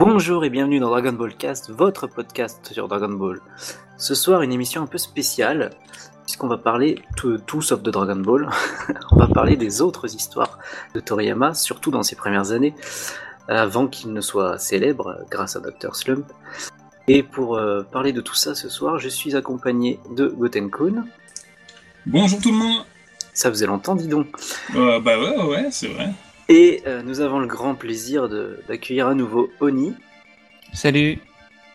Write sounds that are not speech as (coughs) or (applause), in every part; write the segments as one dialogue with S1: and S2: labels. S1: Bonjour et bienvenue dans Dragon Ball Cast, votre podcast sur Dragon Ball. Ce soir, une émission un peu spéciale, puisqu'on va parler de tout sauf de Dragon Ball. (laughs) On va parler des autres histoires de Toriyama, surtout dans ses premières années, avant qu'il ne soit célèbre grâce à Dr. Slump. Et pour euh, parler de tout ça ce soir, je suis accompagné de Gotenkun.
S2: Bonjour tout le monde
S1: Ça faisait longtemps, dis donc.
S2: Euh, Bah ouais, ouais, ouais, c'est vrai.
S1: Et euh, nous avons le grand plaisir de- d'accueillir à nouveau Oni
S3: Salut.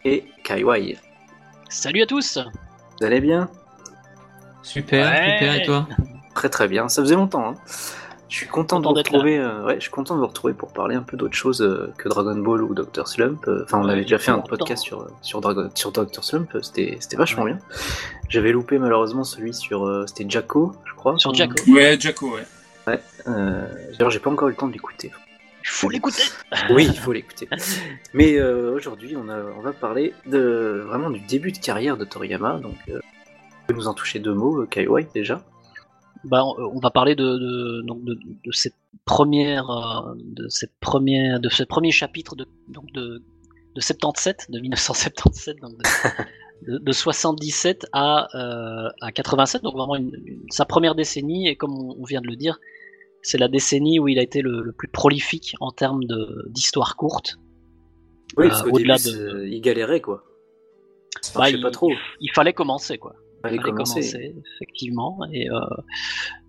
S1: et Kaiwai.
S4: Salut à tous
S1: Vous allez bien
S3: Super,
S4: Ouais.
S3: super, et toi
S1: Très très bien, ça faisait longtemps. hein. Je suis content, de
S4: Content
S1: vous
S4: d'être là.
S1: retrouver. euh, ouais, je suis content de vous retrouver pour parler un peu d'autre chose euh, que Dragon Ball ou Dr Slump. Euh, Enfin, on
S4: Ouais,
S1: avait déjà fait un
S4: content.
S1: podcast sur euh, sur Dragon sur Dr Slump. euh, C'était c'était vachement bien. J'avais loupé malheureusement celui sur euh, c'était Jacko, je crois.
S4: Sur Jacko.
S2: Ouais, Jaco, ouais.
S1: Euh, D'ailleurs, j'ai pas encore eu le temps de
S4: (laughs)
S1: l'écouter.
S4: Il faut l'écouter
S1: Oui, il faut l'écouter. Mais euh, aujourd'hui, on, a- on va parler de vraiment du début de carrière de Toriyama. Donc, euh, tu peux nous en toucher deux mots, euh, Kaiwai déjà.
S4: bah, on, on va parler de, de, donc de, de cette première, euh, de cette première, de ce premier chapitre de, donc de, de 77, de 1977, donc (laughs) de, de, de 77 à, euh, à 87, donc vraiment une- une- sa première décennie, et comme on, on vient de le dire, c'est la décennie où il a été le, le plus prolifique en termes de- d'histoire courte.
S1: Oui,
S4: Euh,
S1: parce qu'au début,
S4: au-delà de-
S1: c'est- il galérait quoi. Ça
S4: Bah,
S1: marchait
S4: il-
S1: pas trop.
S4: Il fallait commencer, quoi.
S1: Fallait
S4: fallait
S1: commencer.
S4: commencer, effectivement. Et, euh,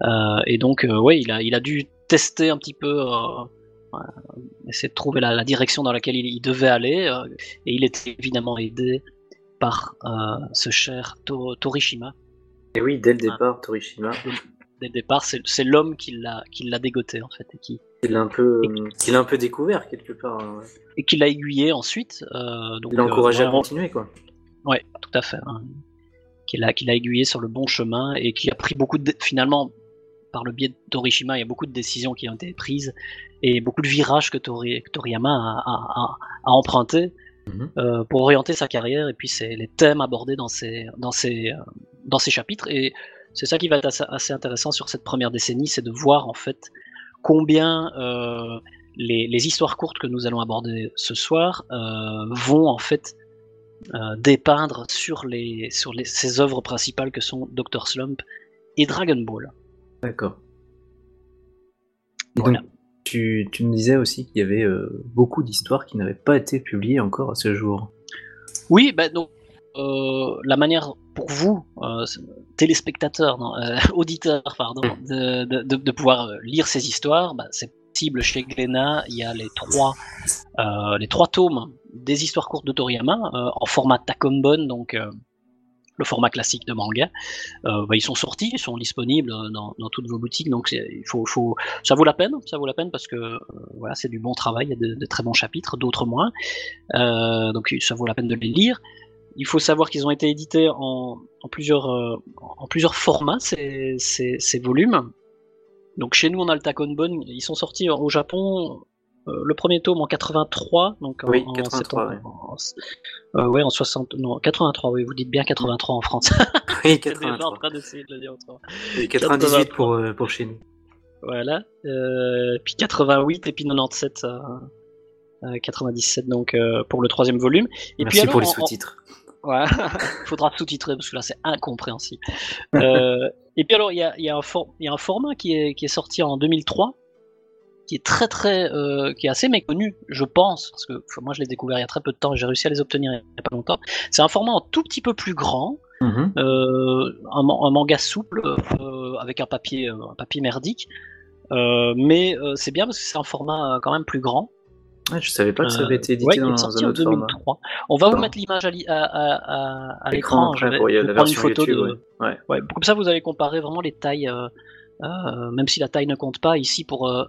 S4: euh, et donc, euh, ouais, il a, il a dû tester un petit peu, euh, euh, essayer de trouver la, la direction dans laquelle il, il devait aller. euh, et il était évidemment aidé par euh, ce cher To- Torishima.
S1: Et oui, dès le départ, Torishima,
S4: Dès le départ, c'est c'est l'homme qui l'a qui l'a dégoté, en fait, et qui,
S1: il l'a un peu, euh, il l'a un peu découvert quelque part. hein.
S4: et qui l'a aiguillé ensuite. euh, donc,
S1: Il l'a
S4: euh,
S1: encouragé à
S4: vraiment-
S1: continuer quoi.
S4: Ouais, tout à fait. hein. Qui l'a qui l'a aiguillé sur le bon chemin et qui a pris beaucoup de. dé- Finalement, par le biais de Torishima, il y a beaucoup de décisions qui ont été prises et beaucoup de virages que, Tori- que Toriyama a, a, a- a emprunté
S1: Mhm.
S4: euh, pour orienter sa carrière et puis c'est les thèmes abordés dans ces, dans ces, euh, dans ces chapitres. Et c'est ça qui va être assez, assez intéressant sur cette première décennie, c'est de voir en fait combien euh, les, les histoires courtes que nous allons aborder ce soir euh, vont en fait euh, dépeindre sur les sur les, ses œuvres principales que sont Dr Slump et Dragon Ball.
S1: D'accord.
S4: Voilà.
S1: Donc, tu, tu me disais aussi qu'il y avait euh, beaucoup d'histoires qui n'avaient pas été publiées encore à ce jour.
S4: Oui, ben donc euh, la manière pour vous euh, téléspectateurs, non, euh, auditeurs, pardon, de, de- de- de pouvoir euh, lire ces histoires, bah, c'est possible chez Glénat. Il y a les trois euh, les trois tomes des histoires courtes de Toriyama euh, en format Takombon, donc euh, le format classique de manga. Euh, bah, ils sont sortis, ils sont disponibles euh, dans, dans toutes vos boutiques, donc c'est- il faut, faut, ça vaut la peine, ça vaut la peine parce que euh, voilà, c'est du bon travail, il y a de, de très bons chapitres, d'autres moins, Euh, donc ça vaut la peine de les lire. Il faut savoir qu'ils ont été édités en, en plusieurs, euh, en plusieurs formats ces, ces, ces volumes. Donc chez nous on a le Takonbon, ils sont sortis au Japon. euh, le premier tome en 83, donc en,
S1: Oui,
S4: en
S1: 83,
S4: septembre- en- euh, ouais, en 60, non, 83, oui, vous dites bien 83 en France.
S1: (laughs) Oui,
S4: (laughs) J'étais déjà en
S1: 83.
S4: train d'essayer de le dire autrement.
S1: Et 98 pour, euh, pour chez nous.
S4: Voilà. Euh, puis 88 et puis 97. euh, euh, 97 donc euh, pour le troisième volume. Et
S1: Merci
S4: puis alors,
S1: pour les
S4: en- en-
S1: sous-titres.
S4: Ouais. (laughs) Faudra sous-titrer parce que là c'est incompréhensible. Euh, et puis alors il y a, il y a un for- il y a un format qui est, qui est sorti en 2003 qui est très très euh, qui est assez méconnu je pense parce que enfin, moi je l'ai découvert il y a très peu de temps et j'ai réussi à les obtenir il n'y a pas longtemps. C'est un format un tout petit peu plus grand
S1: Mhm.
S4: euh, un, man- un manga souple euh, avec un papier, euh, un papier merdique. Euh, mais euh, c'est bien parce que c'est un format euh, quand même plus grand.
S1: Ouais, Ah, je savais pas que ça avait
S4: Euh,
S1: été édité
S4: ouais, il est
S1: dans
S4: sorti
S1: un
S4: en
S1: autre format.
S4: 2003. On va vous
S1: Ah.
S4: mettre l'image à, li- à, à- à- à
S1: Écran
S4: l'écran.
S1: après
S4: Je vais
S1: pour y-
S4: vous
S1: la
S4: prendre une
S1: version
S4: photo
S1: YouTube.
S4: de.
S1: ouais. Ouais.
S4: Ouais, comme ça, vous allez comparer vraiment les tailles, euh, euh, même si la taille ne compte pas ici
S1: (laughs)
S4: pour euh,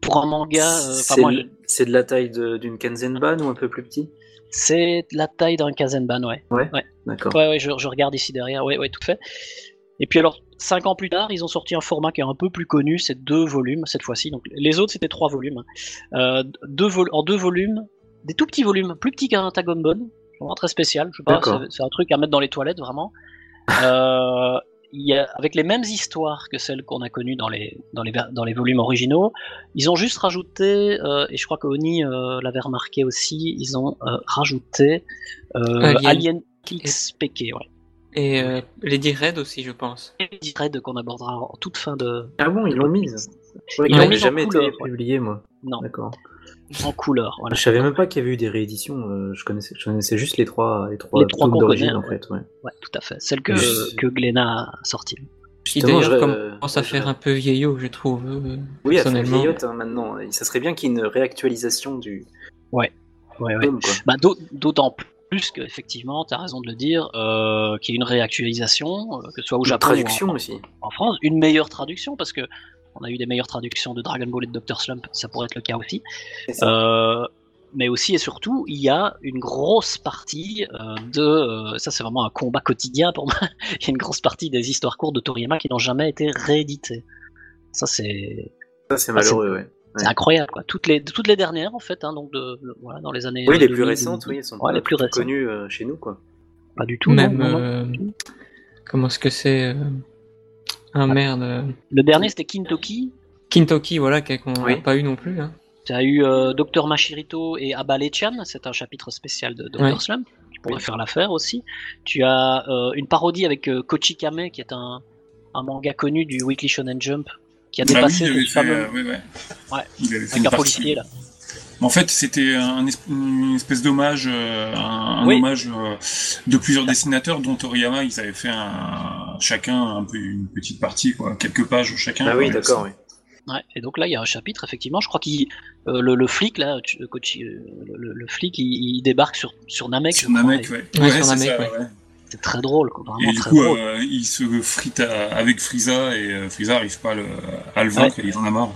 S4: pour un manga. euh, enfin,
S1: C'est
S4: moi,
S1: de- c'est de la taille de- d'une Kanzenban ou un peu plus petit
S4: c'est la taille d'un Kazenban, ouais.
S1: D'accord.
S4: Ouais, ouais, je, je regarde ici derrière, ouais, ouais, tout fait. Et puis alors, cinq ans plus tard, ils ont sorti un format qui est un peu plus connu, c'est deux volumes cette fois-ci. Donc les autres c'était trois volumes, hein. Euh, deux vol- en deux volumes, des tout petits volumes, plus petits qu'un Tagombon, vraiment très spécial. Je sais pas,
S1: D'accord.
S4: c'est- c'est un truc à mettre dans les toilettes vraiment. Euh, il y a, avec les mêmes histoires que celles qu'on a connues dans les, dans, les, ver- dans les volumes originaux, ils ont juste rajouté, euh, et je crois que Oni euh, l'avait remarqué aussi, ils ont euh, rajouté euh,
S3: Alien.
S4: Alien XPK, ouais.
S3: Et euh, Lady Red aussi, je pense.
S4: Et Lady Red qu'on abordera en toute fin de.
S1: Ah bon, ils l'ont mise. Ouais, il
S4: Ils l'ont
S1: n'avait
S4: mise en
S1: jamais été
S4: couleur, ouais.
S1: publié, moi.
S4: Non,
S1: D'accord.
S4: en couleur, voilà.
S1: Je savais même pas qu'il y avait eu des rééditions. euh, je, connaissais, je connaissais juste les trois, les trois
S4: Les trois
S1: tomes
S4: qu'on
S1: d'origine,
S4: connaît,
S1: en
S4: ouais.
S1: fait. Ouais.
S4: Ouais, tout à fait. Celle que,
S1: Juste-
S4: que Glenna a sortie.
S3: Qui
S1: Justement,
S3: d'ailleurs
S1: je- euh,
S3: commence à
S1: je-
S3: faire Oh, un peu vieillot, je trouve. euh,
S1: Oui, à faire
S3: personnellement.
S1: vieillotte hein, maintenant. Et Ça serait bien qu'il y ait une réactualisation du
S4: Ouais, ouais.
S1: tome, quoi.
S4: Bah, d'au- D'autant plus qu'effectivement, tu as raison de le dire, euh, qu'il y a une réactualisation, euh, que ce soit au
S1: Ou la
S4: Japon Ah, ou en-
S1: traduction aussi.
S4: en France, une meilleure traduction, parce que on a eu des meilleures traductions de Dragon Ball et de Dr. Slump, ça pourrait être le cas aussi.
S1: C'est ça.
S4: Euh, mais aussi et surtout, il y a une grosse partie euh, de. euh, ça, c'est vraiment un combat quotidien pour moi. (laughs) il y a une grosse partie des histoires courtes de Toriyama qui n'ont jamais été rééditées. Ça, c'est
S1: Ça, c'est
S4: Ah,
S1: malheureux, ouais.
S4: c'est incroyable, quoi. Toutes les, toutes les dernières, en fait, hein, donc de, de- voilà, dans les années.
S1: Oui, les
S4: 2000,
S1: plus récentes, oui, elles sont
S4: Ouais,
S1: pas
S4: les plus récentes.
S1: connues euh, chez nous, quoi.
S4: Pas du tout.
S3: Même.
S4: non, non, non.
S3: euh, comment est-ce que c'est euh, Un merde. euh,
S4: Le dernier, c'était Kintoki.
S3: Kintoki, voilà, qu'a- qu'on n'a
S1: Oui.
S3: pas eu non plus. hein.
S4: Tu as eu euh, Dr Machirito et Abale-chan, c'est un chapitre spécial de Dr
S3: Ouais.
S4: Slump, qui pourrait faire l'affaire aussi. Tu as euh, une parodie avec euh, Kochikame, qui est un, un manga connu du Weekly Shonen Jump, qui a
S2: Ah oui,
S4: dépassé
S2: il avait
S4: le
S2: fait,
S4: fameux-
S2: euh, ouais, ouais.
S4: Ouais.
S2: Il avait fait
S4: avec
S2: une
S4: un
S2: partie.
S4: policier là.
S2: En fait, c'était un es- une espèce d'hommage, euh, un, un
S4: Oui.
S2: hommage euh, de plusieurs dessinateurs, dont Toriyama, ils avaient fait un, chacun un peu une petite partie, quoi, quelques pages chacun.
S1: Ah oui,
S2: Ouais,
S1: d'accord,
S2: ça.
S1: oui.
S4: Ouais, et donc là, il y a un chapitre, effectivement. Je crois qu'il euh, le, le flic là, tu- euh, Kochi- euh, le, le- le flic, il, il débarque sur sur Namek.
S2: Sur
S4: je crois,
S2: Namek,
S4: et
S2: ouais.
S3: Ouais,
S2: Ouais,
S3: sur
S2: c'est
S3: Namek,
S2: ça,
S3: ouais.
S2: ouais.
S4: C'est très drôle, quoi, vraiment
S2: Et du
S4: très
S2: coup,
S4: drôle.
S2: euh, il se frite à- avec Frieza et euh, Frieza arrive pas à le- à le vaincre, et il en a marre.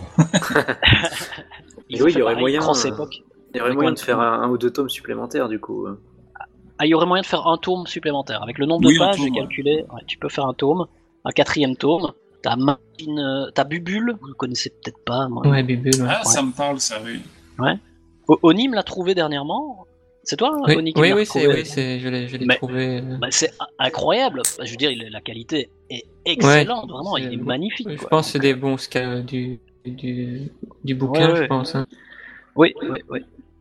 S2: euh,
S1: Et oui, il y
S4: fait
S1: aurait
S4: pareil,
S1: moyen,
S4: prend ses
S1: euh,
S4: pocs.
S1: Il y aurait
S4: Mais
S1: moyen
S4: quand-
S1: de faire un, un ou deux tomes supplémentaires, du coup. euh.
S4: Ah, il y aurait moyen de faire un tome supplémentaire. Avec le nombre de
S2: Oui, un
S4: pages,
S2: tome,
S4: j'ai calculé, ouais, tu peux faire un tome, un quatrième tome. T'as Martine, euh, t'as Bubule, vous ne connaissez peut-être pas. Moi.
S3: Ouais, Bubule. ouais.
S2: Ah, ça me parle, ça, oui.
S4: O- Onim l'a trouvé dernièrement. C'est toi,
S3: Oui,
S4: Oni, qui
S3: oui,
S4: l'a
S3: oui, c'est,
S4: retrouvé
S3: oui, c'est- je l'ai, je l'ai
S4: Mais-
S3: trouvé. euh,
S4: Bah, c'est a- incroyable. Bah, je veux dire, il- la qualité est excellente, vraiment, il
S3: c'est
S4: est
S3: bon.
S4: magnifique.
S3: je
S4: quoi.
S3: pense que c'est des bons scans du, du, du bouquin,
S4: Ouais,
S3: je
S4: ouais.
S3: pense. hein.
S4: Oui, oui, oui.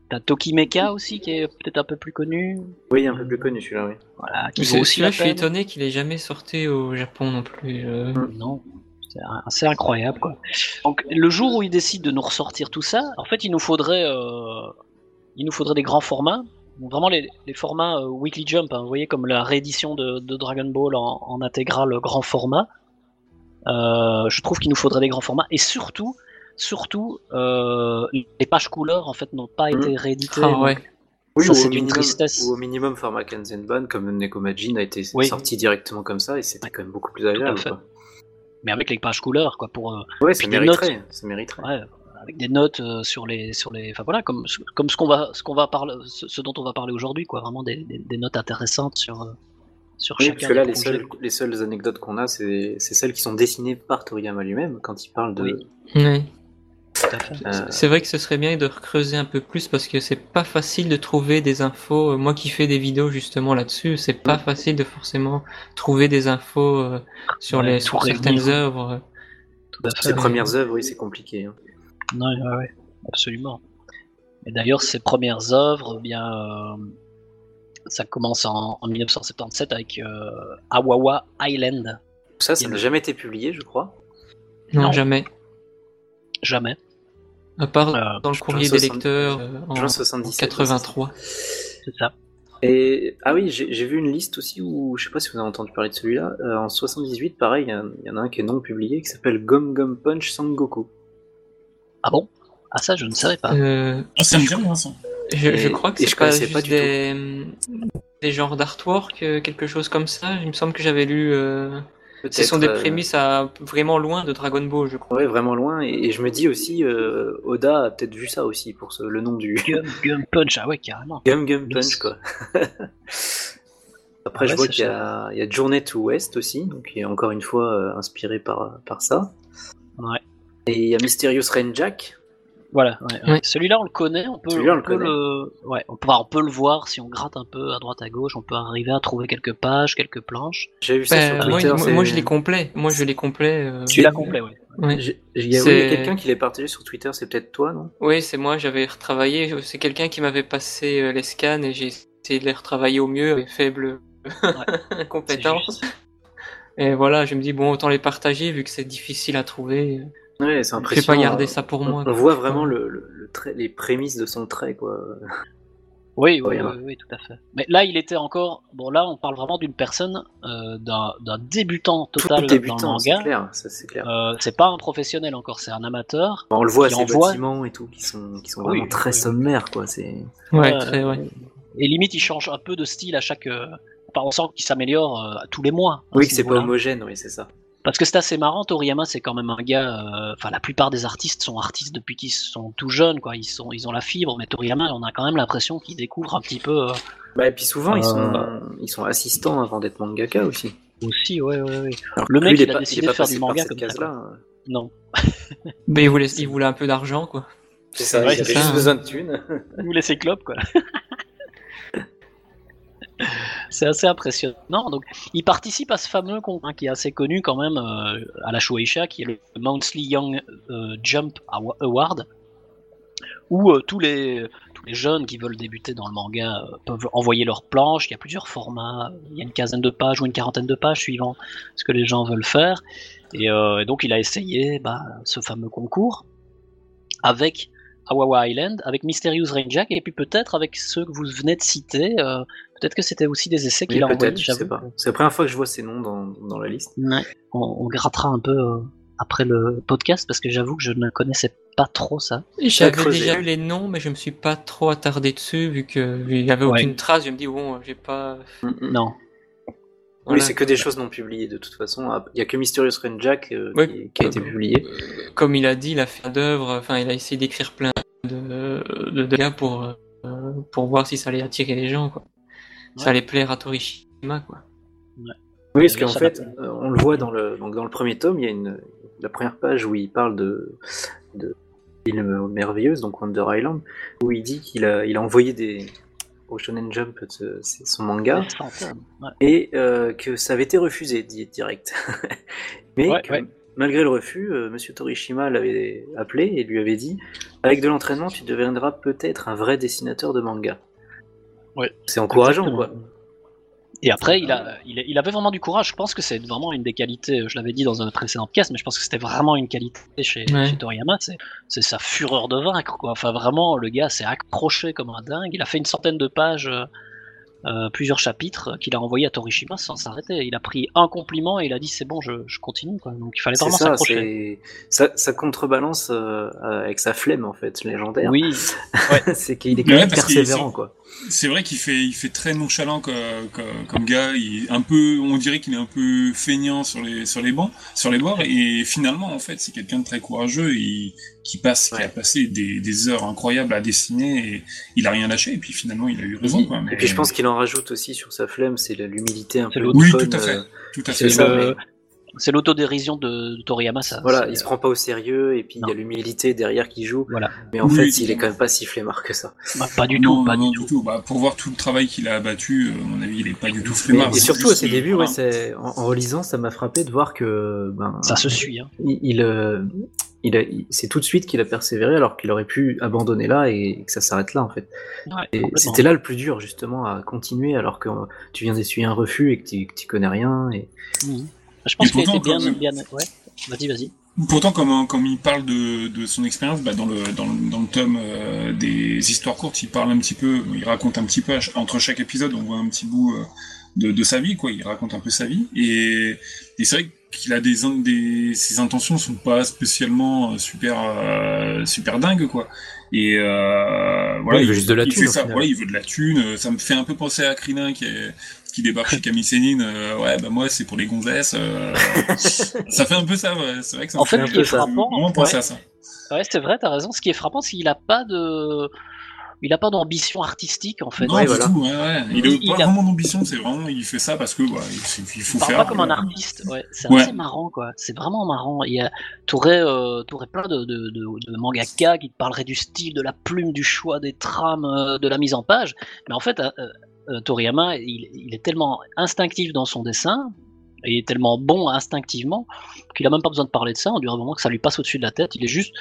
S4: T'as Tokimeka aussi, qui est peut-être un peu plus connu.
S1: Oui, un peu
S4: Mm.
S1: plus connu, celui-là, oui.
S4: Voilà, qui
S3: Mais
S4: vaut
S3: ce-
S4: aussi
S3: Celui-là,
S4: la
S3: je suis
S4: peine.
S3: étonné qu'il ait jamais sorti au Japon non plus. euh.
S4: Non, c'est un- c'est incroyable quoi. Donc le jour où ils décident de nous ressortir tout ça, en fait il nous faudrait, euh, il nous faudrait des grands formats, Donc, vraiment les, les formats euh, Weekly Jump, hein, vous voyez comme la réédition de, de Dragon Ball en, en intégrale grand format. Euh, je trouve qu'il nous faudrait des grands formats et surtout, surtout euh, les pages couleurs en fait n'ont pas
S1: Mhm.
S4: été rééditées.
S3: Ah
S4: donc
S3: ouais.
S4: Ça,
S1: ou
S4: c'est
S1: au
S4: d'une
S1: minimum-
S4: tristesse.
S1: Ou au minimum, format Kanzenban, comme Nekomajin a été
S4: Oui.
S1: sorti directement comme ça, et c'était quand même beaucoup plus agréable.
S4: fait.
S1: Quoi.
S4: Mais avec les pages couleurs quoi pour euh,
S1: Ouais, ça
S4: Puis des
S1: mériterait. Ça mériterait.
S4: Ouais, avec des notes euh, sur les sur les enfin voilà comme comme ce qu'on va ce qu'on va parler ce, ce dont on va parler aujourd'hui quoi vraiment des, des, des notes intéressantes sur euh, sur
S1: Oui,
S4: chacun
S1: parce que là,
S4: des
S1: les
S4: projets.
S1: seules, les seules anecdotes qu'on a, c'est c'est celles qui sont dessinées par Toriyama lui-même quand il parle de.
S4: Oui.
S3: Ouais.
S4: Tout à fait.
S1: euh,
S3: C'est vrai que ce serait bien de creuser un peu plus parce que c'est pas facile de trouver des infos. Euh, Moi qui fais des vidéos justement là-dessus, c'est
S1: Mm.
S3: pas facile de forcément trouver des infos euh, sur,
S4: Ouais,
S3: les,
S4: tout
S3: sur
S4: réunir.
S3: certaines œuvres. Euh,
S4: tout à fait
S1: Ses premières œuvres, oui, c'est compliqué. hein.
S4: Non, ouais, ouais, absolument. Et d'ailleurs, ses premières œuvres, eh bien, euh, ça commence en, en 1977 avec euh, Awawa Island.
S1: Ça, ça
S4: Il-
S1: n'a jamais été publié, je crois.
S3: Non,
S4: Non.
S3: jamais.
S4: Jamais.
S3: À part
S4: Euh,
S3: dans le courrier des
S1: 60
S3: lecteurs euh, en,
S1: Juin
S3: en
S1: 77.
S3: 83.
S4: c'est ça.
S1: Et ah oui, j'ai j'ai vu une liste aussi où je sais pas si vous avez entendu parler de celui-là. euh, en 78, pareil, il y en- il y, en a un qui est non publié qui s'appelle Gum Gum Punch Sangoku.
S4: Ah bon Ah ça, je ne savais pas.
S3: Euh,
S2: Ah, ça me dit rien, ça.
S3: je, je
S1: Et-
S3: crois que
S1: et
S3: c'est
S1: je
S3: pas
S1: connaissais
S3: juste
S1: pas du
S3: des, des genres d'artwork, euh, quelque chose comme ça. Il me semble que j'avais lu. euh, Ce sont des
S1: Peut-être, euh,
S3: prémices à vraiment loin de Dragon Ball, je crois.
S1: Ouais, vraiment loin. Et, et je me dis aussi, euh, Oda a peut-être vu ça aussi pour ce- le nom du (laughs)
S4: Gum, Gum Punch, ah ouais, carrément.
S1: Gum Gum Punch,
S4: Yes.
S1: quoi. (laughs) Après,
S4: Ouais,
S1: je vois
S4: c'est
S1: qu'il y a, il y a Journey to West aussi, donc qui est encore une fois euh, inspiré par, par ça.
S4: Ouais.
S1: Et il y a Mysterious Rain Jack,
S4: Voilà. ouais, ouais.
S3: Ouais.
S4: Celui-là, on le connaît. On peut,
S1: Celui-là, on
S4: on
S1: le
S4: peut le, ouais, on peut, enfin, on peut le voir si on gratte un peu à droite à gauche. On peut arriver à trouver quelques pages, quelques planches.
S1: J'ai vu ça
S3: Ben,
S1: sur
S3: moi,
S1: Twitter.
S3: il- moi,
S1: c'est-
S3: je l'ai complet. Moi, je l'ai complet. euh,
S1: Tu l'as
S4: complet, ouais.
S3: ouais.
S1: J'ai- Il y a oui, il y a quelqu'un qui l'ait partagé sur Twitter, c'est peut-être toi, non
S3: Oui, c'est moi, j'avais retravaillé. C'est quelqu'un qui m'avait passé euh, les scans et j'ai essayé de les retravailler au mieux, les faibles
S4: C'est
S3: (laughs) compétences.
S4: juste.
S3: Et voilà, je me dis, bon, autant les partager vu que c'est difficile à trouver.
S1: Ouais, c'est
S3: Je vais
S1: impressionnant.
S3: pas garder
S1: euh,
S3: ça pour
S1: On,
S3: moi.
S1: on
S3: quoi.
S1: voit vraiment le, le- le trait- les prémices de son trait, quoi.
S4: Oui, oui,
S1: Ouais,
S4: oui, oui, tout à fait. Mais là, il était encore. Bon, là, on parle vraiment d'une personne, euh, d'un d'un débutant
S1: Tout
S4: total dans le
S1: débutant, c'est
S4: manga.
S1: clair, ça c'est clair.
S4: Euh, c'est pas un professionnel encore, c'est un amateur.
S1: Bon, Bah, on le voit,
S4: qui
S1: ces
S4: envoie-
S1: bâtiments et tout, qui sont, qui sont
S4: Oui,
S1: vraiment très
S4: oui.
S1: sommaires, quoi. C'est...
S3: Ouais,
S4: Euh,
S3: très, ouais.
S4: Et limite, il change un peu de style à chaque. euh, Enfin, on sent qu'il s'améliore euh, tous les mois. à
S1: Oui,
S4: ce
S1: que c'est pas
S4: niveau-là.
S1: homogène, oui, c'est ça.
S4: Parce que c'est assez marrant, Toriyama, c'est quand même un gars. euh, Enfin, la plupart des artistes sont artistes depuis qu'ils sont tout jeunes, quoi. Ils sont, ils ont la fibre, mais Toriyama, on a quand même l'impression qu'il découvre un petit peu euh,
S1: Bah, et puis souvent, ils,
S4: Euh.
S1: sont, ils sont assistants avant d'être mangaka aussi.
S4: aussi. Ouais, ouais, ouais.
S1: Alors
S4: Le
S1: que
S4: mec,
S1: lui,
S4: il a
S1: pas-
S4: décidé
S1: est pas
S4: de faire du
S1: passé par
S4: manga
S1: cette
S4: comme ça,
S1: case-là, hein.
S4: Non. (laughs)
S3: Mais il voulait, il voulait un peu d'argent, quoi.
S1: C'est ça,
S4: Ouais,
S1: il avait
S3: c'est ça,
S1: juste
S3: hein.
S1: besoin de (laughs) thunes.
S4: Nous laisser clope, quoi. (laughs) C'est assez impressionnant. Donc, il participe à ce fameux concours hein, qui est assez connu quand même euh, à la Shueisha, qui est le Monthly Young euh, Jump Awa- Award, où euh, tous, les, tous les jeunes qui veulent débuter dans le manga euh, peuvent envoyer leurs planches. Il y a plusieurs formats. Il y a une quinzaine de pages ou une quarantaine de pages suivant ce que les gens veulent faire. Et, euh, et donc, il a essayé bah, ce fameux concours avec Awawa Island, avec Mysterious Rain Jack, et puis peut-être avec ceux que vous venez de citer. euh, peut-être que c'était aussi des essais qu'il
S1: Oui,
S4: a envoyés.
S1: peut-être, je sais
S4: j'avoue.
S1: pas. C'est la première fois que je vois ces noms dans, dans la liste.
S4: Ouais. On, on grattera un peu euh, après le podcast parce que j'avoue que je ne connaissais pas trop ça.
S3: J'avais
S1: creusé.
S3: déjà vu les noms, mais je me suis pas trop attardé dessus vu que vu qu'il y avait
S4: Ouais.
S3: aucune trace. Je me dis, bon, j'ai pas.
S1: Mm.
S4: Non.
S1: Oui,
S3: Voilà.
S1: c'est que des choses non publiées de toute façon. Ah, Il y a que Mysterious Rain Jack euh,
S3: Ouais.
S1: qui, qui a été publié.
S3: Euh, Comme il a dit, il a fait d'œuvre. Enfin, il a essayé d'écrire plein de, de, de gars pour euh, pour voir si ça allait attirer les gens, quoi.
S4: Ouais.
S3: Ça allait plaire à Torishima, quoi.
S1: Oui, parce
S4: Et
S1: qu'en
S4: ça
S1: fait,
S4: va.
S1: euh, on le voit dans le, donc dans le premier tome, il y a une, la première page où il parle de, de île merveilleuse, donc Wonder Island, où il dit qu'il a, il a envoyé des, au Shonen Jump euh, ce- c'est son manga,
S4: Ouais.
S1: et euh, que ça avait été refusé, dit direct. (laughs) Mais
S4: Ouais,
S1: que,
S4: ouais.
S1: malgré le refus, euh, Monsieur Torishima l'avait appelé et lui avait dit Avec de l'entraînement, tu deviendras peut-être un vrai dessinateur de manga.
S4: Ouais.
S1: C'est encourageant, quoi.
S4: Et après, il, a, il, il avait vraiment du courage. Je pense que c'est vraiment une des qualités. euh, Je l'avais dit dans un précédent podcast, mais je pense que c'était vraiment une qualité chez,
S3: Ouais.
S4: chez Toriyama. C'est, c'est sa fureur de vaincre. Quoi. Enfin, vraiment, le gars s'est accroché comme un dingue. Il a fait une centaine de pages, euh, euh, plusieurs chapitres, euh, qu'il a envoyé à Torishima sans s'arrêter. Il a pris un compliment et il a dit c'est bon, je, je continue. Quoi. Donc, il fallait
S1: C'est
S4: vraiment
S1: ça,
S4: s'accrocher.
S1: c'est- ça, ça contrebalance euh, avec sa flemme en fait, légendaire.
S4: Oui,
S1: (laughs) c'est qu'il est quand
S2: Ouais,
S1: même
S2: parce qu'il est
S1: persévérant
S2: sans-
S1: quoi.
S2: C'est vrai qu'il fait, il fait très nonchalant co- co- comme, gars. Il est un peu, on dirait qu'il est un peu feignant sur les, sur les bancs, sur les bords. Et finalement, en fait, c'est quelqu'un de très courageux et qui passe, qui
S1: Ouais.
S2: a passé des, des heures incroyables à dessiner. Et il a rien lâché. Et puis finalement, il a eu raison. quoi.
S1: Et
S2: Mais-
S1: puis je pense qu'il en rajoute aussi sur sa flemme, c'est la- l'humilité un
S4: C'est
S1: peu.
S4: l'autre.
S2: Oui,
S1: fun,
S2: tout à fait.
S1: euh,
S2: tout à
S1: c'est
S2: fait.
S1: ça,
S4: le-
S1: mais
S4: c'est l'autodérision de, de Toriyama. Ça,
S1: euh, voilà,
S4: c'est-
S1: il se prend pas au sérieux et puis il y a
S4: Non.
S1: l'humilité derrière qui joue.
S4: Voilà.
S1: Mais en
S2: Oui,
S1: fait,
S2: tout
S1: il
S2: à
S1: est quand même pas si flemmard que ça.
S4: Bah, pas du
S2: Non,
S4: tout, pas
S2: non,
S4: du
S2: non,
S4: tout.
S2: Bah, pour voir tout le travail qu'il a abattu, euh, à mon avis, il est pas du tout
S1: Mais-
S2: flemmard.
S1: et
S2: c'est
S1: surtout
S2: juste,
S1: à ses
S2: euh,
S1: débuts, ouais,
S2: voilà.
S1: c'est- en, en relisant, ça m'a frappé de voir que ben,
S4: Ça se suit. Hein.
S1: il, il, euh, il a- il- c'est tout de suite qu'il a persévéré alors qu'il aurait pu abandonner là et que ça s'arrête là en fait.
S4: Ouais,
S1: Et
S4: complètement.
S1: C'était là le plus dur justement à continuer alors que euh, tu viens d'essuyer un refus et que tu que tu connais rien. Et...
S4: Mhm. Je pense
S2: Et
S4: qu'il était
S2: pourtant,
S4: bien,
S2: comme-
S4: bien. Ouais. Vas-y, vas-y.
S2: Pourtant, comme, euh, comme il parle de, de son expérience, bah, dans, le, dans, le, dans le tome euh, des histoires courtes, il parle un petit peu, il raconte un petit peu, à ch- entre chaque épisode, on voit un petit bout euh, de, de sa vie, quoi. Il raconte un peu sa vie. Et, et c'est vrai qu'il a des, in- des. Ses intentions sont pas spécialement euh, super, euh, super dingues, quoi. Et euh, voilà,
S1: Ouais, il veut juste de la
S2: il
S1: thune,
S2: fait
S1: au
S2: ça,
S1: final.
S2: voilà, il veut de la thune. euh, Ça me fait un peu penser à Krillin qui est qui débarque chez Camille Sénine, euh, ouais, bah moi c'est pour les gonzesses. euh, ça fait un peu ça, ouais, c'est vrai que ça me
S4: En fait,
S2: un
S1: ce
S2: peu
S1: qui est
S2: ça.
S4: frappant,
S2: Vraiment penser
S4: ouais.
S2: à ça.
S4: Ouais, c'est vrai, t'as raison. Ce qui est frappant, c'est qu'il a pas de. il a pas d'ambition artistique en fait.
S2: Non,
S1: Ouais,
S2: du
S1: voilà.
S2: tout, ouais, ouais. Il
S4: Il-
S2: n'a
S4: il
S2: pas
S4: a-
S2: vraiment d'ambition, c'est vraiment, il fait ça parce que, bah, il, c'est- il faut
S4: Il parle
S2: faire.
S4: pas comme un
S2: euh,
S4: artiste, ouais. C'est
S2: Ouais.
S4: assez marrant, quoi. C'est vraiment marrant. Il y a, t'aurais, euh, t'aurais plein de, de, de, de mangaka qui te parleraient du style, de la plume, du choix, des trames, euh, de la mise en page. Mais en fait, euh, euh, Toriyama, il, il est tellement instinctif dans son dessin, et il est tellement bon instinctivement, qu'il a même pas besoin de parler de ça. On dirait vraiment que ça lui passe au-dessus de la tête. Il est juste,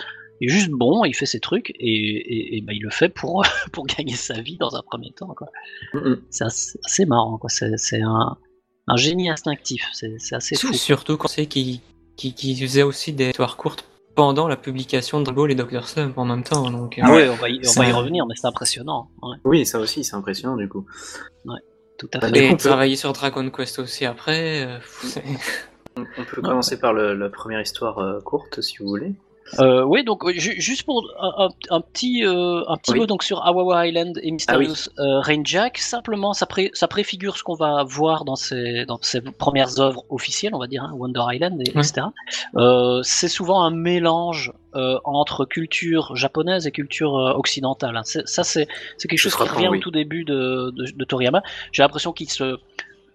S4: il est juste bon, il fait ses trucs, et, et, et ben, il le fait pour, (laughs) pour gagner sa vie dans un premier temps, quoi.
S1: Mm, mm.
S4: C'est assez, assez marrant, quoi. C'est c'est un, un génie instinctif. C'est c'est assez fou.
S3: Surtout quand c'est qu'il qui, faisait aussi des histoires courtes pendant la publication de Dragon Ball et Dr. Slump en même temps. Donc, euh,
S4: Ah ouais, on va y, on
S3: c'est
S4: va y
S3: un-
S4: revenir, mais c'est impressionnant. Ouais,
S1: Oui, ça aussi, c'est impressionnant du coup.
S4: tout à
S1: Bah,
S4: fait.
S1: du
S3: Et
S1: coup, on peut-
S3: travailler sur Dragon Quest aussi après. euh, pff, c'est-
S1: On on peut commencer par le- la première histoire euh, courte, si vous voulez.
S4: Euh, oui, donc euh, ju- juste pour un, un- un petit, euh, un petit
S1: Oui. Ah
S4: mot donc sur Awawa Island et Mysterious euh, Rain Jack, simplement ça, pré- ça préfigure ce qu'on va voir dans ses, dans ses premières œuvres officielles, on va dire, hein, Wonder Island, et,
S3: Ouais.
S4: etc. Euh, c'est souvent un mélange euh, entre culture japonaise et culture euh, occidentale. hein. C'est- Ça, c'est c'est quelque
S1: Je
S4: chose
S1: te
S4: qui
S1: reprends,
S4: revient
S1: oui.
S4: au tout début de, de, de Toriyama. J'ai l'impression qu'il se,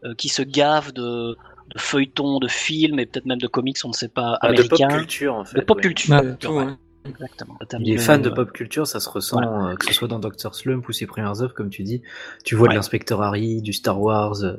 S4: euh, qu'il se gave de, de feuilletons, de films et peut-être même de comics, on ne sait pas,
S1: Ah, de pop
S4: américains.
S1: culture, en fait.
S4: De pop
S1: ouais.
S3: (laughs)
S4: culture.
S3: bah, tout,
S4: ouais,
S3: hein.
S4: Exactement.
S1: Il est
S4: Euh,
S1: fan de pop culture, ça se ressent, euh, que ce soit dans Doctor Slump ou ses premières œuvres, comme tu dis. Tu vois
S4: Ouais.
S1: de l'inspecteur Harry, du Star Wars, euh,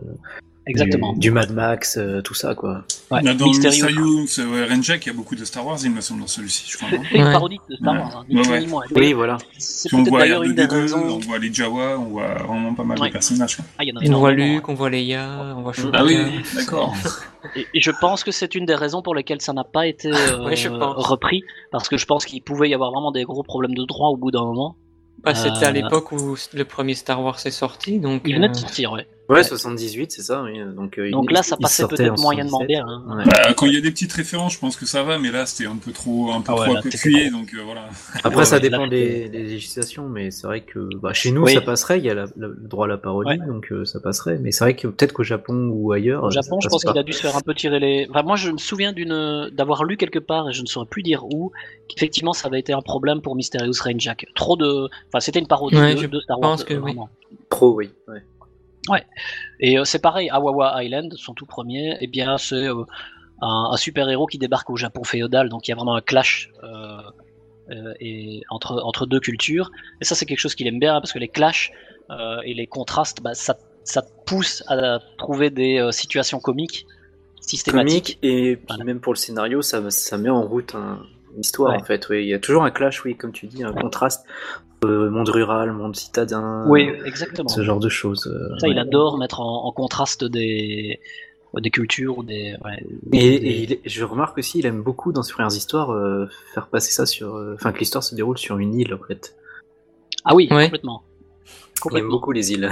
S4: Exactement.
S1: du, du Mad Max, euh, tout ça, quoi.
S4: Ouais.
S2: Là, dans
S4: Mysterio.
S2: Mysterious euh, Rain Jack, il y a beaucoup de Star Wars, il me semble, dans celui-ci, je crois.
S4: Fait
S2: non
S4: fait une
S3: Ouais.
S4: parodie de Star Wars, hein, ni
S2: Ouais,
S4: plus
S2: ouais.
S4: ni moins.
S1: Oui, voilà.
S4: C'est
S2: Puis on
S4: peut-être
S2: voit
S4: d'ailleurs une des
S2: R2D2,
S4: raisons.
S2: on voit les Jawa, on voit vraiment pas mal
S4: Ouais.
S2: de personnages. quoi.
S4: Ah, il y en a
S3: On voit
S4: énormément,
S3: Luc, on voit Leia, on voit Chewbacca.
S4: Bah
S2: Ah oui, oui, d'accord.
S4: ouais. Et, et je pense que c'est une des raisons pour lesquelles ça n'a pas été euh,
S3: Ouais, je pense.
S4: repris, parce que je pense qu'il pouvait y avoir vraiment des gros problèmes de droit au bout d'un moment.
S3: Bah, C'était
S4: Euh,
S3: à l'époque où le premier Star Wars est sorti, donc
S4: Il venait de
S3: euh,
S4: sortir, ouais.
S1: Ouais, 78, c'est ça, oui. Donc, euh, il-
S4: Donc là, ça
S1: il
S4: passait
S1: sortait en
S4: peut-être moyennement
S1: 77.
S4: bien. hein.
S1: Ouais.
S2: Bah, quand il y a des petites références, je pense que ça va, mais là, c'était un peu trop, un peu
S4: Ah ouais,
S2: trop
S4: là, c'était
S2: appuyé, donc euh, voilà.
S1: Après,
S4: Ouais,
S1: ça
S4: ouais,
S1: dépend
S4: là,
S1: des, des législations, mais c'est vrai que bah, chez nous,
S4: Oui.
S1: ça passerait. Il y a la- la- le droit à la parodie, donc euh, ça passerait. Mais c'est vrai que peut-être qu'au Japon ou ailleurs.
S4: Au
S1: euh, ça
S4: Japon, je
S1: passe
S4: pense
S1: pas.
S4: qu'il a dû se faire un peu tirer les. Enfin, moi, je me souviens d'une d'avoir lu quelque part, et je ne saurais plus dire où, qu'effectivement, ça avait été un problème pour Mysterious Rain Jack. Trop de. Enfin, c'était une parodie
S3: Ouais,
S4: de,
S3: je
S4: de Star Wars.
S3: pense que
S4: euh,
S3: oui.
S4: vraiment.
S1: Pro, oui. ouais.
S4: Et euh, c'est pareil, Awawa Island, son tout premier, eh bien, c'est euh, un, un super-héros qui débarque au Japon féodal, donc il y a vraiment un clash euh, euh, et entre, entre deux cultures. Et ça, c'est quelque chose qu'il aime bien, hein, parce que les clashs euh, et les contrastes, bah, ça, ça te pousse à trouver des euh, situations comiques,
S1: Comique,
S4: systématiques.
S1: et puis
S4: Voilà.
S1: même pour le scénario, ça, ça met en route un- une histoire,
S4: Ouais.
S1: en fait. oui. Il y a toujours un clash, oui, comme tu dis, un contraste. euh, monde rural, monde citadin.
S4: Oui, exactement.
S1: Euh, Ce genre de choses. euh,
S4: Ça, il
S1: ouais.
S4: adore mettre en, en contraste des, des cultures ou des. ouais,
S1: Et,
S4: des-
S1: et il est- je remarque aussi, il aime beaucoup dans ses premières histoires euh, faire passer ça sur. euh, Enfin, que l'histoire se déroule sur une île, en fait.
S4: Ah oui,
S3: Ouais.
S4: complètement.
S1: Il aime
S4: Complètement.
S1: beaucoup les îles.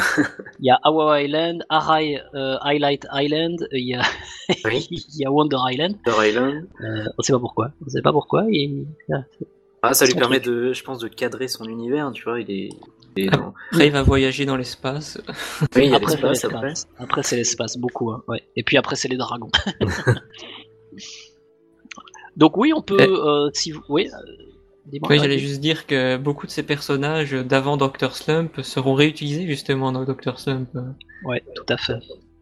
S4: Il y a Awa Island, Arai euh, Highlight Island, il y, a, (laughs)
S1: Oui.
S4: il y a Wonder Island.
S1: Star Island.
S4: Euh, on sait pas pourquoi. On sait pas pourquoi. il-
S1: Ah, ça lui
S4: Son
S1: permet de, je pense, de cadrer son univers, tu vois, il est... il est
S3: Ah,
S4: (laughs)
S1: dans-
S3: après il va voyager dans l'espace.
S1: Oui, il y a
S4: après, c'est
S1: l'espace après.
S4: l'espace. Après, c'est l'espace, beaucoup. hein, ouais. Et puis après, c'est
S1: (laughs)
S4: les dragons. Donc oui, on peut.
S3: Eh.
S4: euh, si vous... Oui. euh, dis-moi.
S3: Oui, j'allais juste dire que beaucoup de ces personnages d'avant Dr. Slump seront réutilisés justement dans Dr. Slump. euh,
S4: Ouais, tout à fait.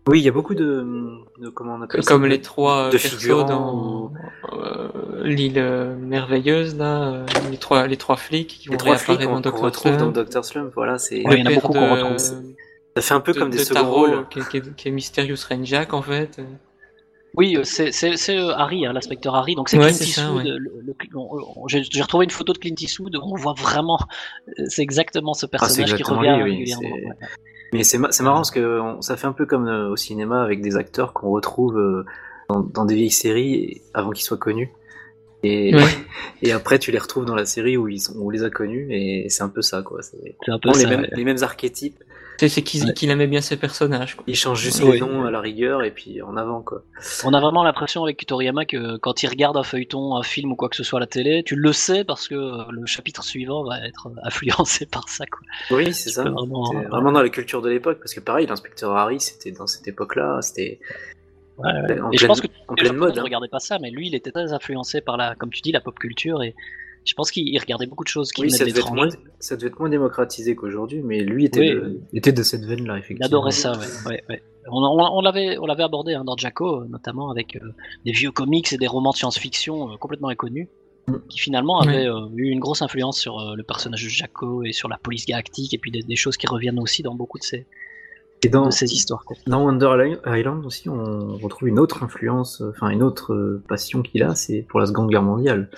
S1: Oui, il y a beaucoup de, de- comment on appelle ça
S3: Comme les trois euh,
S1: de
S3: persos
S1: figurants
S3: dans euh, l'île euh, merveilleuse, là, euh, les, trois, les trois flics qui
S1: les
S3: vont
S1: trois flics
S3: réapparaître
S1: qu'on
S3: dans
S1: qu'on
S3: Dr.
S1: retrouve dans
S3: Slump.
S1: Doctor Slump, voilà, c'est
S4: Ouais, il y en a
S3: père
S4: beaucoup
S3: de-
S4: qu'on retrouve.
S1: ça fait un peu
S3: de-
S1: comme des
S3: de
S1: seconds
S3: Taro,
S1: rôles.
S3: Qui, est- qui est- qui est Mysterious Rain Jack en fait.
S4: Oui, euh, c'est- c'est c'est, euh, Harry, hein, l'inspecteur Harry. Donc c'est
S3: Ouais,
S4: Clint
S3: c'est ça,
S4: Eastwood. euh,
S3: ouais.
S4: le- le Cl- on- on- J'ai j'ai retrouvé une photo de Clint Eastwood. On voit vraiment. euh, C'est exactement ce personnage
S1: Ah, exactement
S4: qui revient
S1: lui, oui,
S4: régulièrement.
S1: c'est-
S4: ouais.
S1: Mais c'est ma- c'est marrant parce que on- ça fait un peu comme euh, au cinéma avec des acteurs qu'on retrouve euh, dans, dans des vieilles séries avant qu'ils soient connus. Et,
S3: Ouais.
S1: (laughs) et après, tu les retrouves dans la série où, ils sont, où on les a connus, et c'est un peu ça, quoi. C'est
S4: C'est un peu
S1: vraiment les,
S4: ça,
S1: mêmes,
S4: ouais.
S1: les mêmes archétypes,
S3: C'est c'est qu'il
S4: Ouais.
S3: qu'il aimait bien ces personnages. Quoi.
S1: ils changent juste
S4: Oui.
S1: les noms à la rigueur, et puis en avant, quoi.
S4: On a vraiment l'impression avec Toriyama que quand il regarde un feuilleton, un film ou quoi que ce soit à la télé, tu le sais parce que euh, le chapitre suivant va être euh, influencé (laughs) par ça. Quoi.
S1: Oui, Ah, c'est
S4: Tu
S1: ça.
S4: peux Vraiment,
S1: C'était vraiment dans la culture de l'époque, parce que pareil, l'inspecteur Harry, c'était dans cette époque-là, c'était
S4: Ouais, ouais.
S1: en,
S4: Et je
S1: pleine-
S4: pense que
S1: en
S4: les
S1: pleine
S4: Japonais
S1: mode.
S4: ne
S1: hein.
S4: regardaient pas ça, mais lui, il était très influencé par la, comme tu dis, la pop culture et je pense qu'il il regardait beaucoup de choses qui
S1: Oui, ça
S4: venaient de
S1: devait, être
S4: l'étranger.
S1: moins, ça devait être moins démocratisé qu'aujourd'hui, mais lui était,
S4: Oui.
S1: de, était de cette veine-là,
S4: Il
S1: effectivement.
S4: adorait ça, ouais. ouais, ouais. On, on- on l'avait, on l'avait abordé hein, dans Jaco, euh, notamment avec euh, des vieux comics et des romans de science-fiction euh, complètement inconnus,
S1: Mm.
S4: qui finalement avaient euh, eu une grosse influence sur euh, le personnage de Jaco et sur la police galactique, et puis des, des choses qui reviennent aussi dans beaucoup de ces,
S1: Et dans,
S4: de ces histoires. quoi.
S1: dans Wonder Island aussi, on retrouve une autre influence, euh, enfin une autre euh, passion qu'il a, c'est pour la Seconde Guerre mondiale.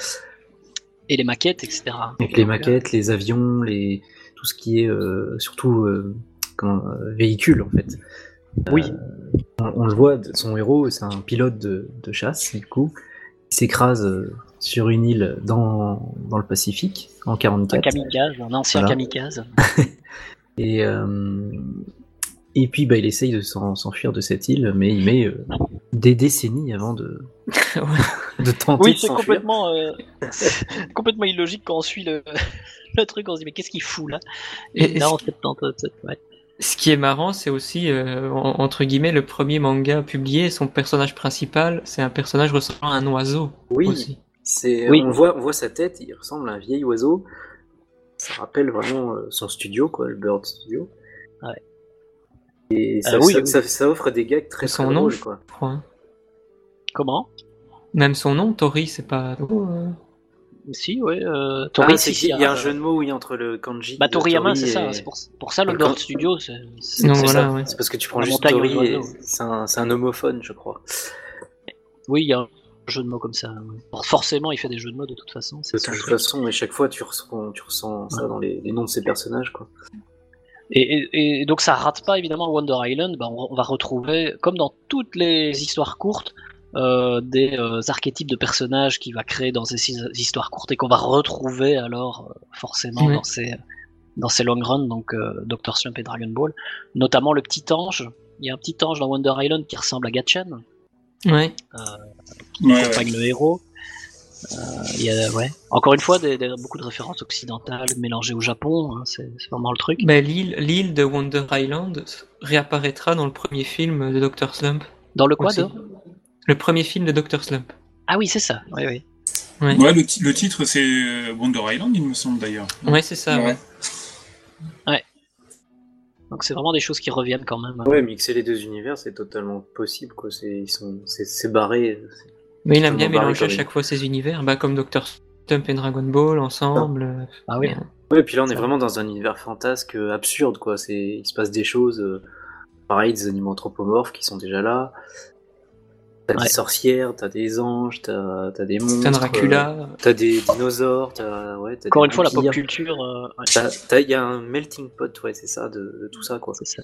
S4: Et les maquettes, etc.
S1: Avec
S4: euh,
S1: les maquettes, les avions, les tout ce qui est euh, surtout euh, comment, euh, véhicule en fait. Euh,
S4: Oui.
S1: On, on le voit, son héros, c'est un pilote de, de chasse du coup, il s'écrase euh, sur une île dans, dans le Pacifique en
S4: euh, Un
S1: 44.
S4: kamikaze, un ancien
S1: Voilà. (laughs)
S4: kamikaze.
S1: Et, euh, et puis bah, il essaye de s'en- s'enfuir de cette île, mais il met euh, des décennies avant
S4: (laughs)
S1: de, (laughs) de tenter
S4: Oui,
S1: de
S4: c'est
S1: s'enfuir.
S4: complètement, euh, (laughs) c'est complètement illogique quand on suit le, (laughs) le truc, on se dit mais qu'est-ce qu'il fout là
S3: Et-
S4: Et
S3: et
S4: là,
S3: ce-
S4: on se tente, euh, peut-être, ouais.
S3: Ce qui est marrant, c'est aussi, euh, en- entre guillemets, le premier manga publié, son personnage principal, c'est un personnage ressemblant à un oiseau
S1: Oui.
S3: aussi.
S1: C'est,
S4: Oui.
S1: on, voit, on voit sa tête, il ressemble à un vieil oiseau. Ça rappelle vraiment euh, son studio, quoi, le Bird Studio.
S4: Ouais.
S1: Et ça,
S4: Euh, oui,
S1: ça,
S4: oui.
S1: ça- ça offre des gags très,
S3: Son
S1: très
S3: nom.
S1: drôles, quoi.
S3: je crois, hein.
S4: Comment
S3: Même son nom, Tori, c'est pas...
S4: Si, ouais. Euh,
S1: Ah,
S4: Tori,
S1: c'est-
S4: si, si,
S1: il y a
S4: hein,
S1: un jeu de mots, oui, entre le kanji.
S4: Bah,
S1: de
S4: Toriyama,
S1: Tori
S4: c'est ça.
S1: et-
S4: C'est pour, pour ça le
S1: D'accord.
S4: Bird Studio. c'est- c'est-
S3: Non,
S4: c'est
S3: voilà,
S4: ça.
S3: ouais.
S1: C'est parce que tu prends
S4: La
S1: juste
S4: montagne
S1: Tori
S4: aux
S1: et
S4: oiseaux.
S1: c'est un, c'est un homophone, je crois.
S4: Oui, il y a un jeu de mots comme ça. ouais. For- Forcément, il fait des jeux de mots de toute façon. c'est
S1: De
S4: son
S1: toute
S4: jeu.
S1: façon, mais chaque fois, tu ressens, tu ressens ça dans les, les noms de ces personnages, quoi.
S4: Et, et- et donc, ça rate pas évidemment Wonder Island. Bah, on, on va retrouver, comme dans toutes les histoires courtes, euh, des euh, archétypes de personnages qu'il va créer dans ces six- histoires courtes et qu'on va retrouver alors euh, forcément
S3: Ouais.
S4: dans ces dans ces long runs, donc euh, Doctor Slump et Dragon Ball, notamment le petit ange. Il y a un petit ange dans Wonder Island qui ressemble à Gatchen.
S3: Ouais.
S4: qui
S2: Ouais, ouais.
S4: accompagne le héros. Euh, il y a, ouais. Encore une fois, des, des- beaucoup de références occidentales mélangées au Japon, hein, c'est c'est vraiment le truc.
S3: Ben, l'île, l'île de Wonder Island réapparaîtra dans le premier film de Dr. Slump.
S4: Dans le quoi
S3: aussi.
S4: de
S3: Le premier film de Dr. Slump.
S4: Ah oui, c'est ça. Oui, oui.
S2: Ouais, le, ti- le titre, c'est euh, Wonder Island, il me semble d'ailleurs.
S3: Ouais, c'est ça. Ah, ouais.
S2: Ouais.
S4: Donc c'est vraiment des choses qui reviennent quand même.
S1: Ouais, mixer les deux univers, c'est totalement possible, quoi. C'est, ils sont, c'est, c'est barré.
S3: Mais il aime
S1: Totalement
S3: bien
S1: barré,
S3: mélanger à
S1: quand même.
S3: chaque fois ces univers, bah, comme Dr. Slump et Dragon Ball ensemble. euh,
S4: Ah oui.
S1: Ouais, et puis là, on est
S4: Ça.
S1: vraiment dans un univers fantasque euh, absurde, quoi. C'est, il se passe des choses, euh, pareil, des animaux anthropomorphes qui sont déjà là. T'as
S4: Ouais.
S1: des sorcières, t'as des anges, t'as, t'as des monstres.
S3: T'as
S1: euh,
S3: Dracula.
S1: t'as des dinosaures, t'as, ouais, t'as
S4: Encore
S1: des
S4: une fois, la pop
S1: vampires.
S4: culture. euh, ouais,
S1: T'as- t'as- Il y a un melting pot, ouais, c'est ça, de, de tout ça, quoi.
S4: c'est ça.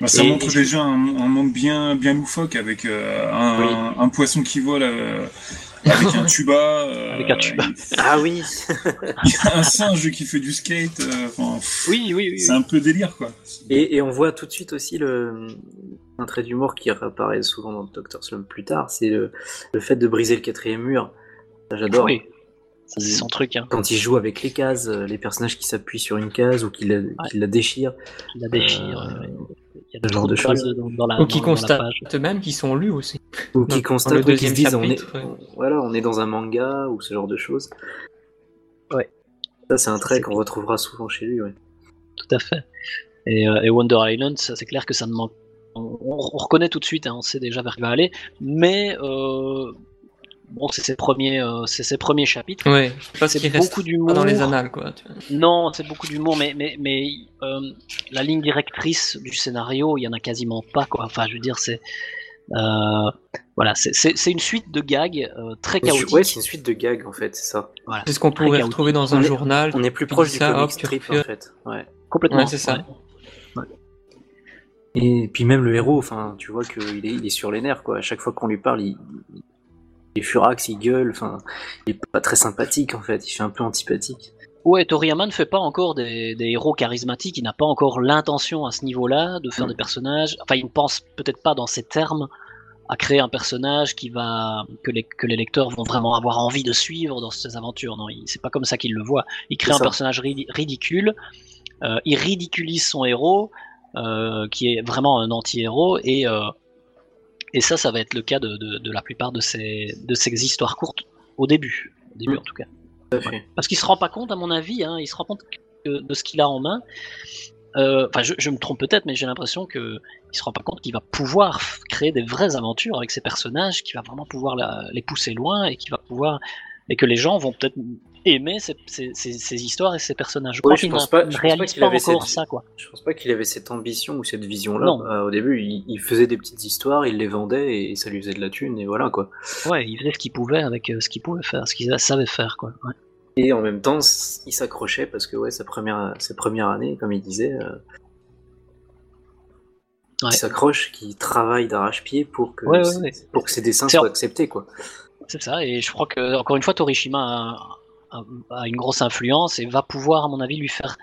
S2: Bah, ça
S1: Et-
S2: montre
S1: et-
S2: déjà un, un monde bien, bien loufoque avec euh, un, un poisson qui vole euh, avec un tuba. euh,
S4: Avec un tuba.
S1: Ah oui
S2: Il y a un singe qui fait du skate. euh, enfin, pff,
S4: Oui, oui, oui.
S2: c'est un peu délire, quoi.
S1: Et, et on voit tout de suite aussi le, un trait d'humour qui réapparaît souvent dans Doctor Slump plus tard, c'est le, le fait de briser le quatrième mur. Ça, J'adore.
S4: Ah Oui. Ça, c'est son truc. Hein.
S1: Quand il joue avec les cases, euh, les personnages qui s'appuient sur une case ou qui la, qui la déchirent.
S4: Il la déchire.
S1: Euh,
S4: ouais, ouais. Il y a des
S1: ce genre de
S4: trous balles
S1: choses.
S4: Dans, dans la,
S3: euh, Ou qui
S4: dans- dans la
S3: constate
S4: page.
S3: même qu'ils sont lus aussi.
S1: Ou qui
S3: le
S1: constatent, ou qui se
S3: deuxième
S1: disent, on est,
S3: chapitre, ouais.
S1: on- voilà, on est dans un manga ou ce genre de choses.
S4: Ouais.
S1: Ça, c'est un trait
S4: C'est-
S1: qu'on retrouvera souvent chez lui. ouais.
S4: Tout à fait. Et, euh, et Wonder Island, ça, c'est clair que ça ne manque. On, on- on reconnaît tout de suite, hein, on sait déjà vers qui va aller, mais euh, bon, c'est ses premiers, euh, c'est ses premiers chapitres.
S3: Ouais, je sais pas ce qui
S4: C'est
S3: reste
S4: beaucoup d'humour.
S3: dans les annales, quoi. tu vois.
S4: Non, c'est beaucoup d'humour, mais mais mais euh, la ligne directrice du scénario, il y en a quasiment pas, quoi. Enfin, je veux dire, c'est euh, voilà, c'est- c'est c'est une suite de gags euh, très chaotiques.
S1: Ouais, c'est une suite de gags en fait, c'est ça.
S4: Voilà.
S3: C'est ce qu'on
S4: Très
S3: pourrait
S4: chaotique.
S3: retrouver dans un
S1: On est-
S3: journal.
S1: On est plus
S3: Tu
S1: proche
S3: dis
S1: du
S3: ça,
S1: comic
S3: hop, tu
S1: strip en
S3: refais.
S1: fait. Ouais.
S4: complètement.
S3: Ouais, c'est ça.
S4: ouais.
S1: Et puis même le héros, enfin, tu vois qu'il est, il est sur les nerfs, quoi. À chaque fois qu'on lui parle, il, il est furax, il gueule, enfin, il est pas très sympathique, en fait. Il fait un peu antipathique.
S4: Ouais, Toriyama ne fait pas encore des, des héros charismatiques, il n'a pas encore l'intention à ce niveau-là de faire
S1: Mm.
S4: des personnages, enfin il ne pense peut-être pas dans ces termes à créer un personnage qui va que les, que les lecteurs vont vraiment avoir envie de suivre dans ces aventures, non, il- c'est pas comme ça qu'il le voit. Il crée
S1: C'est
S4: un
S1: ça.
S4: personnage ri- ridicule, euh, il ridiculise son héros, euh, qui est vraiment un anti-héros, et, euh, et ça, ça va être le cas de, de, de la plupart de ces, de ces histoires courtes, au début, au début
S1: Mm.
S4: en tout cas.
S1: Tout à fait.
S4: Parce qu'il se rend pas compte, à mon avis, hein, il se rend compte que- de ce qu'il a en main. Euh, Enfin, je, je me trompe peut-être, mais j'ai l'impression que il se rend pas compte qu'il va pouvoir f- créer des vraies aventures avec ses personnages, qu'il va vraiment pouvoir la- les pousser loin et qu'il va pouvoir et que les gens vont peut-être aimer ces, ces- ces- ces histoires et ces personnages.
S1: Oui,
S4: crois
S1: je
S4: qu'il
S1: pense
S4: n'a-
S1: pas- je
S4: ne
S1: pense pas
S4: réalise
S1: qu'il
S4: pas,
S1: avait
S4: encore
S1: cette-
S4: ça, quoi.
S1: Je pense pas qu'il avait cette ambition ou cette vision-là.
S4: Non.
S1: Euh, au début, il, il faisait des petites histoires, il les vendait et ça lui faisait de la thune, et voilà quoi.
S4: Ouais, il faisait ce qu'il pouvait avec euh, ce qu'il pouvait faire, ce qu'il savait faire, quoi. Ouais.
S1: Et en même temps, s- il s'accrochait parce que ouais, sa première, sa première année, comme il disait, euh,
S4: Ouais.
S1: il s'accroche, qu'il travaille d'arrache-pied pour que
S4: Ouais, ouais,
S1: ses-
S4: ouais.
S1: pour que ses dessins
S4: C'est-
S1: soient acceptés quoi.
S4: C'est ça, et je crois que encore une fois, Torishima a, a- a une grosse influence et va pouvoir, à mon avis, lui faire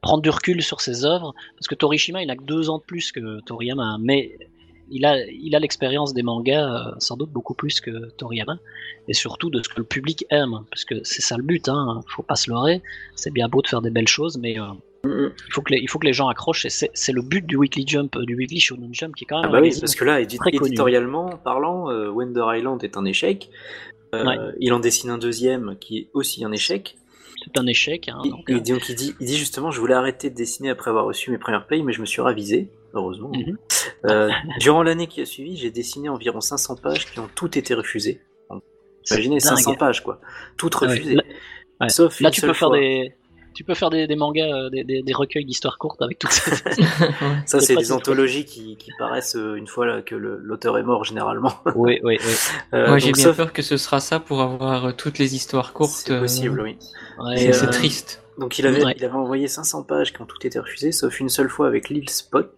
S4: prendre du recul sur ses œuvres, parce que Torishima, il a que deux ans de plus que Toriyama, mais il a, il a l'expérience des mangas euh, sans doute beaucoup plus que Toriyama, et surtout de ce que le public aime, parce que c'est ça le but, hein, faut pas se leurrer, c'est bien beau de faire des belles choses, mais euh, il, faut que les, il faut que les gens accrochent, et c'est c'est le but du Weekly Jump, euh, du Weekly Shonen Jump, qui est quand même
S1: Ah
S4: un
S1: bah oui,
S4: magazine
S1: parce que là, édi-
S4: très connu.
S1: éditorialement parlant, euh, Wonder Island est un échec. Euh,
S4: Ouais.
S1: Il en dessine un deuxième qui est aussi un échec.
S4: c'est un échec, hein,
S1: Et-
S4: donc,
S1: et
S4: euh,
S1: donc il dit, il dit justement, je voulais arrêter de dessiner après avoir reçu mes premières payes, mais je me suis ravisé, heureusement.
S4: Mhm.
S1: Euh, durant l'année qui a suivi, j'ai dessiné environ 500 pages qui ont toutes été refusées.
S4: c'est
S1: Imaginez
S4: dingue.
S1: 500 pages quoi, toutes
S4: Ah ouais.
S1: refusées.
S4: Là- ouais.
S1: Sauf
S4: Là,
S1: une
S4: tu
S1: seule
S4: peux faire
S1: fois.
S4: des. Tu peux faire des, des mangas, euh, des, des- des recueils d'histoires courtes avec tout ça.
S3: (laughs)
S4: (laughs)
S1: Ça,
S4: des
S1: c'est des
S4: pratiques,
S1: anthologies qui, qui paraissent euh, une fois là, que le- l'auteur est mort
S4: (laughs)
S1: généralement.
S4: oui, oui, oui.
S1: Euh,
S3: Moi, j'ai
S1: donc,
S3: bien
S1: sauf-
S3: peur que ce sera ça pour avoir euh, toutes les histoires courtes.
S1: C'est
S3: euh,
S1: possible, oui.
S3: c'est-
S1: Et,
S3: C'est
S1: euh,
S3: triste.
S1: Donc il avait,
S4: Ouais.
S1: il avait envoyé 500 pages qui ont toutes été refusées, sauf une seule fois avec Lil Spot.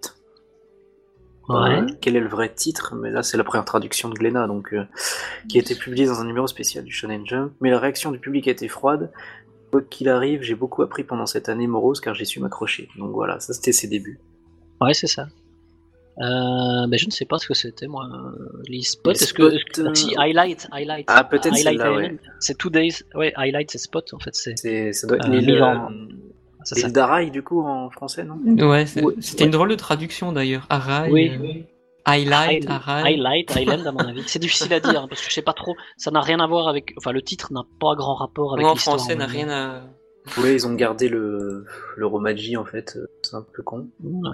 S1: Euh, quel est le vrai titre Mais là, c'est la première traduction de Glénat, donc, euh, qui a été publiée dans un numéro spécial du Shonen Jump. Mais la réaction du public a été froide. Quoi qu'il arrive, j'ai beaucoup appris pendant cette année morose car j'ai su m'accrocher. Donc voilà, ça c'était ses débuts.
S4: Ouais, c'est ça. Euh, ben, je ne sais pas ce que c'était, moi. euh, Les spots,
S1: Les
S4: est-ce que.
S1: spots,
S4: est-ce que-
S1: euh,
S4: ah, si, Highlight, Highlight.
S1: Ah, peut-être
S4: Highlight
S1: celle-là,
S4: Island. C'est Two Days. Ouais, Highlight, c'est Spot, en fait. C'est
S1: C'est, ça doit être
S4: Euh,
S1: l'île,
S4: l'île
S1: euh,
S4: en- c'est ça.
S1: l'île d'Araï, du coup, en français, non
S3: Ouais, c'est-
S1: ouais,
S3: c'était une drôle de traduction d'ailleurs. Arai,
S4: Oui.
S3: euh, highlight,
S4: Highlight,
S3: Arai.
S4: Highlight Island, à mon avis. C'est difficile à dire, hein, parce que je sais pas trop. Ça n'a rien à voir avec. Enfin, le titre n'a pas grand rapport avec
S3: Moi, en
S4: l'histoire.
S3: français,
S4: on
S3: n'a
S4: va dire.
S3: rien à.
S1: Oui, ils ont gardé le, le Romaji, en fait. C'est un peu con.
S4: Ouais.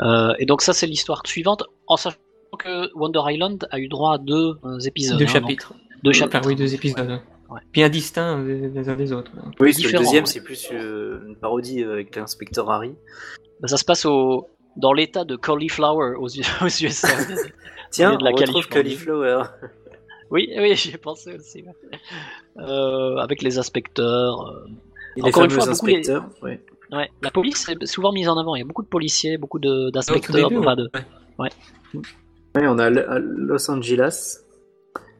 S4: Euh, et donc ça c'est l'histoire suivante, en sachant que Wonder Island a eu droit à deux euh, épisodes.
S3: Deux
S4: hein,
S3: chapitres.
S4: donc deux
S3: Enfin,
S4: chapitres.
S3: oui, deux épisodes. ouais.
S4: Ouais.
S3: Bien distincts euh, des uns des autres. ouais.
S1: Oui, parce que le
S4: Différent,
S1: deuxième,
S4: ouais.
S1: c'est plus euh, une parodie euh, avec l'inspecteur Harry.
S4: Bah, ça se passe au... dans l'état de Cauliflower aux, U- (laughs) aux USA.
S1: Tiens,
S4: de la
S1: on retrouve
S4: Californie.
S1: Cauliflower.
S4: oui, oui, j'y ai pensé aussi. ouais. Euh, avec les inspecteurs. euh,
S1: Et
S4: Encore
S1: les
S4: une fois,
S1: fameux
S4: beaucoup les-
S1: inspecteurs. ouais.
S4: Ouais, la police est souvent mise en avant. Il y a beaucoup de policiers, beaucoup de-
S3: Au tout
S4: d'inspecteurs.
S3: début,
S4: enfin, de-
S3: ouais.
S1: Ouais, on a L- à Los Angeles.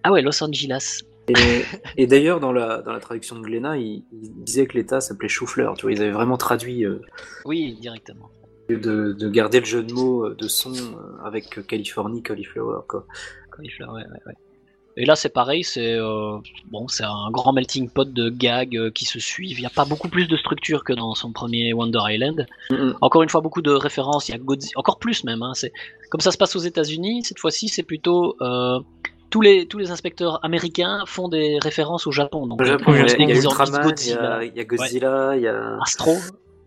S4: Ah ouais, Los Angeles.
S1: Et, et d'ailleurs, dans la, dans la traduction de Glénat, il, il disait que l'État s'appelait Choufleur. Tu vois, ils avaient vraiment traduit euh,
S4: Oui, directement.
S1: de, de garder le jeu de mots euh, de son euh, avec Californie, Cauliflower. Quoi.
S4: Cauliflower, ouais, ouais, ouais. Et là, c'est pareil, c'est euh, bon, c'est un grand melting pot de gags euh, qui se suivent. Il n'y a pas beaucoup plus de structure que dans son premier Wonder Island.
S1: Mm, mm.
S4: Encore une fois, beaucoup de références. Il y a Godzi- encore plus même. hein, c'est comme ça se passe aux États-Unis. Cette fois-ci, c'est plutôt euh, tous les tous les inspecteurs américains font des références au Japon. Donc,
S1: Au
S4: euh,
S1: Japon, il y a-
S4: Godzilla,
S1: il y a Ultraman, il y
S4: Godzilla,
S1: a, il y a Godzilla, il y a-
S4: Astro.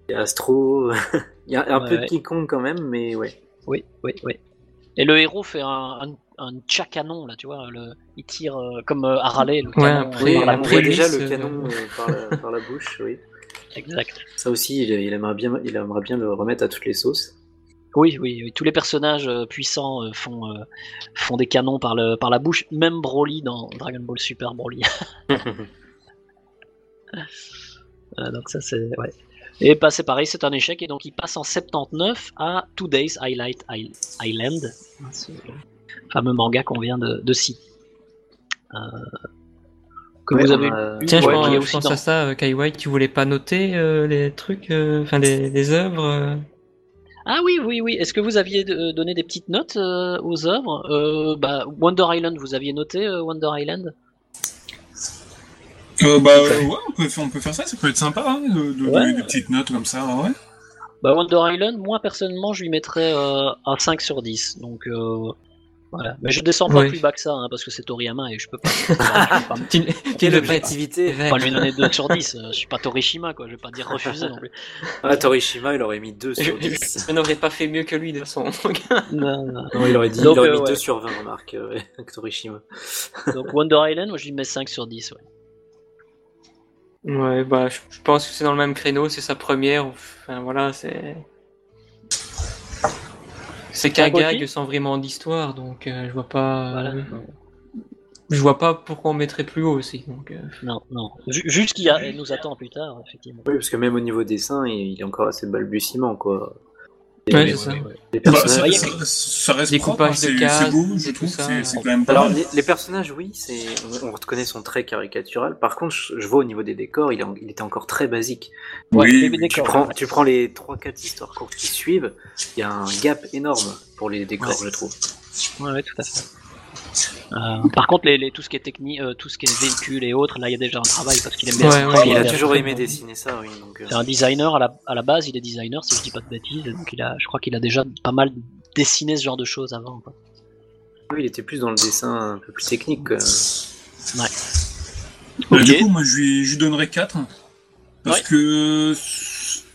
S1: il y a Astro, (laughs) il y a un peu
S4: Ouais,
S1: de
S4: ouais.
S1: King Kong quand même, mais ouais.
S4: Oui, oui, oui. Et le héros fait un, un, un tcha-canon, là, tu vois. Le, il tire euh, comme euh, à râler. Le canon,
S3: après,
S1: Oui,
S4: euh,
S3: Oui,
S4: par la
S1: on
S3: la
S1: voit
S4: bouche.
S1: déjà
S3: prémisse,
S1: le
S3: euh,
S1: canon euh, par, la, par la bouche, oui.
S4: Exact.
S1: Ça aussi, il, il aimerait bien, il aimerait bien le remettre à toutes les sauces.
S4: Oui, oui, oui, tous les personnages euh, puissants euh, font, euh, font des canons par, le, par la bouche, même Broly dans Dragon Ball Super Broly. (laughs) Euh, donc ça c'est... Ouais. Et bah, c'est pareil, c'est un échec, et donc il passe en 79 à Two Days Highlight Isle- Island, hein, ce fameux manga qu'on vient de, de citer. Euh, que
S1: Ouais,
S4: vous
S1: on
S4: avez
S1: a-
S4: eu,
S3: Tiens, je
S4: ouais,
S3: pense,
S4: qui est
S3: je
S4: aussi
S3: pense
S4: dans-
S3: à ça, euh, Kai White, tu voulais pas noter euh, les trucs, euh, enfin les, les œuvres. euh.
S4: Ah oui, oui, oui. Est-ce que vous aviez euh, donné des petites notes euh, aux œuvres Euh, bah, Wonder Island, vous aviez noté euh, Wonder Island
S2: Euh, bah euh, ouais, on peut, on peut faire ça, ça peut être sympa hein, de, de
S4: Ouais.
S2: donner des petites notes comme ça, ouais.
S4: Bah Wonder Island, moi personnellement, je lui mettrais euh, un 5 sur 10. Donc euh, Voilà. Mais je descends pas
S3: Oui.
S4: plus bas que ça, hein, parce que c'est Toriyama et je
S3: (laughs)
S4: peux pas. je peux pas- je peux pas me- (laughs)
S3: Tu, tu es le bête.
S1: Créativité.
S4: je peux pas lui donner 2 sur 10, euh, je suis pas Torishima quoi, je vais pas dire refuser non
S3: (laughs)
S4: plus.
S1: Ah, Torishima, il aurait mis 2 sur 10.
S3: Je n'aurais pas fait mieux que lui de son.
S4: Non, non.
S1: Non, il aurait dit,
S4: Donc,
S1: il aurait
S4: euh,
S1: mis
S4: ouais.
S1: 2 sur 20, remarque, euh, (laughs) avec Torishima.
S4: Donc Wonder Island, moi je lui mets 5 sur 10. ouais.
S3: Ouais, bah, je je pense que c'est dans le même créneau, c'est sa première. Enfin, voilà, c'est. C'est qu'un
S4: Takoki
S3: gag sans vraiment d'histoire, donc euh, je vois pas. euh,
S4: Voilà.
S3: Je vois pas pourquoi on mettrait plus haut aussi. Donc, euh,
S4: Non, non. Ju- Juste ce qu'il y a, elle nous attend plus tard, effectivement.
S1: Oui, parce que même au niveau dessin, il, il est encore assez balbutiement, quoi. Et
S3: Ouais,
S1: les-
S3: c'est ça.
S1: les
S2: Bah,
S1: personnages-
S2: ça,
S4: Ouais,
S2: ça- ça reste
S3: Découpage
S2: propre, hein,
S3: de
S2: c'est
S3: cases,
S2: c'est beau, je
S3: c'est
S2: trouve,
S3: tout ça.
S2: c'est c'est quand même pas
S1: Alors,
S2: mal.
S1: les, les personnages, oui, c'est, on, on reconnaît son trait caricatural. Par contre, je, je vois au niveau des décors, il, est en- il était encore très basique.
S4: Ouais,
S2: Oui,
S4: les
S2: oui,
S1: Tu
S4: décors,
S1: prends,
S4: ouais.
S1: tu prends les 3-4 histoires courtes qui suivent, il y a un gap énorme pour les décors,
S4: Ouais.
S1: je trouve.
S4: Ouais, ouais, tout à fait. Euh, par contre, les, les- tout ce qui est technique, euh, tout ce qui est véhicule et autres, là il y a déjà un travail parce qu'il aime bien.
S3: Ouais,
S4: ça.
S3: ouais,
S1: il a
S3: il a
S1: toujours
S3: très
S1: aimé
S3: bon.
S1: dessiner ça, oui. Donc, euh,
S4: C'est un designer à la, à la base, il est designer si je dis pas de bêtises, et donc il a, je crois qu'il a déjà pas mal dessiné ce genre de choses avant. quoi.
S1: oui, il était plus dans le dessin un peu plus technique. quoi.
S2: Bah, Du
S4: Ok.
S2: coup, moi, je lui, je lui donnerais 4. Parce
S4: Ouais.
S2: que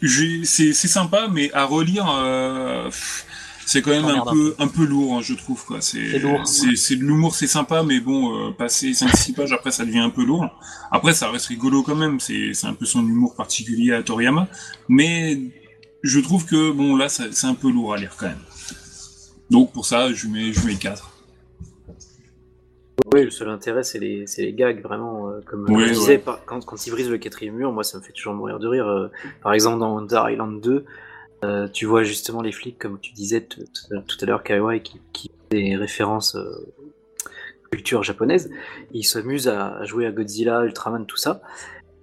S2: j'ai- c'est c'est sympa, mais à relire, euh, pff, c'est quand même un
S4: T'emmerde un
S2: peu, un peu lourd, hein, je trouve. quoi.
S4: C'est lourd.
S2: C'est c'est de l'humour, c'est sympa, mais bon, euh, passer 5-6 pages, après, ça devient un peu lourd. Après, ça reste rigolo quand même. C'est c'est un peu son humour particulier à Toriyama. Mais je trouve que, bon, là, ça- c'est un peu lourd à lire quand même. Donc, pour ça, je lui mets, je lui mets 4.
S1: Oui, le seul intérêt, c'est les, c'est les gags, vraiment. euh, comme
S2: Ouais,
S1: je disais,
S2: ouais.
S1: par- quand, quand ils brisent le quatrième mur, moi, ça me fait toujours mourir de rire. euh, par exemple, dans Wonder Island 2, euh, tu vois justement les flics, comme tu disais tout, tout- tout à l'heure, Kaiwai, qui, qui font des références euh, culture japonaise. Ils s'amusent à, à jouer à Godzilla, Ultraman, tout ça.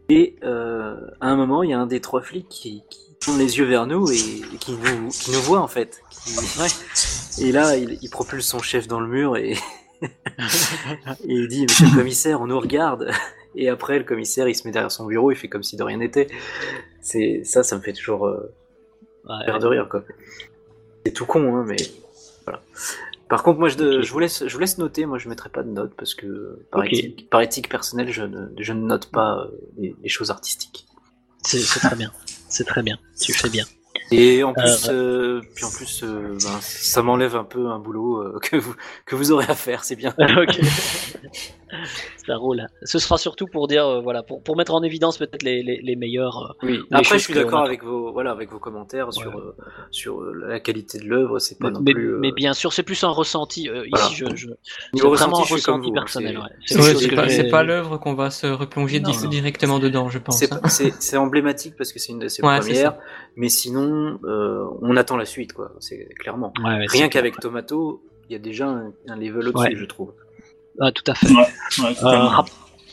S1: Et euh, à un moment, il y a un des trois flics qui, qui tourne les yeux vers nous et, et qui, nous, qui nous voit, en fait. Qui- (laughs) Et là, il, il propulse son chef dans le mur et... Et il dit, monsieur le commissaire, on nous regarde. (laughs) Et après, le commissaire, il se met derrière son bureau, il fait comme si de rien n'était. C'est ça, ça me fait toujours euh,
S4: Ouais.
S1: faire de rire, quoi. C'est tout con, hein, mais voilà. Par contre, moi, je, de-
S4: Ok.
S1: je vous laisse, je vous laisse noter. Moi, je mettrai pas de notes parce que par,
S4: Ok.
S1: éthique, par éthique personnelle, je ne, je ne note pas euh, les, les choses artistiques.
S4: C'est c'est très bien. C'est très bien. Tu
S1: (laughs)
S4: fais bien.
S1: Et en plus, euh, puis en plus, euh, ben, ça m'enlève un peu un boulot euh, (laughs) que vous que vous aurez à faire. C'est
S4: (laughs)
S1: bien.
S4: ok. Ça roule. Ce sera surtout pour dire, euh, voilà, pour, pour mettre en évidence peut-être les, les, les meilleurs. euh,
S1: Oui.
S4: les
S1: Après,
S4: choses
S1: je suis
S4: que
S1: d'accord
S4: on
S1: avec vos, voilà, avec vos commentaires sur, euh, sur euh, la qualité de l'œuvre. C'est pas
S4: Mais,
S1: non
S4: mais-
S1: plus. euh,
S4: mais bien sûr, c'est plus un ressenti. euh,
S1: Voilà.
S4: Ici, je, je- c'est
S1: niveau
S4: vraiment
S1: ressenti, je
S4: un
S1: suis comme
S4: ressenti
S1: vous, hein,
S4: personnel.
S1: c'est-
S4: ouais.
S1: c'est-
S3: ouais,
S4: quelque chose
S3: c'est
S4: que
S3: pas,
S4: j'ai-
S3: c'est pas l'œuvre qu'on va se replonger
S4: Non,
S3: di-
S4: non.
S3: directement dedans, je pense.
S1: C'est
S3: hein.
S1: c'est- c'est emblématique parce que c'est une de ses
S3: Ouais, c'est
S1: premières, mais sinon, euh, on attend la suite, quoi. C'est clairement.
S4: Ouais, ouais,
S1: Rien
S4: c'est-
S1: qu'avec Tomato, il y a déjà un, un level au-dessus,
S4: Ouais.
S1: je trouve.
S4: Ah, tout à fait.
S2: Ouais,
S4: Euh,
S2: totalement.
S4: rap-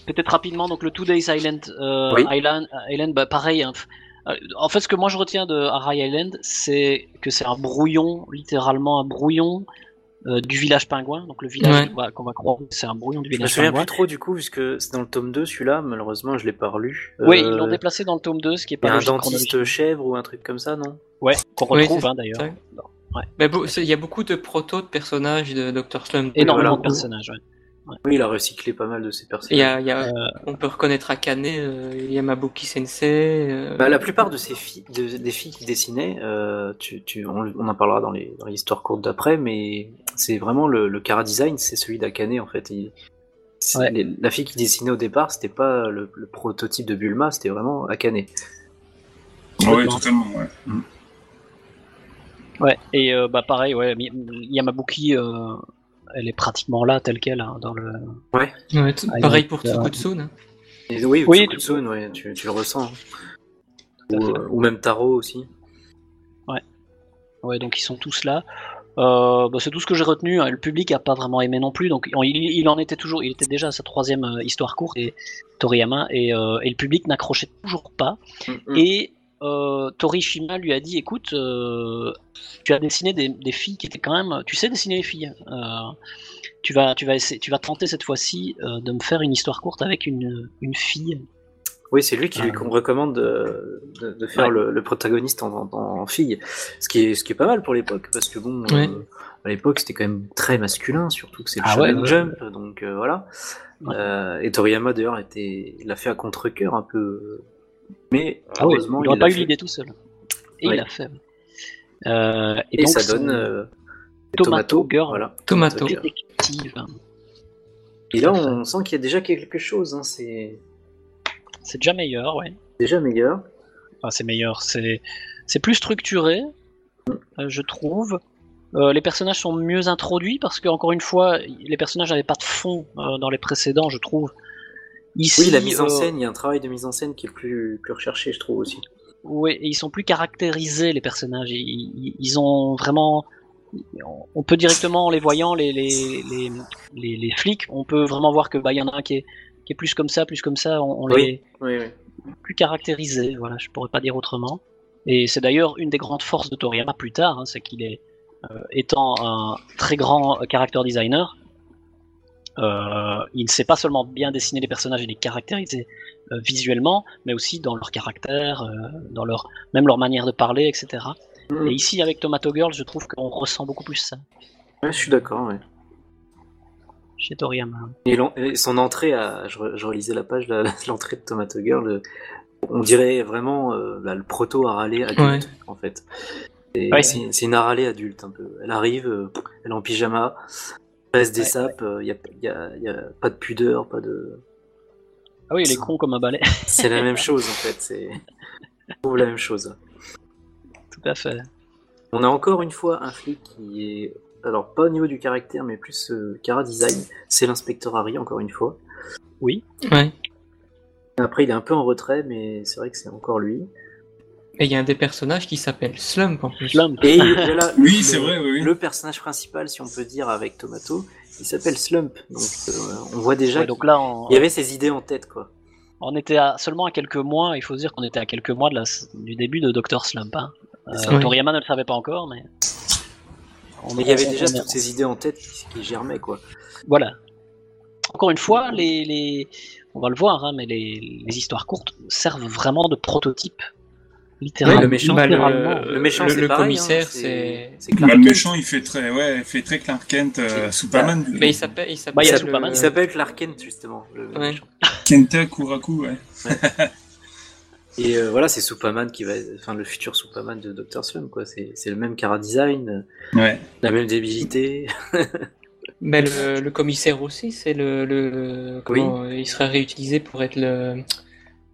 S4: Peut-être rapidement, donc le Two Days Island, euh,
S1: Ah. Oui.
S4: Island, Island, bah, pareil. hein. Euh, En fait, ce que moi je retiens de Harai Island, c'est que c'est un brouillon, littéralement un brouillon euh, du village pingouin. Donc le village
S3: Ouais.
S4: qu'on va- qu'on va croire, c'est un brouillon du
S1: Je me
S4: village
S1: souviens
S4: pingouin.
S1: plus trop du coup, puisque c'est dans le tome 2, celui-là, malheureusement, je l'ai pas relu.
S4: Oui,
S1: Euh,
S4: ils l'ont déplacé dans le tome 2, ce qui est
S1: il y
S4: pas
S1: a un
S4: logique
S1: dentiste
S4: chronologiquement.
S1: chèvre ou un truc comme ça, non
S4: Ouais, qu'on
S3: Oui,
S4: retrouve
S3: c'est
S4: hein, d'ailleurs.
S3: ça. Mais bon, c'est- il y a beaucoup de protos de personnages de Dr. Slump.
S4: Énormément de
S1: Voilà.
S4: personnages. ouais.
S1: Oui, il a recyclé pas mal de ses
S3: Il y
S1: personnages.
S3: a- il y a- on peut reconnaître Akane, euh, Yamabuki Sensei. euh,
S1: Bah, la plupart de ces filles, de- des filles qui dessinaient, euh, tu, tu, on, on en parlera dans les, dans les histoires courtes d'après, mais c'est vraiment le, le cara design, c'est celui d'Akane en fait. Il- c'est-
S4: Ouais.
S1: les- la fille qui dessinait au départ, c'était pas le, le prototype de Bulma, c'était vraiment Akane.
S2: Ouais, totalement, ouais.
S4: Ouais, et euh, bah pareil, ouais, Mi- Yamabuki, euh, elle est pratiquement là, telle qu'elle, hein, dans le.
S3: ouais, t-
S4: Ah, il
S3: pareil
S4: est-
S3: pour
S4: euh,
S3: Tsukutsun. hein.
S1: Et oui,
S4: Oui,
S1: Tsukutsun, ouais, tu, tu le ressens. hein.
S4: Tout à
S1: Ou,
S4: fait.
S1: euh, ou même Taro aussi.
S4: Ouais, donc ils sont tous là. Euh, bah, c'est tout ce que j'ai retenu. hein. Le public a pas vraiment aimé non plus. Donc on- il, il en était toujours, il était déjà à sa troisième euh, histoire courte et Toriyama et, euh, et le public n'accrochait toujours pas.
S1: Mm.
S4: Et euh, Torishima lui a dit, écoute, euh, tu as dessiné des, des filles qui étaient quand même, tu sais dessiner les filles. Euh, tu vas, tu vas essayer, tu vas tenter cette fois-ci euh, de me faire une histoire courte avec une, une fille
S1: Oui, c'est lui qui lui
S4: Ah.
S1: qu'on recommande de, de- de faire
S4: Ouais.
S1: le, le protagoniste en, en- en fille, ce qui est ce qui est pas mal pour l'époque parce que bon,
S3: Ouais.
S1: euh, à l'époque c'était quand même très masculin, surtout que c'est le
S4: Ah ouais,
S1: Shonen
S4: ouais.
S1: Jump, donc euh, voilà.
S4: Ouais.
S1: Euh, et Toriyama d'ailleurs était, l'a fait à contre-cœur un peu, euh, mais
S4: Ah oui,
S1: heureusement
S4: il n'aurait
S1: l'a
S4: pas eu
S1: fait.
S4: l'idée tout seul. Et
S1: Ouais.
S4: il l'a fait. Euh,
S1: Et,
S4: donc,
S1: ça
S4: son
S1: donne euh,
S4: Tomato Girl.
S1: voilà.
S3: Tomato.
S1: Girl.
S4: détective,
S1: Et là on sent qu'il y a déjà quelque chose, hein, c'est
S4: c'est déjà meilleur, ouais.
S1: déjà meilleur.
S4: Enfin, c'est meilleur, c'est c'est plus structuré, euh, je trouve. Euh, les personnages sont mieux introduits parce que encore une fois, les personnages n'avaient pas de fond euh, dans les précédents, je trouve. Ici,
S1: Oui, la mise en
S4: euh,
S1: scène, il y a un travail de mise en scène qui est plus plus recherché, je trouve aussi.
S4: Oui, et ils sont plus caractérisés, les personnages. Ils, ils- ils ont vraiment. On peut directement, en les voyant, les, les, les, les, les flics, on peut vraiment voir que bah, il y en a un qui est, qui est plus comme ça, plus comme ça. On, on
S1: Oui. Oui, oui.
S4: les plus caractérisés, voilà, je pourrais pas dire autrement. Et c'est d'ailleurs une des grandes forces de Toriyama plus tard, hein, c'est qu'il est, euh, étant un très grand euh, character designer, euh, il ne sait pas seulement bien dessiner les personnages et les caractériser euh, visuellement, mais aussi dans leur caractère, euh, dans leur même leur manière de parler, etc.
S1: Mm.
S4: Et ici, avec Tomato Girl, je trouve qu'on ressent beaucoup plus ça
S1: Ouais, je suis d'accord. Ouais.
S4: chez Toriyama.
S1: Et, l'en- et son entrée, à, je, re- je relisais la page, la- la- (laughs) l'entrée de Tomato Girl, le- on dirait vraiment euh, là, le proto Haralé adulte,
S3: Ouais.
S1: en fait. Et
S4: Ouais.
S1: C'est c'est une Haralé adulte, un peu. Elle arrive, euh, elle est en pyjama, passe des
S4: Ouais,
S1: sapes, il n'y a, y a- y a pas de pudeur, pas de...
S4: Ah oui, il est con comme un balai, (laughs)
S1: C'est la même chose, en fait. C'est je trouve la même chose.
S4: tout à fait.
S1: On a encore une fois un flic qui est... Alors, pas au niveau du caractère, mais plus euh, cara-design. C'est l'inspecteur Harry, encore une fois.
S3: Ouais.
S1: Après, il est un peu en retrait, mais c'est vrai que c'est encore lui.
S3: Et il y a un des personnages qui s'appelle Slump en plus.
S4: Slump. (laughs)
S1: Et il y a là,
S2: Oui,
S1: le-
S2: c'est vrai, oui, oui.
S1: Le personnage principal, si on peut dire, avec Tomato, il s'appelle Slump. Donc, euh, on voit déjà
S4: Ouais, donc là, on...
S1: qu'il y avait ses idées en tête, quoi.
S4: On était à, seulement à quelques mois, il faut se dire qu'on était à quelques mois de la, du début de Dr. Slump. hein. Euh,
S1: C'est
S3: ça.
S4: Toriyama ne le savait pas encore, mais. On
S1: Mais il y avait
S4: on-
S1: déjà
S4: on-
S1: toutes ces idées en tête qui, qui germaient, quoi.
S4: Voilà. Encore une fois, les, les- on va le voir, hein, mais les, les histoires courtes servent vraiment de prototype. Littéralement.
S1: Ouais, le méchant,
S3: Bah,
S4: littéralement.
S3: le,
S1: Le méchant,
S3: le-
S1: c'est
S3: le
S1: pareil,
S3: commissaire,
S1: hein,
S3: c'est.
S1: c'est Clark
S2: Bah, le
S1: Kent.
S2: méchant, il fait très, ouais, il fait très Clark Kent, euh,
S1: Bah,
S2: Superman.
S3: Mais il s'appelle. Il
S4: Bah,
S3: s'appelle.
S4: il y a
S3: le-
S4: Superman.
S1: Il s'appelle Clark Kent, justement. le
S3: Ouais.
S1: méchant.
S2: Kenta Kuraku, ouais.
S1: Et euh, voilà, c'est Superman qui va, enfin, le futur Superman de Dr. Slump, quoi. C'est c'est le même cara design,
S2: Ouais.
S1: la même
S4: (laughs)
S1: débilité.
S3: Mais le, le commissaire aussi, c'est le. le- le- comment euh, Il serait réutilisé pour être le,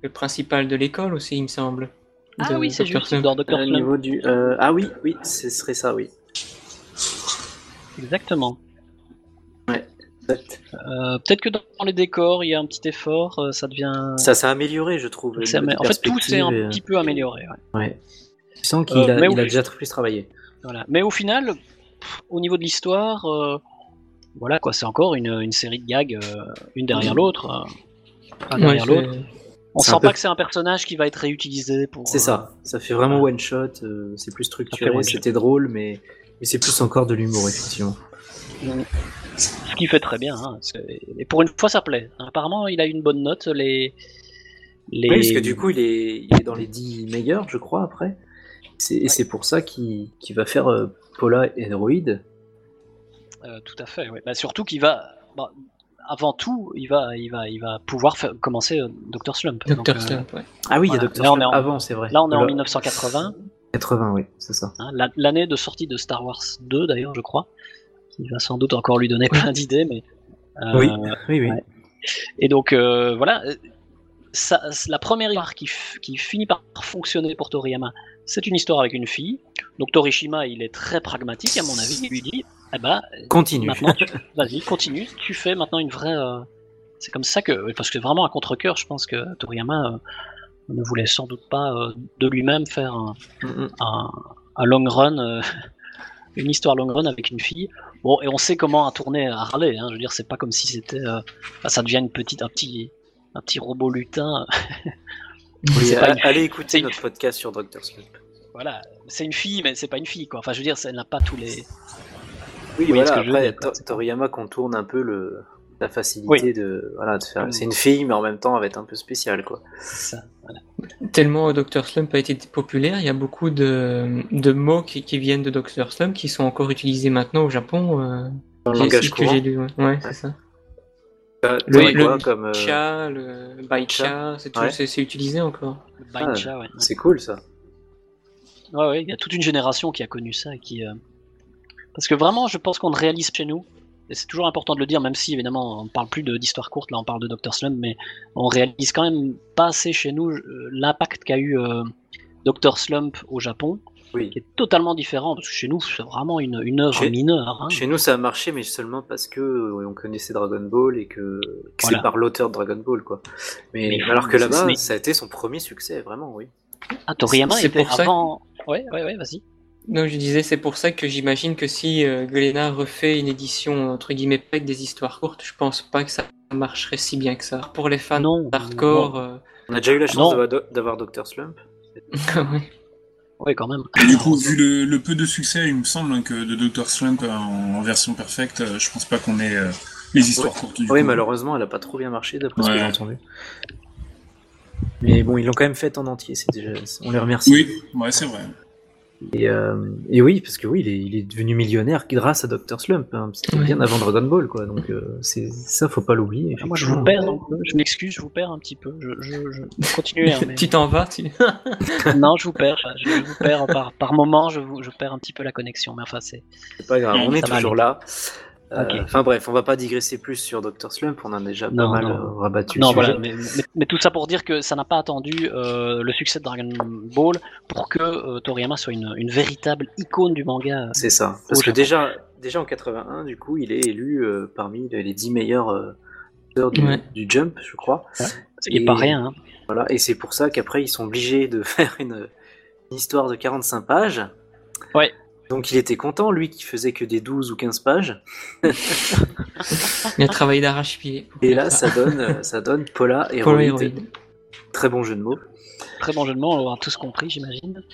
S3: le principal de l'école aussi, il me semble.
S4: Ah
S3: De
S4: oui, c'est
S3: Dr.
S4: juste
S3: Slump.
S4: dans Dr.
S1: Au
S4: Slump.
S1: niveau du, euh, ah oui, oui, ce serait ça, oui.
S4: Exactement.
S1: Exact.
S4: Euh, Peut-être que dans les décors, il y a un petit effort, euh, ça devient.
S1: Ça, ça a amélioré, je trouve.
S4: ça-
S1: au niveau
S4: en fait, tout s'est un
S1: perspective, euh.
S4: petit peu amélioré. ouais.
S1: Ouais. Tu sens qu'il
S4: Euh,
S1: a,
S4: mais
S1: il
S4: oui.
S1: a déjà très plus travaillé.
S4: Voilà. Mais au final, pff, au niveau de l'histoire, euh, voilà quoi, c'est encore une, une série de gags, euh, une derrière l'autre. hein. Enfin,
S3: Ouais,
S4: derrière
S3: je-
S4: l'autre. On
S1: c'est
S4: sent
S1: un peu-
S4: pas que c'est un personnage qui va être réutilisé pour.
S1: C'est
S4: euh,
S1: ça. Ça fait vraiment one shot. euh, c'est plus structuré.
S4: one shot.
S1: C'était drôle, mais, mais c'est plus encore de l'humour, effectivement.
S4: ce qui fait très bien. hein. C'est- Et pour une fois, ça plaît. Apparemment, il a une bonne note. Les. les...
S1: Oui, parce que du coup, il est, il est dans les 10 meilleurs, je crois, après. C'est- Et c'est pour ça qu'il qu'il va faire euh, Paula et Droid.
S4: Euh, tout à fait. ouais. Bah, surtout qu'il va. bah, avant tout, il va, il va, il va pouvoir faire- commencer euh, Dr. Slump. Donc,
S3: Dr.
S4: euh,
S3: Slump, ouais.
S1: Ah oui, il y
S4: Voilà.
S1: a Dr.
S4: Là, on
S1: Slump
S4: est en-
S1: avant, c'est vrai.
S4: Là, on est en
S1: Voilà.
S4: 1980.
S1: 80, oui, c'est ça.
S4: Hein, la- L'année de sortie de Star Wars 2, d'ailleurs, je crois, qui va sans doute encore lui donner plein d'idées, mais. euh,
S1: Oui, oui, oui.
S4: ouais. Et donc, euh, voilà. euh, Ça, c'est la première histoire qui, f- qui finit par fonctionner pour Toriyama, c'est une histoire avec une fille. Donc Torishima, il est très pragmatique, à mon avis. Il lui dit Eh ben,
S1: Continue.
S4: maintenant, tu- vas-y, continue. Tu fais maintenant une vraie. euh, C'est comme ça que. Parce que vraiment, à contre-coeur, je pense que Toriyama euh, ne voulait sans doute pas euh, de lui-même faire un,
S1: (laughs) Mm, mm.
S4: un, un long run, euh, (laughs) une histoire long run avec une fille. Bon, et on sait comment a tourné à Harley. Hein, je veux dire, c'est pas comme si c'était, euh, bah, ça devient une petite, un petit, un petit robot lutin. (laughs)
S1: Oui,
S4: pas
S1: a- allez
S4: c'est
S1: écouter
S4: une-
S1: notre podcast sur Dr. Slump.
S4: Voilà, c'est une fille, mais c'est pas une fille, quoi. Enfin, je veux dire, ça n'a pas tous les.
S1: Oui,
S4: Oui, ce
S1: voilà,
S4: que je veux
S1: après,
S4: dire, quoi.
S1: To- Toriyama contourne un peu le, la facilité de voilà de faire. C'est une fille, mais en même temps, elle va être un peu spéciale, quoi.
S4: Ça.
S3: Tellement Dr. Slump a été populaire, il y a beaucoup de, de mots qui, qui viennent de Dr. Slump qui sont encore utilisés maintenant au Japon. euh,
S1: Dans le
S3: j'ai-
S1: langage
S3: que
S1: courant.
S3: j'ai lu, ouais. Ouais, c'est ça.
S1: T'as-
S3: Le,
S1: t'as
S3: le
S1: quoi comme, euh,
S3: cha, le baicha, c'est tout-
S1: Ouais.
S3: c'est- c'est utilisé encore.
S4: Le Baicha, ouais.
S1: C'est cool ça.
S4: Ouais, ouais, il y a toute une génération qui a connu ça et qui. euh, Parce que vraiment, je pense qu'on le réalise chez nous. Et c'est toujours important de le dire, même si évidemment on parle plus de- d'histoire courte, là on parle de Dr. Slump, mais on réalise quand même pas assez chez nous euh, l'impact qu'a eu euh, Dr. Slump au Japon,
S1: Oui.
S4: qui est totalement différent, parce que chez nous c'est vraiment une, une œuvre
S1: Chez-
S4: mineure. hein.
S1: Chez nous, ça a marché, mais seulement parce que euh, on connaissait Dragon Ball et que, que
S4: Voilà.
S1: c'est par l'auteur de Dragon Ball, quoi. Mais,
S4: Mais
S1: alors que
S4: c'est-
S1: là-bas,
S4: mais-
S1: ça a été son premier succès, vraiment, oui.
S4: Ah, Toriyama
S3: c'est
S4: était
S3: pour ça que-
S4: avant. Ouais, ouais, ouais, vas-y.
S3: Non, je disais, c'est pour ça que j'imagine que si euh, Glénat refait une édition entre guillemets pas avec des histoires courtes, je pense pas que ça marcherait si bien que ça. Pour les fans
S4: Non.
S3: hardcore, euh,
S1: On a déjà eu la chance
S4: non.
S1: d'avoir- d'avoir Dr Slump.
S3: ouais.
S4: Ouais, quand même.
S2: Et du coup, vu le, le peu de succès, il me semble hein, que de Dr. Slump euh, en, en version perfecte, euh, je pense pas qu'on ait euh, les histoires courtes. Du
S1: Oui,
S4: Mm-hmm.
S2: coup.
S1: malheureusement, elle a pas trop bien marché, d'après ce que
S2: Ouais.
S1: j'ai entendu. Mais bon, ils l'ont quand même fait en entier, c'est déjà... on les remercie.
S2: Oui, ouais, c'est vrai.
S1: Et, euh, et oui, parce que oui, il est, il est devenu millionnaire grâce à Dr Slump. hein, C'était
S3: Ouais.
S1: bien avant Dragon Ball, quoi. Donc euh, c'est ça, faut pas l'oublier.
S4: Ah, moi je
S1: effectivement.
S4: vous perds, hein. je m'excuse, je vous perds un petit peu. Je, je, je...
S3: (laughs)
S4: Continuez. hein, mais-
S3: tu t'en vas, tu...
S4: Non, je vous perds. Je, je vous perds par, par moment, je, vous, je perds un petit peu la connexion. Mais enfin, c'est.
S1: C'est pas grave, on est
S4: Ça va
S1: toujours là. Euh,
S4: Ok.
S1: Enfin bref, on va pas digresser plus sur Dr Slump, on en a déjà
S4: Non,
S1: pas mal
S4: non.
S1: euh, rabattu.
S4: Non,
S1: le sujet.
S4: voilà. Mais, mais- mais tout ça pour dire que ça n'a pas attendu euh, le succès de Dragon Ball pour que euh, Toriyama soit une, une véritable icône du manga.
S1: C'est ça. Parce
S4: Au
S1: que
S4: Japon.
S1: déjà, déjà en 81, du coup, il est élu euh, parmi les 10 meilleurs euh, auteurs du,
S3: Ouais.
S1: du Jump, je crois.
S4: Ce qui n'est pas rien. hein.
S1: Voilà. Et c'est pour ça qu'après, ils sont obligés de (laughs) faire une, une histoire de 45 pages.
S4: Ouais.
S1: Donc il était content, lui, qui faisait que des 12 ou 15 pages.
S3: Il a travaillé d'arrache-pied. pour
S1: Et
S3: faire
S1: là, ça donne,
S4: (laughs)
S1: euh, ça donne Paula et
S3: Polaroid.
S1: Très bon jeu de mots.
S4: Très bon jeu de mots, on l'aura tous compris, j'imagine.
S1: Donc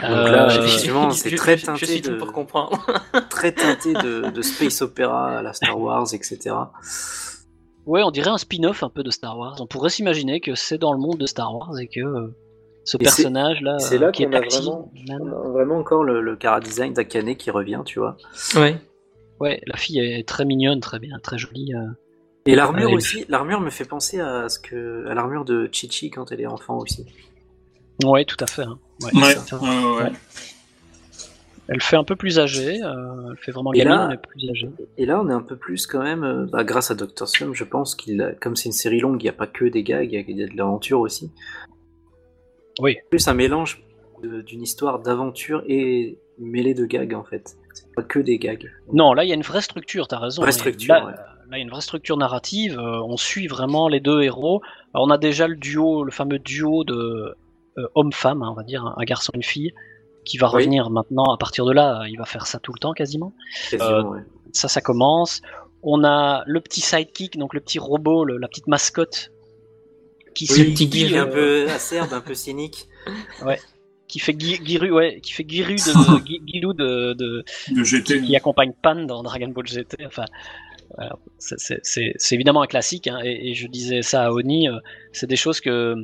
S1: là,
S4: Euh,
S1: effectivement, c'est
S3: Je-
S1: très
S3: je- Je,
S1: teinté
S3: suis tout
S1: de-
S3: pour comprendre.
S1: Très teinté de, de space opéra à la Star Wars, etc.
S4: Ouais, on dirait un spin-off un peu de Star Wars. On pourrait s'imaginer que c'est dans le monde de Star Wars et que euh, ce
S1: Et c'est-
S4: personnage-là,
S1: c'est
S4: euh,
S1: là
S4: qui est
S1: qu'on a
S4: Taxi
S1: vraiment-
S4: Man,
S1: On a Vraiment encore le, le chara-design d'Akane qui revient, tu vois.
S3: (laughs) Ouais.
S4: ouais, la fille est très mignonne, très bien, très jolie. euh.
S1: Et l'armure
S4: Ouais,
S1: aussi, l'armure me fait penser à ce que à l'armure de Chichi quand elle est enfant aussi.
S4: Ouais, tout à fait. hein. Ouais, tout
S2: Ouais,
S4: à fait.
S2: ouais, ouais, ouais.
S4: Elle fait un peu plus âgée, euh, elle fait vraiment
S1: Et
S4: gamine,
S1: là-
S4: mais plus âgée.
S1: Et là, on est un peu plus quand même, euh, bah, grâce à Dr. Slum, je pense qu'il, a- comme c'est une série longue, il n'y a pas que des gags, il y a- il y a de l'aventure aussi.
S4: Oui.
S1: Plus un mélange de- d'une histoire d'aventure et mêlée de gags en fait. C'est pas que des gags.
S4: Non, là, il y a une vraie structure, t'as raison.
S1: Vraie
S4: Et
S1: structure.
S4: Là,
S1: ouais.
S4: là, il y a une vraie structure narrative, euh, on suit vraiment les deux héros. Alors, on a déjà le duo, le fameux duo de euh, homme-femme, hein, on va dire, un garçon et une fille, qui va
S1: Oui.
S4: revenir maintenant, à partir de là, euh, il va faire ça tout le temps quasiment.
S1: Quasiment,
S4: euh,
S1: ouais.
S4: Ça, ça commence. On a le petit sidekick, donc le petit robot, le- la petite mascotte, qui,
S3: Oui,
S4: se
S3: le petit
S4: dit,
S1: Il est un
S4: euh,
S1: peu acerbe, un peu
S4: (laughs)
S1: cynique.
S4: qui fait gui- Guiru, ouais, qui fait Guiru de,
S1: (laughs)
S4: Gui- Guilou de- de,
S2: De GT.
S4: qui accompagne Pan dans Dragon Ball GT. Enfin, voilà, c'est- c'est c'est- c'est évidemment un classique, hein, et, et je disais ça à Oni, euh, c'est des choses que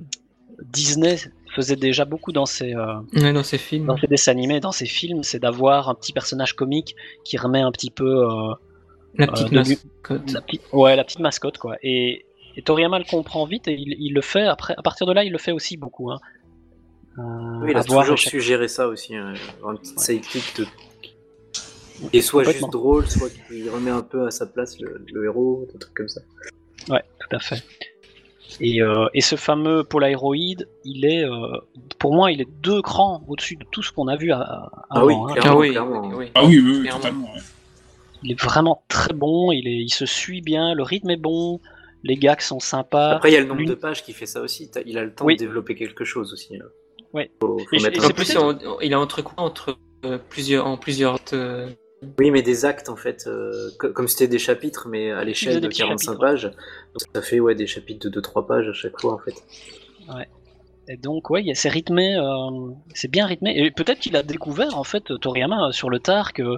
S4: Disney faisait déjà beaucoup dans ses, euh,
S3: Ouais, dans ces films.
S4: dans ses dessins animés, dans ses films, c'est d'avoir un petit personnage comique qui remet un petit peu euh,
S3: La petite
S4: de lui-
S3: mascotte.
S4: la, petite, ouais, la petite mascotte. quoi. Et, et Toriyama le comprend vite, et il, il le fait, après, à partir de là, il le fait aussi beaucoup. Hein. Euh,
S1: Oui, il a
S4: à voir à
S1: toujours
S4: chaque-
S1: su gérer ça aussi, euh, un petit sidekick de...
S4: Ouais,
S1: Et soit juste
S4: complètement.
S1: drôle, soit qu'il remet un peu à sa place le, le héros, des trucs comme ça.
S4: Ouais, tout à fait. Et, euh, et ce fameux polaroid, il est, euh, pour moi, il est deux crans au-dessus de tout ce qu'on a vu à- à-
S1: Ah oui,
S4: avant. hein.
S1: clairement,
S3: ah oui,
S1: clairement.
S3: oui, oui.
S2: Ah oui, oui, oui
S3: Clairement.
S2: totalement. ouais.
S4: Il est vraiment très bon, il, est, il se suit bien, le rythme est bon, les gags sont sympas.
S1: Après, il y a le nombre
S4: l'une-
S1: de pages qui fait ça aussi. T'as- Il a le temps
S4: Oui.
S1: de développer quelque chose aussi. là.
S4: Ouais.
S1: Faut- faut
S4: Et je-
S1: mettre
S4: et
S1: un
S3: En
S4: c'est
S1: peu-
S3: plus, on- il a entrecoupé entre euh, plusieurs, en plusieurs. euh,
S1: Oui, mais des actes en fait, euh, co- comme c'était des chapitres, mais à l'échelle
S4: faisait
S1: de
S4: des petits
S1: 45
S4: chapitres, ouais.
S1: pages. Donc ça fait ouais, des chapitres de 2-3 pages à chaque fois en fait.
S4: Et donc, ouais, il y a- c'est rythmé, euh, c'est bien rythmé. Et peut-être qu'il a découvert, en fait, Toriyama, euh, sur le tard, que,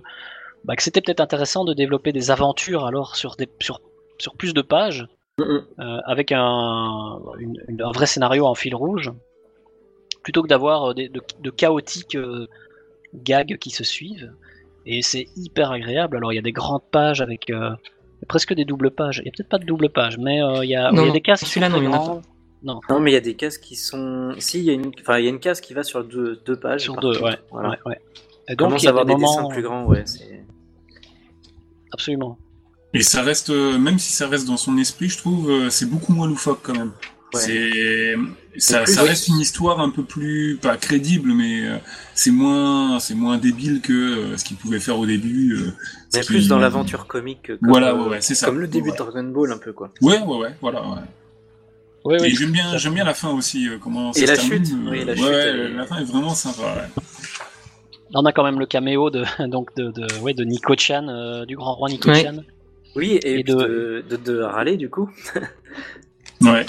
S4: bah, que c'était peut-être intéressant de développer des aventures alors sur, des, sur sur plus de pages,
S1: Mhm.
S4: euh, avec un, une- une- un vrai scénario en fil rouge, plutôt que d'avoir euh, des- de, de chaotiques euh, gags qui se suivent. Et c'est hyper agréable. Alors il y a des grandes pages avec euh, presque des doubles pages. Il n'y a peut-être pas de double page, mais euh, il y a,
S3: Non,
S4: il y a
S3: non.
S4: des cases qui sont
S3: Celui-là, non,
S4: très
S3: il y en a
S4: grandes,
S1: Non, mais il y a des cases qui sont. Si, il y a une, enfin, il y a une case qui va sur deux, deux pages.
S4: sur
S1: par
S4: deux.
S1: contre.
S4: Ouais,
S1: Voilà.
S4: ouais, ouais. Et
S1: Donc,
S4: il y a
S1: avoir des, dessins
S4: moments-
S1: plus grands, ouais. c'est-
S4: Absolument.
S2: Et ça reste, euh, même si ça reste dans son esprit, je trouve, euh, c'est beaucoup moins loufoque quand même.
S1: Ouais.
S2: C'est, ça,
S1: plus-
S2: ça reste une histoire un peu plus, pas crédible, mais euh, c'est moins, c'est moins débile que euh, ce qu'il pouvait faire au début. euh, ce
S1: Mais
S2: qui-
S1: plus dans l'aventure comique que comme,
S2: Voilà,
S1: euh,
S2: ouais, ouais, c'est ça.
S1: comme le début
S2: Ouais.
S1: de Dragon Ball, un peu, quoi.
S2: Ouais, ouais, ouais, voilà. ouais.
S4: Oui,
S2: Et
S4: oui.
S2: j'aime bien, j'aime bien la fin aussi. euh, comment
S1: Et
S2: ça
S1: la
S2: se termine,
S1: chute,
S2: euh,
S1: oui, la
S2: ouais,
S1: chute,
S2: ouais,
S1: elle est-
S2: la fin est vraiment sympa. ouais.
S4: On a quand même le caméo de (laughs) donc de, de ouais de Nico Chan, euh, du grand roi Nico
S3: Ouais.
S4: Chan.
S1: Oui, et,
S4: Et
S1: puis
S4: de-
S1: de... De, de Raleigh, du coup,
S2: Ouais.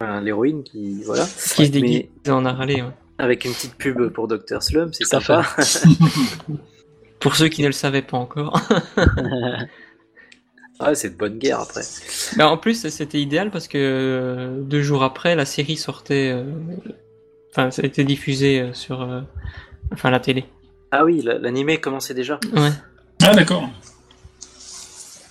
S1: Enfin, l'héroïne qui. Voilà.
S3: Qui se déguise
S1: Mais
S3: en Harley. ouais.
S1: avec une petite pub pour Dr. Slum, c'est
S4: Tout à
S1: sympa.
S3: Pour ceux qui ne le savaient pas encore.
S1: Ah, c'est de bonne guerre après.
S3: Mais en plus, c'était idéal parce que euh, deux jours après, la série sortait. euh, Enfin, ça a été diffusé euh, sur. euh, Enfin, la télé.
S1: Ah oui, la- l'animé commençait déjà.
S3: Ouais.
S2: Ah d'accord.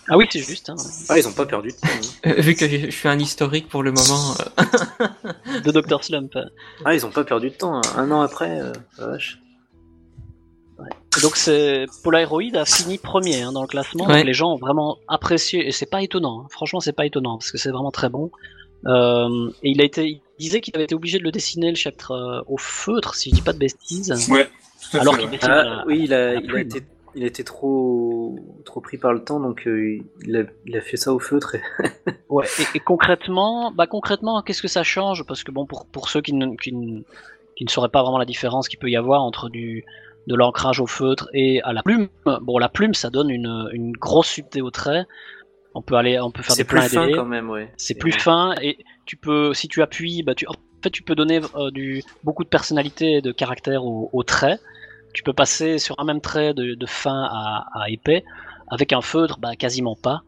S4: ah oui, c'est juste. Hein.
S1: Ah, ils ont pas perdu de temps. hein.
S3: Euh, vu que je je suis un historique pour le moment. euh,
S4: De Dr Slump.
S1: Ah, ils ont pas perdu de temps. hein. Un an après, euh, la vache.
S4: Donc c'est Polaroid a fini premier hein, dans le classement.
S3: Ouais.
S4: Donc les gens ont vraiment apprécié et c'est pas étonnant. hein. Franchement, c'est pas étonnant parce que c'est vraiment très bon. Euh, et il a été, il disait qu'il avait été obligé de le dessiner le chapitre euh, au feutre, si je dis pas de bêtises.
S2: Ouais. Tout à
S4: Alors
S2: fait,
S4: qu'il
S2: ouais.
S4: dessine.
S1: Ah,
S4: à la-
S1: oui, il a,
S4: la
S1: il a
S4: plume.
S1: été, il a été trop, trop pris par le temps, donc euh, il, a, il a fait ça au feutre. et-
S4: Ouais, et, et concrètement, bah concrètement, qu'est-ce que ça change Parce que bon, pour, pour ceux qui ne, qui, ne, qui ne sauraient pas vraiment la différence qu'il peut y avoir entre du de l'ancrage au feutre et à la plume, bon la plume ça donne une, une grosse subtilité au trait. On peut aller, on peut faire des
S1: C'est plus
S4: pleins et des
S1: fin
S4: laits.
S1: quand même, ouais.
S4: C'est plus fin et tu peux, si tu appuies, bah tu, en fait, tu peux donner euh, du, beaucoup de personnalité et de caractère au, au trait. Tu peux passer sur un même trait de, de fin à, à épais. Avec un feutre, bah quasiment pas.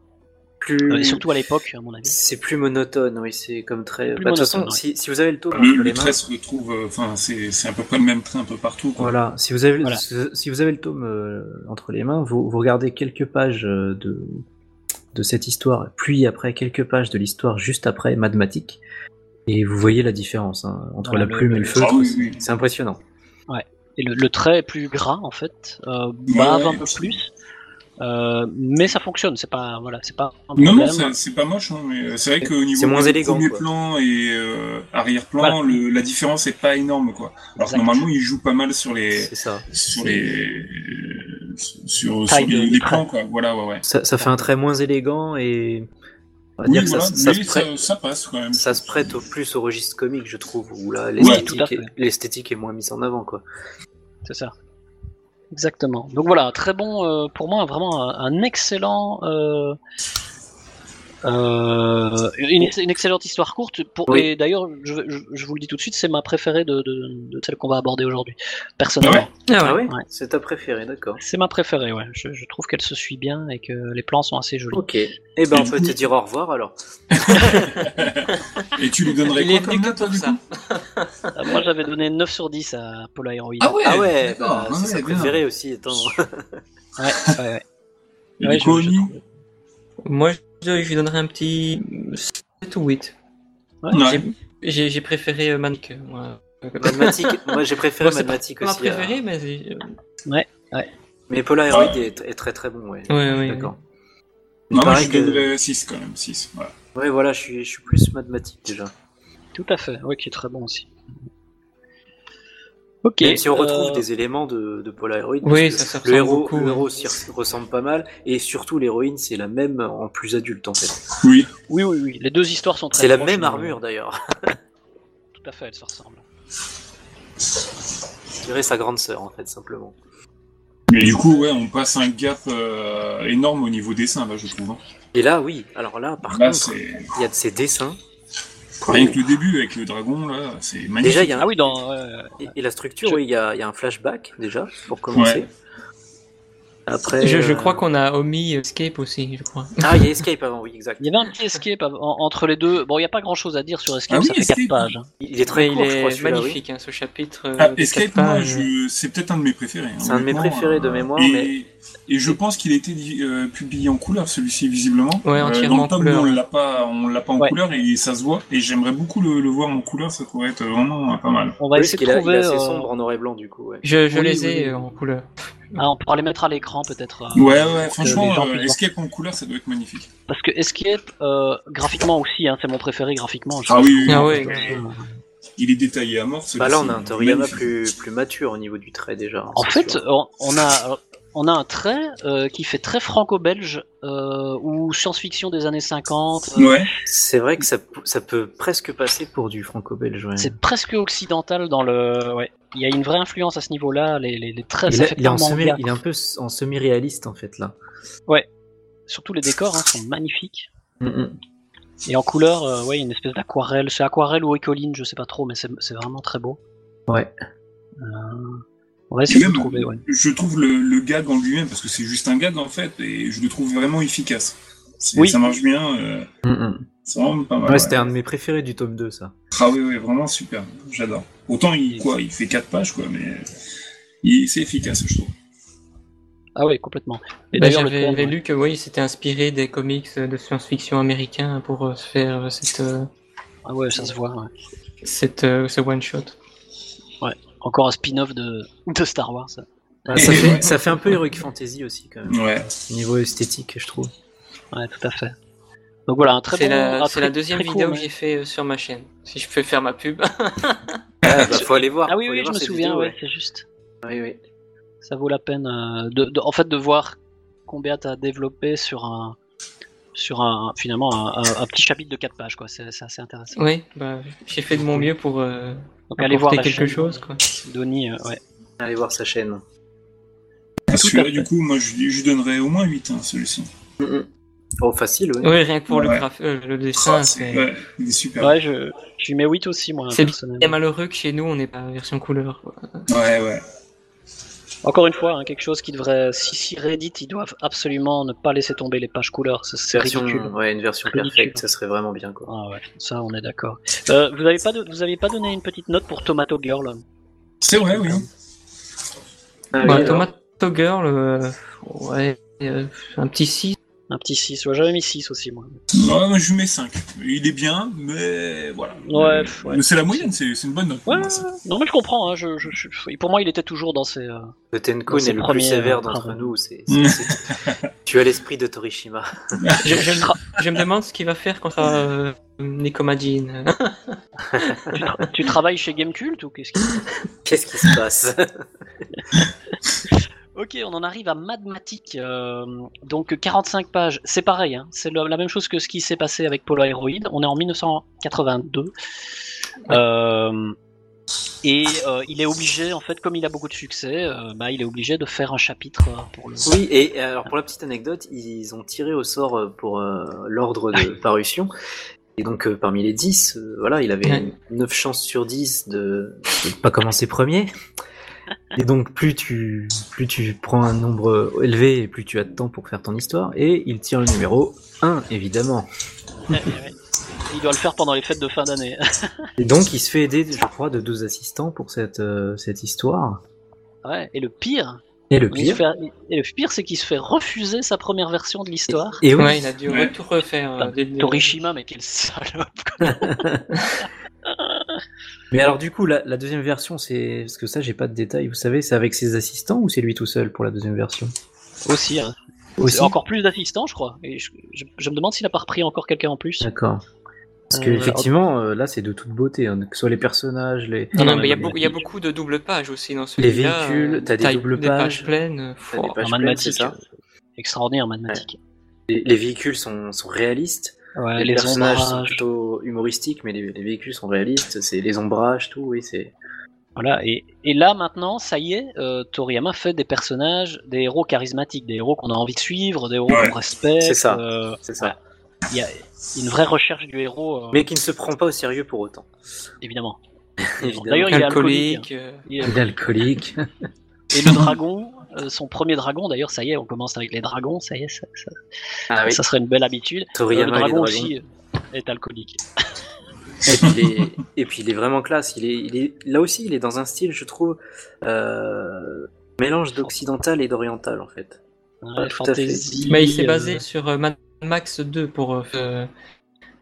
S1: Plus...
S4: Euh, Et surtout à l'époque, à mon avis.
S1: C'est plus monotone, oui, c'est comme très.
S4: Plus
S1: Bah, De toute façon,
S4: monotone,
S1: si, si vous avez le tome
S2: Le,
S1: entre
S2: le
S1: les mains,
S2: trait se retrouve. euh, Enfin, c'est, c'est à peu près le même train un peu partout. Quoi.
S1: voilà, si vous avez,
S4: Voilà.
S1: si si vous avez le tome euh, entre les mains, vous, vous regardez quelques pages euh, de, de cette histoire, puis après quelques pages de l'histoire juste après, mathématique, et vous voyez la différence hein, entre
S4: Voilà,
S1: la
S4: le-
S1: plume et
S4: le-
S1: le feutre.
S2: Ah oui,
S1: c'est-
S2: oui.
S1: C'est impressionnant.
S4: Et le, le trait est plus gras en fait, euh, bave
S2: Ouais,
S4: un peu
S2: c'est-
S4: plus, Euh, mais ça fonctionne. C'est pas voilà, c'est pas un
S2: Non,
S4: problème.
S2: non, c'est- c'est pas moche, hein, mais euh, c'est vrai
S1: C'est-
S2: qu'au niveau
S1: c'est moins
S2: du
S1: élégant,
S2: premier
S1: quoi.
S2: plan et euh, arrière-plan,
S4: Voilà.
S2: le- la différence est pas énorme, quoi. Alors que
S4: Exact.
S2: normalement, il joue pas mal sur les,
S1: C'est ça.
S2: sur les, sur, sur
S4: Taille de
S2: les, les
S4: l'écran.
S2: plans, quoi. Voilà, ouais, ouais.
S1: ça. ça fait un trait moins élégant et. On va
S2: Oui,
S1: dire que
S2: voilà,
S1: ça, ça
S2: mais
S1: se prête,
S2: ça, ça passe quand même.
S1: ça se prête au plus au registre comique, je trouve, où là,
S4: tout à
S1: l'esthétique
S4: fait.
S1: est- l'esthétique est moins mise en avant, quoi.
S4: C'est ça. Exactement. Donc voilà, très bon euh, pour moi, vraiment un, un excellent, euh, euh, une, une excellente histoire courte. Pour,
S1: Oui.
S4: Et d'ailleurs, je, je, je vous le dis tout de suite, c'est ma préférée de, de, de celle qu'on va aborder aujourd'hui, personnellement.
S2: Ah
S1: Ah ouais,
S4: Ouais.
S1: C'est ta préférée, d'accord.
S4: C'est ma préférée, ouais. Je, je trouve qu'elle se suit bien et que les plans sont assez jolis.
S1: Ok. Eh ben,
S2: Et
S1: on
S2: du
S1: peut
S2: coup-
S1: te dire au revoir alors.
S2: Et tu lui donnerais
S3: Il est
S2: quoi comme
S3: venu que
S2: note, toi,
S3: pour
S2: du
S3: ça.
S2: coup
S4: Euh, moi, j'avais donné 9 sur 10 à Paula Héroïne.
S2: Ah ouais,
S1: ah ouais,
S2: d'accord,
S1: bah,
S2: ouais,
S1: c'est sa
S2: bien.
S1: préférée aussi, étant. (laughs)
S4: Ouais, ouais, ouais.
S2: Et
S4: Ouais,
S2: du coup,
S4: je- je
S2: Oni
S4: trouve-
S3: Moi, je, je lui donnerais un petit 7 ou 8.
S2: Ouais.
S3: J'ai j'ai préféré euh, Man que moi.
S1: Mathématiques, moi j'ai préféré
S3: Moi, c'est
S1: Mathématiques
S3: Pas ma
S1: aussi.
S3: préférée,
S1: à-
S3: mais. j'ai- euh,
S1: Mais Paula Heroid est, est très très bon, ouais.
S3: Ouais, ouais,
S1: D'accord. Il
S2: Ah. Non, moi,
S1: paraît
S2: je lui
S1: que...
S2: donnerais 6 quand même, 6. Voilà.
S1: Ouais, voilà, je suis, je suis plus mathématique déjà.
S4: Tout à fait, oui, qui est très bon aussi. Ok.
S1: Même si on retrouve
S4: euh,
S1: des éléments de, de Paula Heroid,
S3: Oui,
S1: parce
S3: ça, ça
S1: que le
S3: ressemble
S1: héros,
S3: beaucoup.
S1: le
S3: ouais.
S1: héros s'y res- ressemble pas mal, et surtout l'héroïne c'est la même en plus adulte en fait.
S2: Oui,
S4: Oui, oui, oui. Les deux histoires sont très
S1: C'est la
S4: proches,
S1: même
S4: mais-
S1: armure d'ailleurs. (laughs)
S4: Tout à fait, elles se ressemblent.
S1: Je dirais sa grande sœur en fait, simplement.
S2: mais du coup, ouais, on passe un gap euh, énorme au niveau dessin, là, je trouve. hein.
S1: Et là, oui, alors là par
S2: Là,
S1: contre,
S2: Bah, c'est.
S1: il y a de ces dessins.
S2: Rien que le début avec le dragon, là, c'est magnifique.
S1: Déjà, il y a un-
S4: Ah oui, dans. ouais, ouais, ouais.
S1: Et, et la structure,
S4: Je-
S1: oui, il y a, il y a un flashback déjà, pour commencer. Après,
S3: je, je
S1: euh,
S3: crois qu'on a omis Escape aussi, je crois.
S1: Ah, il y a Escape avant, oui, exact.
S4: Il y avait un petit escape av- en- entre les deux. Bon, il n'y a pas grand chose à dire sur escape,
S2: Ah oui,
S4: ça fait
S2: Escape.
S4: 4 pages. hein.
S1: Il est très
S3: il
S1: court, je crois,
S3: est
S1: celui-là, oui.
S3: magnifique, hein, ce chapitre. euh,
S2: Ah,
S3: de
S2: Escape,
S3: quatre
S2: moi,
S3: pages.
S2: je... c'est peut-être un de mes préférés. hein,
S1: C'est un de mes
S2: honnêtement,
S1: préférés de
S2: euh,
S1: mémoire,
S2: Et,
S1: mais-
S2: et je pense qu'il a été euh, publié en couleur, celui-ci, visiblement.
S3: Ouais,
S2: Euh,
S3: entièrement
S2: dans le
S3: en
S2: tome,
S3: couleur.
S2: On l'a pas, on l'a pas en
S4: Ouais.
S2: couleur et ça se voit. Et j'aimerais beaucoup le, le voir en couleur, ça pourrait être vraiment euh, pas mal.
S4: On va
S1: Oui, parce
S4: essayer de
S1: qu'il a- il
S4: trouver.
S1: est assez
S4: euh,
S1: sombre en noir et blanc, du coup. ouais.
S3: Je, je
S4: Oui,
S3: les
S4: oui,
S3: ai
S4: oui.
S3: euh, en couleur.
S4: ah, on pourra les mettre à l'écran peut-être. euh,
S2: Ouais, ouais,
S4: pour que les gens
S2: franchement, euh,
S4: puissent voir.
S2: Escape en couleur, ça doit être magnifique.
S4: Parce que Escape, euh, graphiquement aussi, hein, c'est mon préféré graphiquement. je
S2: Ah
S4: trouve.
S2: oui, oui, oui.
S3: Ah ouais,
S2: Il est détaillé à mort.
S1: Bah là, on a un
S2: celui-ci.
S1: Toriyama
S2: Magnifique.
S1: plus, plus mature au niveau du trait déjà. hein,
S4: En
S1: c'est
S4: fait,
S1: sûr.
S4: on on a, alors, on a un trait euh, qui fait très franco-belge euh, ou science-fiction des années 50. euh,
S2: Ouais.
S1: c'est vrai que ça, pou- ça peut presque passer pour du franco-belge. ouais.
S4: C'est presque occidental dans le. Ouais. Il y a une vraie influence à ce niveau-là. Les, les, les traits,
S1: Il,
S4: ça
S1: a-
S4: fait
S1: il est en
S4: tellement
S1: semi-
S4: bien.
S1: il est un peu s- en semi-réaliste en fait là.
S4: Surtout les décors hein, sont magnifiques.
S1: Mm,
S4: Et en couleur, euh, ouais, il y a une espèce d'aquarelle. C'est aquarelle ou écoline, je sais pas trop, mais c'est c'est vraiment très beau.
S1: mm.
S4: Euh,
S1: Ouais.
S4: On va essayer de
S2: Et
S4: le
S2: même,
S4: trouver. Ouais.
S2: Je trouve le, le gag en lui-même, parce que c'est juste un gag en fait, et je le trouve vraiment efficace. C'est-
S4: Oui.
S2: Ça marche bien, euh,
S1: Mm, mm.
S2: c'est vraiment pas mal.
S1: Ouais,
S2: ouais.
S1: c'était un de mes préférés du tome 2 ça.
S2: Ah oui, oui, vraiment super, j'adore. Autant il, quoi, il fait 4 pages, quoi, mais il- c'est efficace, je trouve.
S4: Ah ouais, complètement. Et
S3: Bah,
S4: d'ailleurs, le
S3: j'avais
S4: thème,
S3: j'avais lu que oui, c'était inspiré des comics euh, de science-fiction américains pour euh, se faire euh, cette, euh,
S4: ah ouais, ça se voit. ouais.
S3: cette, euh, ce one shot.
S4: Encore un spin-off de, de Star Wars.
S1: Ouais, (laughs) ça, fait, ça fait un peu Heroic Fantasy aussi quand même.
S2: Ouais.
S1: Niveau esthétique je trouve.
S4: Ouais, tout à fait. Donc voilà, un très
S3: C'est
S4: bon. un
S3: la, c'est
S4: très-
S3: la deuxième
S4: très court,
S3: vidéo
S4: mais-
S3: que j'ai fait euh, sur ma chaîne. Si je peux faire ma pub. (laughs)
S1: Ah, bah, faut aller voir.
S4: Ah oui,
S1: faut aller
S4: oui, je
S1: voir
S4: me
S1: cette
S4: souviens,
S1: vidéo,
S4: ouais, c'est juste.
S1: ouais. Oui, oui.
S4: Ça vaut la peine euh, de, de- en fait, de voir combien t'as développé sur un, sur un, finalement, un, un- un petit chapitre de 4 pages, quoi. C'est c'est assez intéressant.
S3: oui, bah, j'ai fait de mon mieux pour euh,
S4: Donc allez
S3: apporter
S4: voir la
S3: quelque
S4: chaîne
S3: chose. Quoi.
S4: de Donnie, euh, ouais.
S1: Allez voir sa chaîne.
S2: Ah,
S4: à
S2: Celui-là,
S4: fait.
S2: du coup, moi, je, lui- je lui donnerais au moins 8, celui-ci.
S1: Mm, mm. Oh facile oui.
S3: Oui, rien que pour le,
S2: Ouais.
S3: graph- euh, le
S2: Ah,
S3: dessin.
S2: c'est-
S3: c'est
S2: ouais, il est super.
S4: Ouais, je, je lui mets 8 aussi, moi,
S3: C'est bien
S4: personnellement.
S3: malheureux que chez nous, on n'ait pas la version couleur. quoi.
S2: Ouais, ouais.
S4: Encore une fois, hein, quelque chose qui devrait. Si, si Reddit, ils doivent absolument ne pas laisser tomber les pages couleurs. ça, C'est
S1: Version-
S4: ridicule.
S1: ouais, une version
S4: Ridicule.
S1: perfecte, ça serait vraiment bien quoi.
S4: Ah ouais, ça on est d'accord. Euh, vous avez pas de- vous avez pas donné une petite note pour Tomato Girl
S2: C'est vrai, oui.
S1: Ah,
S3: Bah,
S1: oui, alors.
S3: Tomato Girl, euh, ouais, euh, un petit 6.
S4: Un petit 6, ouais, j'avais mis 6 aussi moi.
S2: Ouais, moi, je lui mets 5. Il est bien, mais voilà.
S4: Ouais,
S2: Mais-
S4: pff, ouais.
S2: Mais c'est la moyenne, c'est c'est une bonne note. pour
S4: Ouais,
S2: moi, ça.
S4: non mais je comprends, hein, je, je- je- pour moi il était toujours dans ces... euh,
S1: Le
S4: Dans
S1: Tenkun
S4: ses
S1: est le plus
S4: premiers,
S1: sévère
S4: euh,
S1: d'entre
S4: travaux.
S1: nous. c'est- c'est- c'est- tu as l'esprit de (laughs) Torishima.
S3: Je, je me- je me demande ce qu'il va faire contre euh, Nekoma Jin.
S4: tu, tra- tu travailles chez Gamecult ou qu'est-ce qui...
S1: Qu'est-ce qui se passe
S4: Ok, on en arrive à Madmatic. euh, donc 45 pages, c'est pareil, hein, c'est le- la même chose que ce qui s'est passé avec Polo Aeroid. On est en 1982. Euh, et euh, il est obligé, en fait, comme il a beaucoup de succès, euh, bah, il est obligé de faire un chapitre euh, pour le...
S1: Oui, et euh, alors pour la petite anecdote, ils ont tiré au sort euh, pour euh, l'ordre de parution. Et donc euh, parmi les 10, euh, voilà, il avait
S3: Ouais.
S1: 9 chances sur 10 de de pas commencer premier. Et donc plus tu plus tu prends un nombre élevé et plus tu as de temps pour faire ton histoire et il tire le numéro 1 évidemment.
S4: (laughs) Eh, eh, ouais. Il doit le faire pendant les fêtes de fin d'année. (laughs)
S1: Et donc il se fait aider je crois de deux assistants pour cette euh, cette histoire.
S4: Ouais, et le pire,
S1: Et le
S4: il se
S1: pire
S4: fait- et le pire, c'est qu'il se fait refuser sa première version de l'histoire.
S1: et oui,
S3: Ouais, il a dû
S2: Ouais.
S3: tout refaire. euh, dès le-
S4: Torishima, mais quelle salope
S1: Mais alors du coup, la, la deuxième version, c'est parce que ça, j'ai pas de détails. Vous savez, c'est avec ses assistants ou c'est lui tout seul pour la deuxième version
S4: Aussi, hein.
S1: Aussi.
S4: encore plus d'assistants, je crois. Et je, je- je me demande s'il a pas repris encore quelqu'un en plus.
S1: D'accord. Parce que
S4: Euh,
S1: effectivement, euh, là, c'est de toute beauté, hein, que ce soit les personnages, les.
S3: Non, non,
S4: Ah, Ouais,
S3: mais il y, a
S4: mais-
S3: beaucoup- il y a beaucoup de doubles pages aussi dans ce
S1: Les véhicules, t'as des doubles pages.
S3: pleines. euh,
S1: T'as des
S3: fouah.
S1: pages
S4: en
S1: pleines, c'est
S4: mathématiques.
S3: hein.
S1: ça.
S4: Extraordinaire, mathématiques.
S1: hein. Les, les véhicules sont, sont réalistes.
S4: Ouais,
S1: les,
S4: les
S1: personnages sont
S4: ombrages.
S1: plutôt humoristiques, mais les, les véhicules sont réalistes. C'est les ombrages, tout. Oui, c'est.
S4: Voilà. Et, et là, maintenant, ça y est, euh, Toriyama fait des personnages, des héros charismatiques, des héros qu'on a envie de suivre, des héros
S2: Ouais.
S4: qu'on respecte.
S1: C'est ça.
S4: euh,
S1: C'est ça.
S4: une vraie recherche du héros, euh,
S1: Mais qui ne se prend pas au sérieux pour autant. (laughs)
S4: évidemment.
S1: Évidemment.
S4: D'ailleurs, il est
S3: Alcoolique.
S4: alcoolique.
S3: euh,
S4: Il est-
S1: Il est alcoolique.
S4: Et le dragon, euh, son premier dragon, d'ailleurs, ça y est, on commence avec les dragons, ça y est, ça, ça-
S1: Ah oui,
S4: ça serait une belle habitude. Euh,
S1: Toriyama, il
S4: le
S1: est
S4: dragon
S1: dragon.
S4: aussi euh, est alcoolique.
S1: Et puis, il est, et puis il est vraiment classe. Il est, il est- là aussi, il est dans un style, je trouve, euh, mélange d'occidental et d'oriental en fait.
S4: Ouais,
S1: Ah, tout à fait.
S4: fantasy,
S3: Mais il s'est basé
S4: euh,
S3: sur euh, Mad Max 2 pour euh, euh,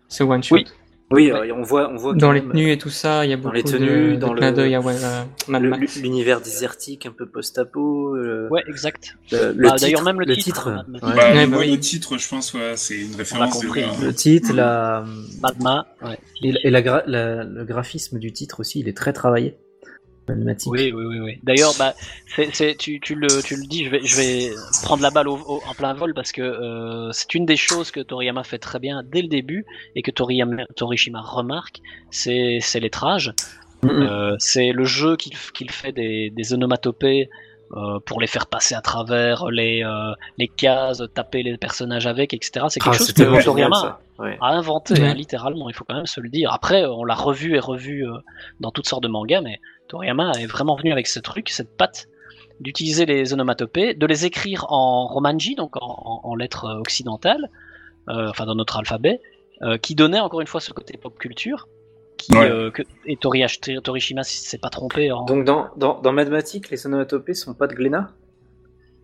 S3: ce one shot.
S4: Oui,
S1: Oui, euh, on voit, on voit
S3: Dans
S1: quand
S3: les
S1: même
S3: tenues et tout ça, il y a
S1: Dans
S3: beaucoup
S1: les tenues,
S3: de,
S1: dans
S3: de clins
S1: le-
S3: d'œil à ouais, euh, Mad
S1: le-
S3: Max.
S1: l'univers désertique, un peu post-apo. euh,
S4: Ouais, exact.
S1: le- le
S4: Ah, d'ailleurs,
S1: titre-
S4: même le
S1: Bah, le
S4: titre,
S1: titre.
S4: hein, Mad Max.
S1: ouais.
S2: Bah,
S3: Ouais,
S2: moi,
S3: bah oui.
S2: le titre, je pense, ouais, c'est une référence.
S4: compris.
S2: déjà.
S1: Le titre, la,
S4: Madma, ouais.
S1: et, la- et la gra- la- le graphisme du titre aussi, il est très travaillé. Mathématique.
S4: Oui, oui, oui. oui. D'ailleurs, bah, c'est- c'est- tu, tu le, tu le dis, je vais, je vais prendre la balle au- au- en plein vol parce que euh, c'est une des choses que Toriyama fait très bien dès le début et que Toriyama, Torishima remarque, c'est c'est l'étrage.
S1: Mhm.
S4: Euh, c'est le jeu qu'il f- qu'il fait des, des onomatopées euh, pour les faire passer à travers les, euh, les cases, taper les personnages avec, etc. C'est quelque
S1: Ah,
S4: chose
S1: c'était
S4: que
S1: vraiment
S4: Toriyama
S1: génial, ça. Ouais.
S4: à inventer,
S3: Ouais.
S4: hein, littéralement, il faut quand même se le dire. Après, euh, on l'a revu et revu euh, dans toutes sortes de mangas, mais Toriyama est vraiment venu avec ce truc, cette patte, d'utiliser les onomatopées, de les écrire en romanji, donc en, en- en lettres euh, occidentales, euh, enfin dans notre alphabet, euh, qui donnait encore une fois ce côté pop culture, qui,
S2: Ouais.
S4: euh, que- et Tori- Torishima s- s'est pas trompé en...
S1: Donc dans, dans, dans Mathématiques, les onomatopées sont pas de Glénat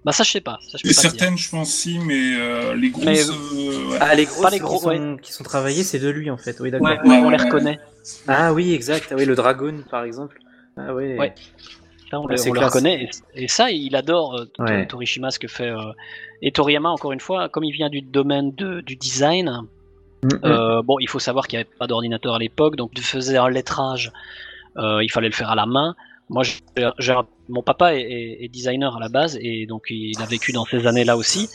S4: Bah ça, je sais pas, ça, je peux
S2: Et
S4: pas te dire.
S2: certaines, je pense, si, mais euh, les grosses.
S4: Mais-
S2: euh,
S4: (laughs)
S2: ouais.
S1: Ah, les gros,
S4: Pas les
S1: ceux
S4: gros,
S1: qui, sont, qui sont travaillés, c'est de lui en fait. Oui, d'accord.
S4: Ouais, ouais, on
S2: ouais,
S4: les
S2: ouais.
S4: reconnaît,
S1: Ah oui, exact. Ah oui, le dragon par exemple. Ah oui.
S4: Ouais. Là, on,
S1: Ouais,
S4: le,
S1: Bah, c'est
S4: on le
S1: classe.
S4: reconnaît. Et, et ça, il adore euh, T-
S1: Ouais.
S4: Torishima, ce que fait. euh, Et Toriyama, encore une fois, comme il vient du domaine de- du design,
S1: Mhm.
S4: euh, bon, il faut savoir qu'il n'y avait pas d'ordinateur à l'époque, donc il faisait un lettrage, euh, il fallait le faire à la main. Moi, j'ai- j'ai un- mon papa est, est- est designer à la base, et donc il a vécu dans ces années-là aussi.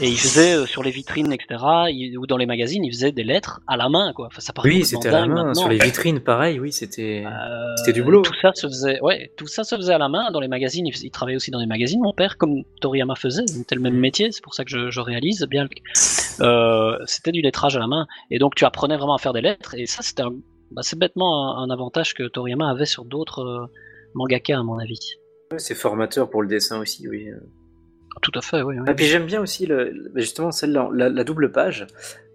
S4: Et il faisait euh, sur les vitrines, etc., il- ou dans les magazines, il faisait des lettres à la main, quoi. Enfin, ça part
S1: Oui,
S4: complètement
S1: c'était à la
S4: dingue
S1: main.
S4: maintenant.
S1: Sur les vitrines, pareil, oui, c'était.
S4: Euh,
S1: C'était du boulot.
S4: Tout ça se faisait, ouais, tout ça se faisait à la main dans les magazines. Il, fais- il travaillait aussi dans les magazines. Mon père, comme Toriyama faisait, c'était le même
S1: Mm.
S4: métier. C'est pour ça que je, je réalise bien. le- Euh, c'était du lettrage à la main, et donc tu apprenais vraiment à faire des lettres. Et ça, c'était, un- bah, c'est bêtement un, un avantage que Toriyama avait sur d'autres euh, mangaka, à mon avis.
S1: C'est formateur pour le dessin aussi, oui.
S4: Tout à fait, oui. oui.
S1: Et puis j'aime bien aussi le, le- justement celle-là, la, la double page,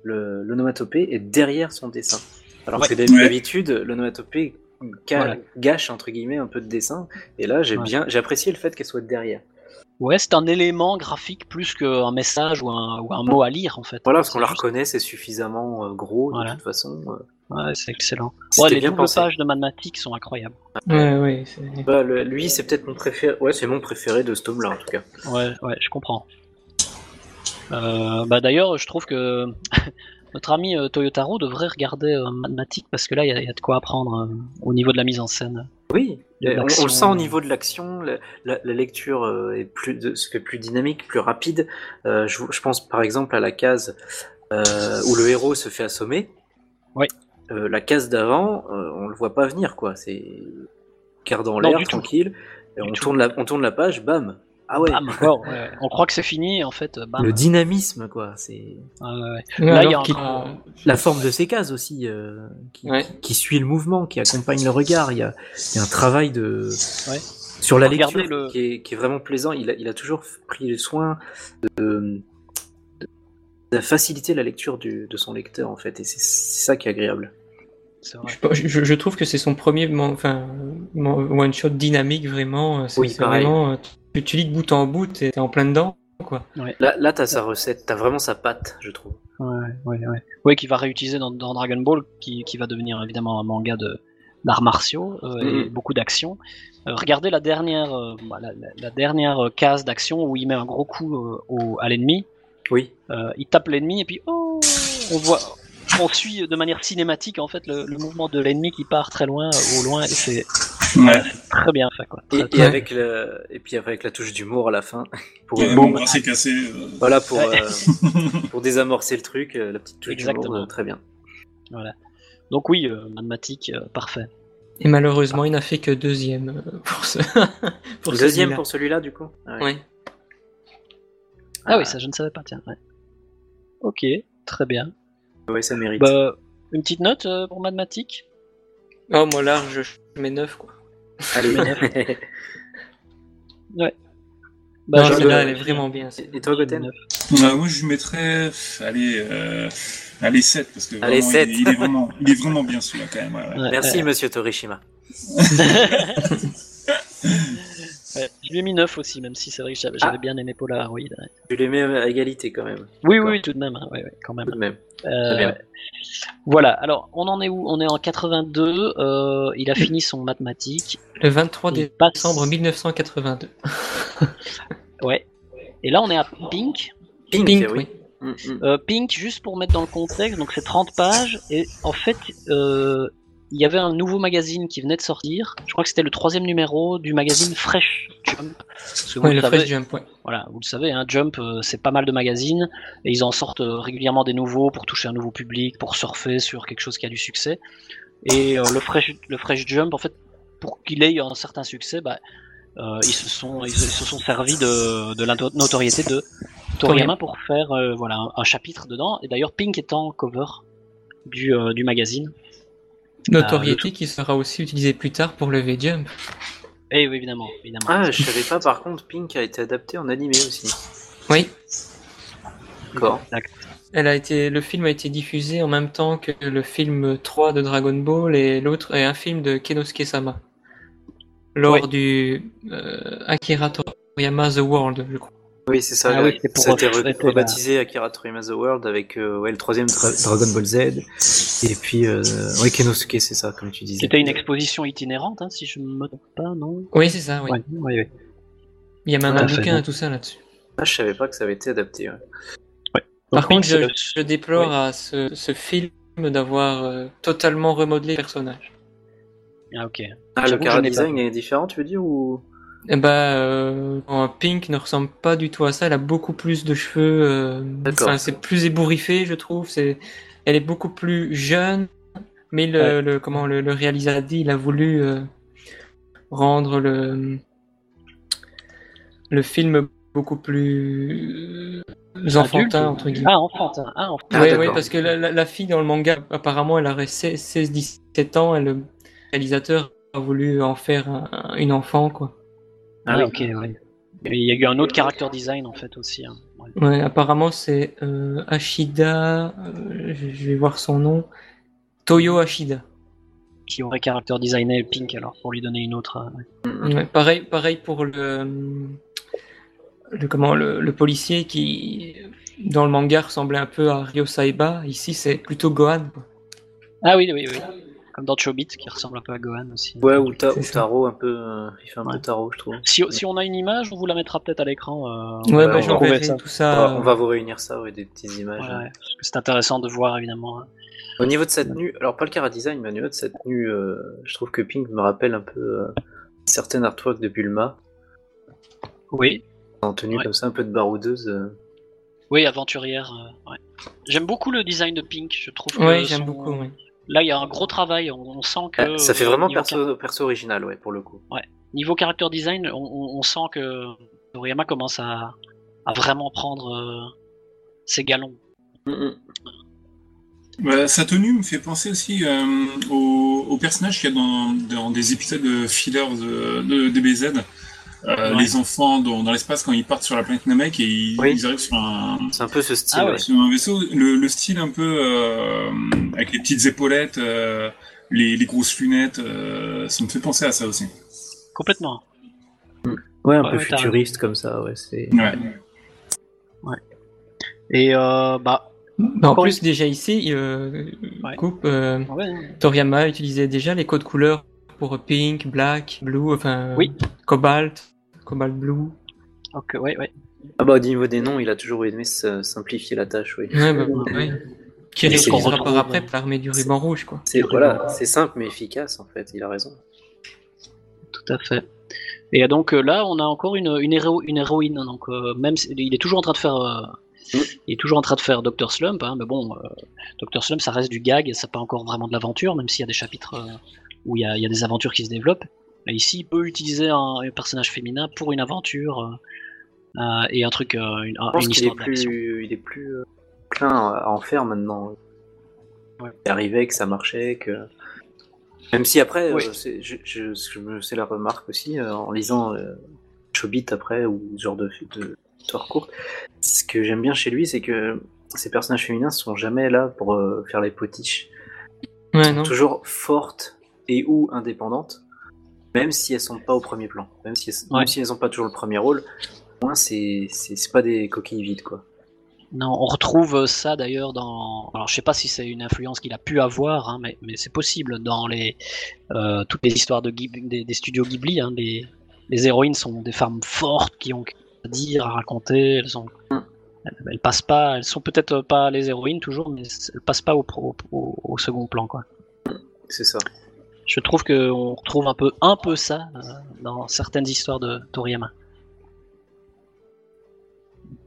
S1: le- l'onomatopée est derrière son dessin. Alors que d'hab-
S2: Ouais.
S1: d'habitude, l'onomatopée ca-
S4: Voilà.
S1: gâche entre guillemets un peu de dessin. Et là, j'ai
S4: Ouais.
S1: bien, j'ai apprécié le fait qu'elle soit derrière.
S4: Ouais, c'est un élément graphique plus qu'un message ou un, ou un mot à lire, en fait.
S1: Voilà, parce qu'on la
S4: C'est
S1: reconnaît, c'est suffisamment euh, gros de
S4: Voilà.
S1: toute façon. euh.
S4: juste- Ouais, c'est excellent.
S1: C'était
S4: Ouais, les
S1: bien
S4: doubles
S1: pensé.
S4: pages de mathématiques sont incroyables.
S3: Ouais, ouais, c'est-
S1: Bah, le- lui, c'est peut-être mon préféré. Ouais, c'est mon préféré de ce tome-là en tout cas.
S4: Ouais, ouais, je comprends. Euh, bah d'ailleurs, je trouve que (laughs) notre ami euh, Toyotaro devrait regarder euh, Mathematic parce que là, il y a- il y, a de quoi apprendre euh, au niveau de la mise en scène.
S1: Oui,
S4: De
S1: euh, on, on
S4: l'action,
S1: le sent au
S4: euh.
S1: niveau de l'action, la, la- la lecture euh, est plus, de- se fait plus dynamique, plus rapide. Euh, je, je pense par exemple à la case euh, où le héros se fait assommer.
S4: Oui.
S1: Euh, la case d'avant, euh, on le voit pas venir, quoi. C'est garde en
S4: Non,
S1: l'air,
S4: du tout.
S1: tranquille. Et on,
S4: tout.
S1: tourne la, on tourne la page, bam. Ah ouais,
S4: Bam, wow, ouais, ouais. On croit que c'est fini, et en fait, euh, bam.
S1: le dynamisme, quoi. C'est
S4: Ouais, ouais.
S3: Ouais,
S4: Là,
S3: alors
S4: il y a un
S3: qu'il-
S4: grand-
S1: la forme de ces cases aussi, euh, qui,
S3: Ouais.
S1: qui- qui suit le mouvement, qui accompagne le regard. Il y a, il y a un travail de
S4: Ouais.
S1: sur la
S4: Regardez
S1: lecture
S4: le-
S1: qui, est, qui est vraiment plaisant. Il a, il a toujours pris le soin de, de faciliter la lecture du- de son lecteur en fait, et c'est c'est ça qui est agréable.
S4: C'est vrai.
S3: Je, je- je trouve que c'est son premier man- enfin, one shot dynamique vraiment. euh, C'est
S1: Oui,
S3: c'est
S1: pareil.
S3: vraiment euh, tu, tu lis de bout en bout, t'es t'es en plein dedans. Quoi.
S1: Là, là, t'as sa recette, t'as vraiment sa patte, je trouve.
S4: Ouais, ouais, ouais. Ouais, qui va réutiliser dans, dans Dragon Ball, qui, qui va devenir évidemment un manga de d'arts martiaux euh, et
S1: Mhm.
S4: beaucoup d'action. Euh, regardez la dernière, euh, bah, la, la- la dernière euh, case d'action où il met un gros coup euh, au, à l'ennemi.
S1: Oui.
S4: Euh, il tape l'ennemi et puis oh, on voit, on suit de manière cinématique en fait le, le mouvement de l'ennemi qui part très loin, euh, au loin et c'est
S2: Ouais.
S4: très bien fait quoi.
S1: Et,
S4: Très-
S1: et
S3: Ouais.
S1: avec le, et puis avec la touche d'humour à la fin (laughs) pour
S2: Euh,
S1: bon,
S2: mon
S4: bah.
S2: bras s'est cassé. euh,
S1: voilà pour euh, pour désamorcer le truc, euh, la petite touche d'humour,
S4: Exactement.
S1: euh, très bien.
S4: Donc oui, euh, mathématique euh, parfait.
S3: Et malheureusement, il n'a fait que deuxième euh, pour ce. (laughs) pour
S1: Deuxième
S3: celui-là.
S1: pour celui-là du coup. Ouais.
S3: Ouais.
S4: Ah, oui, ça je ne savais pas tiens. ouais. Ok, très bien.
S1: Ouais, ça mérite.
S4: Bah, une petite note euh, pour mathématiques
S3: Oh, moi large, je mets 9 quoi.
S1: Allez.
S4: Bah,
S3: non,
S1: je-
S3: celle-là, elle est vraiment bien.
S1: (laughs) Et et toi, Goten
S2: Euh, moi, je lui mettrais, pff, allez, euh, allez 7, parce que
S1: Allez,
S2: vraiment,
S1: sept.
S2: Il, est, il est
S1: (laughs)
S2: vraiment, il est vraiment bien celui-là, quand même. ouais, ouais.
S1: Merci, monsieur Torishima.
S4: Ouais, je lui ai mis 9 aussi, même si c'est vrai que j'avais
S1: Ah.
S4: j'avais bien aimé Polaroid. ouais.
S1: Tu les mets à égalité quand même.
S4: Oui,
S1: D'accord.
S4: oui, tout de même, hein, ouais, ouais, quand même.
S1: Tout de même.
S4: Euh,
S1: bien.
S4: voilà, alors on en est où On est en 82, euh, il a fini son mathématique.
S3: Le 23
S4: il passe-
S3: décembre 1982.
S4: Ouais. Et là on est à Pink.
S1: Pink,
S3: Pink,
S1: oui.
S3: oui.
S1: Mm, mm.
S4: Euh, Pink, juste pour mettre dans le contexte, donc c'est 30 pages, et en fait euh, il y avait un nouveau magazine qui venait de sortir, je crois que c'était le troisième numéro du magazine Fresh Jump. Parce que vous
S3: Ouais, le
S4: savez-
S3: Fresh Jump, ouais.
S4: Voilà, vous le savez, hein, Jump, euh, c'est pas mal de magazines, et ils en sortent euh, régulièrement des nouveaux pour toucher un nouveau public, pour surfer sur quelque chose qui a du succès. Et euh, le, Fresh, le Fresh Jump, en fait, pour qu'il ait un certain succès, bah, euh, ils, se sont, ils, se- ils se sont servis de, de la no- notoriété de Toriyama pour faire euh, voilà, un, un chapitre dedans. Et d'ailleurs, Pink est en cover du, euh, du magazine.
S3: Notoriety qui sera aussi utilisé plus tard pour le V-Jump.
S4: Et oui, évidemment. évidemment.
S1: Ah, je savais pas par contre, Pink a été adapté en animé aussi.
S3: Oui,
S1: D'accord.
S3: elle a été, le film a été diffusé en même temps que le film 3 de Dragon Ball et l'autre est un film de Kenosuke Sama. Lors
S4: Ouais.
S3: du euh, Akira Toriyama The World, je crois.
S1: Oui, c'est ça.
S4: Ah
S1: là,
S4: oui, c'est pour
S1: ça a été re-
S4: refléter la-
S1: rebaptisé Akira Toriyama The World avec euh, ouais, le troisième Dra- Dragon Ball Z. Et puis, euh, ouais, Kenosuke, c'est ça, comme tu disais.
S4: C'était une exposition itinérante, hein, si je ne me trompe pas, non
S3: Oui, c'est ça, oui.
S4: Ouais, ouais, ouais.
S3: Il y a même
S4: Tout à
S3: un
S4: fait,
S3: bouquin
S4: ouais.
S3: et tout ça là-dessus.
S1: Ah, je savais pas que ça avait été adapté. ouais.
S3: Par
S4: Pink,
S3: contre,
S4: c'est
S3: je,
S4: le-
S3: je déplore à ce, ce film d'avoir euh, totalement remodelé le personnage.
S4: Ah, ok.
S1: Ah, le
S4: J'avoue que je
S1: cara
S4: n'ai pas
S1: design est différent, tu veux dire ou...
S3: Eh ben, euh, bon, Pink ne ressemble pas du tout à ça. Elle a beaucoup plus de cheveux. euh,
S1: D'accord.
S3: enfin, c'est plus ébouriffé, je trouve. C'est, elle est beaucoup plus jeune. Mais le,
S4: Ouais.
S3: le- comment le, le réalisateur a dit, il a voulu euh, rendre le le film beaucoup plus euh, enfantin
S4: Adulte
S3: entre guillemets.
S4: Ah, enfantin. Ah, enfantin.
S1: Ah,
S3: Oui,
S1: d'accord.
S3: oui, parce que la, la- la fille dans le manga, apparemment, elle aurait 16-17 ans et le réalisateur a voulu en faire un- un- une enfant, quoi.
S1: Ah
S4: Ouais,
S1: oui.
S4: ok, ouais. Et Il y a eu un autre character design en fait aussi. hein. Ouais.
S3: Ouais, apparemment, c'est euh, Ashida, euh, je je vais voir son nom, Toyo Ashida.
S4: Qui aurait character designé Pink alors pour lui donner une autre. euh, ouais.
S1: Mm.
S3: Ouais, pareil, pareil pour le, le comment le, le policier qui dans le manga ressemblait un peu à Ryo Saiba. Ici, c'est plutôt Gohan. quoi.
S4: Ah oui, oui, oui. Comme dans Chobit qui ressemble un peu à Gohan aussi.
S1: Ouais, ou, ta-
S3: C'est
S1: ou
S3: ça.
S1: Taro, un peu. euh, il fait un peu
S4: Ouais.
S1: Taro, je trouve.
S4: Si, si on a une image, on vous la mettra peut-être à l'écran. euh,
S3: Ouais,
S1: Ouais,
S3: bah,
S1: on va
S3: j'enverrai
S4: trouver ça.
S3: tout
S1: On
S3: ça. euh,
S1: va- on va vous réunir ça, ouais, des petites
S4: Euh, ouais,
S1: images. hein.
S4: ouais, parce que C'est intéressant de voir évidemment. hein.
S1: Au niveau de sa tenue, alors pas le cara design, mais au niveau de sa tenue, euh, je trouve que Pink me rappelle un peu euh, certaines artworks de Bulma,
S4: Oui,
S1: en tenue
S4: Ouais.
S1: comme ça, un peu de baroudeuse. euh.
S4: oui, aventurière. euh, ouais. J'aime beaucoup le design de Pink. Je trouve. que
S3: Oui, j'aime
S4: son-
S3: beaucoup. ouais.
S4: Là, il y a un gros travail. On, on sent que.
S1: Ah, ça fait vraiment
S4: niveau
S1: perso, perso original, ouais, pour le coup.
S4: niveau character design, on, on- on sent que Toriyama commence à, à vraiment prendre euh, ses galons. mm.
S2: Bah, sa tenue me fait penser aussi euh, au, au personnage qu'il y a dans, dans des épisodes de filler de, de DBZ. Euh,
S4: Ouais.
S2: Les enfants dans, dans l'espace quand ils partent sur la planète Namek et ils,
S1: Oui.
S2: ils arrivent sur un,
S1: C'est un peu ce style,
S4: Ah ouais.
S1: ouais.
S2: sur un vaisseau. Le, le style un peu euh, avec les petites épaulettes, euh, les, les grosses lunettes, euh, ça me fait penser à ça aussi.
S4: Complètement.
S1: Ouais, un
S4: Ouais,
S1: peu
S4: ouais, t'as
S1: futuriste comme ça, ouais. C'est...
S2: Ouais.
S4: Et euh, bah,
S3: Bah, en
S4: Quand-
S3: plus, déjà ici, euh,
S4: Ouais.
S3: coupe, euh,
S4: ouais, hein. ouais.
S3: Toriyama utilisait déjà les codes couleurs pour pink, black, blue, enfin
S4: Oui.
S3: cobalt, cobalt blue.
S4: ok, ouais, ouais.
S1: Ah bah, au niveau des noms, il a toujours aimé se- simplifier la tâche, oui.
S3: Ouais,
S4: Euh,
S3: bah, ouais. Qui
S1: Et c'est-
S3: réutilisera par
S4: retrouve-
S3: après pour l'armée du ruban rouge, quoi.
S1: C'est, voilà, c'est simple mais efficace, en fait, il a raison.
S4: Tout à fait. Et donc euh, là, on a encore une, une, héro- une héroïne. hein, Donc euh, même, si- il est toujours en train de faire, euh,
S1: Mm.
S4: il est toujours en train de faire Doctor Slump. hein, mais bon, euh, Doctor Slump, ça reste du gag. Ça pas encore vraiment de l'aventure, même s'il y a des chapitres euh, où il y a, il y a des aventures qui se développent. Et ici, il peut utiliser un, un personnage féminin pour une aventure euh, euh, et un truc, euh, une,
S1: Je
S4: un-
S1: pense
S4: une
S1: qu'il est
S4: histoire d'action.
S1: plus, il est plus euh, plein à en faire maintenant.
S4: Ouais.
S1: Il arrivait que ça marchait, que même si après,
S4: Oui.
S1: euh, c'est- je, je- ce que je me- c'est la remarque aussi euh, en lisant euh, Shonen Hobbit après, ou ce genre de, de histoire courte. Ce que j'aime bien chez lui, c'est que ces personnages féminins sont jamais là pour euh, faire les potiches. Elles
S3: Ouais,
S1: sont
S3: non.
S1: toujours fortes et ou indépendantes, même si elles sont pas au premier plan. Même si elles, même
S4: Ouais.
S1: si elles ont pas toujours le premier rôle, au moins c'est c'est c'est pas des coquilles vides, quoi.
S4: Non, on retrouve ça d'ailleurs dans. Alors, je sais pas si c'est une influence qu'il a pu avoir, hein, mais, mais c'est possible dans les euh, toutes les histoires de Ghib- des, des studios Ghibli. hein, les, les héroïnes sont des femmes fortes qui ont quelque chose à dire, à raconter. Elles sont, elles, elles passent pas. Elles sont peut-être pas les héroïnes toujours, mais elles passent pas au, pro- au, au second plan, quoi.
S1: C'est ça.
S4: Je trouve que on retrouve un peu un peu ça euh, dans certaines histoires de Toriyama.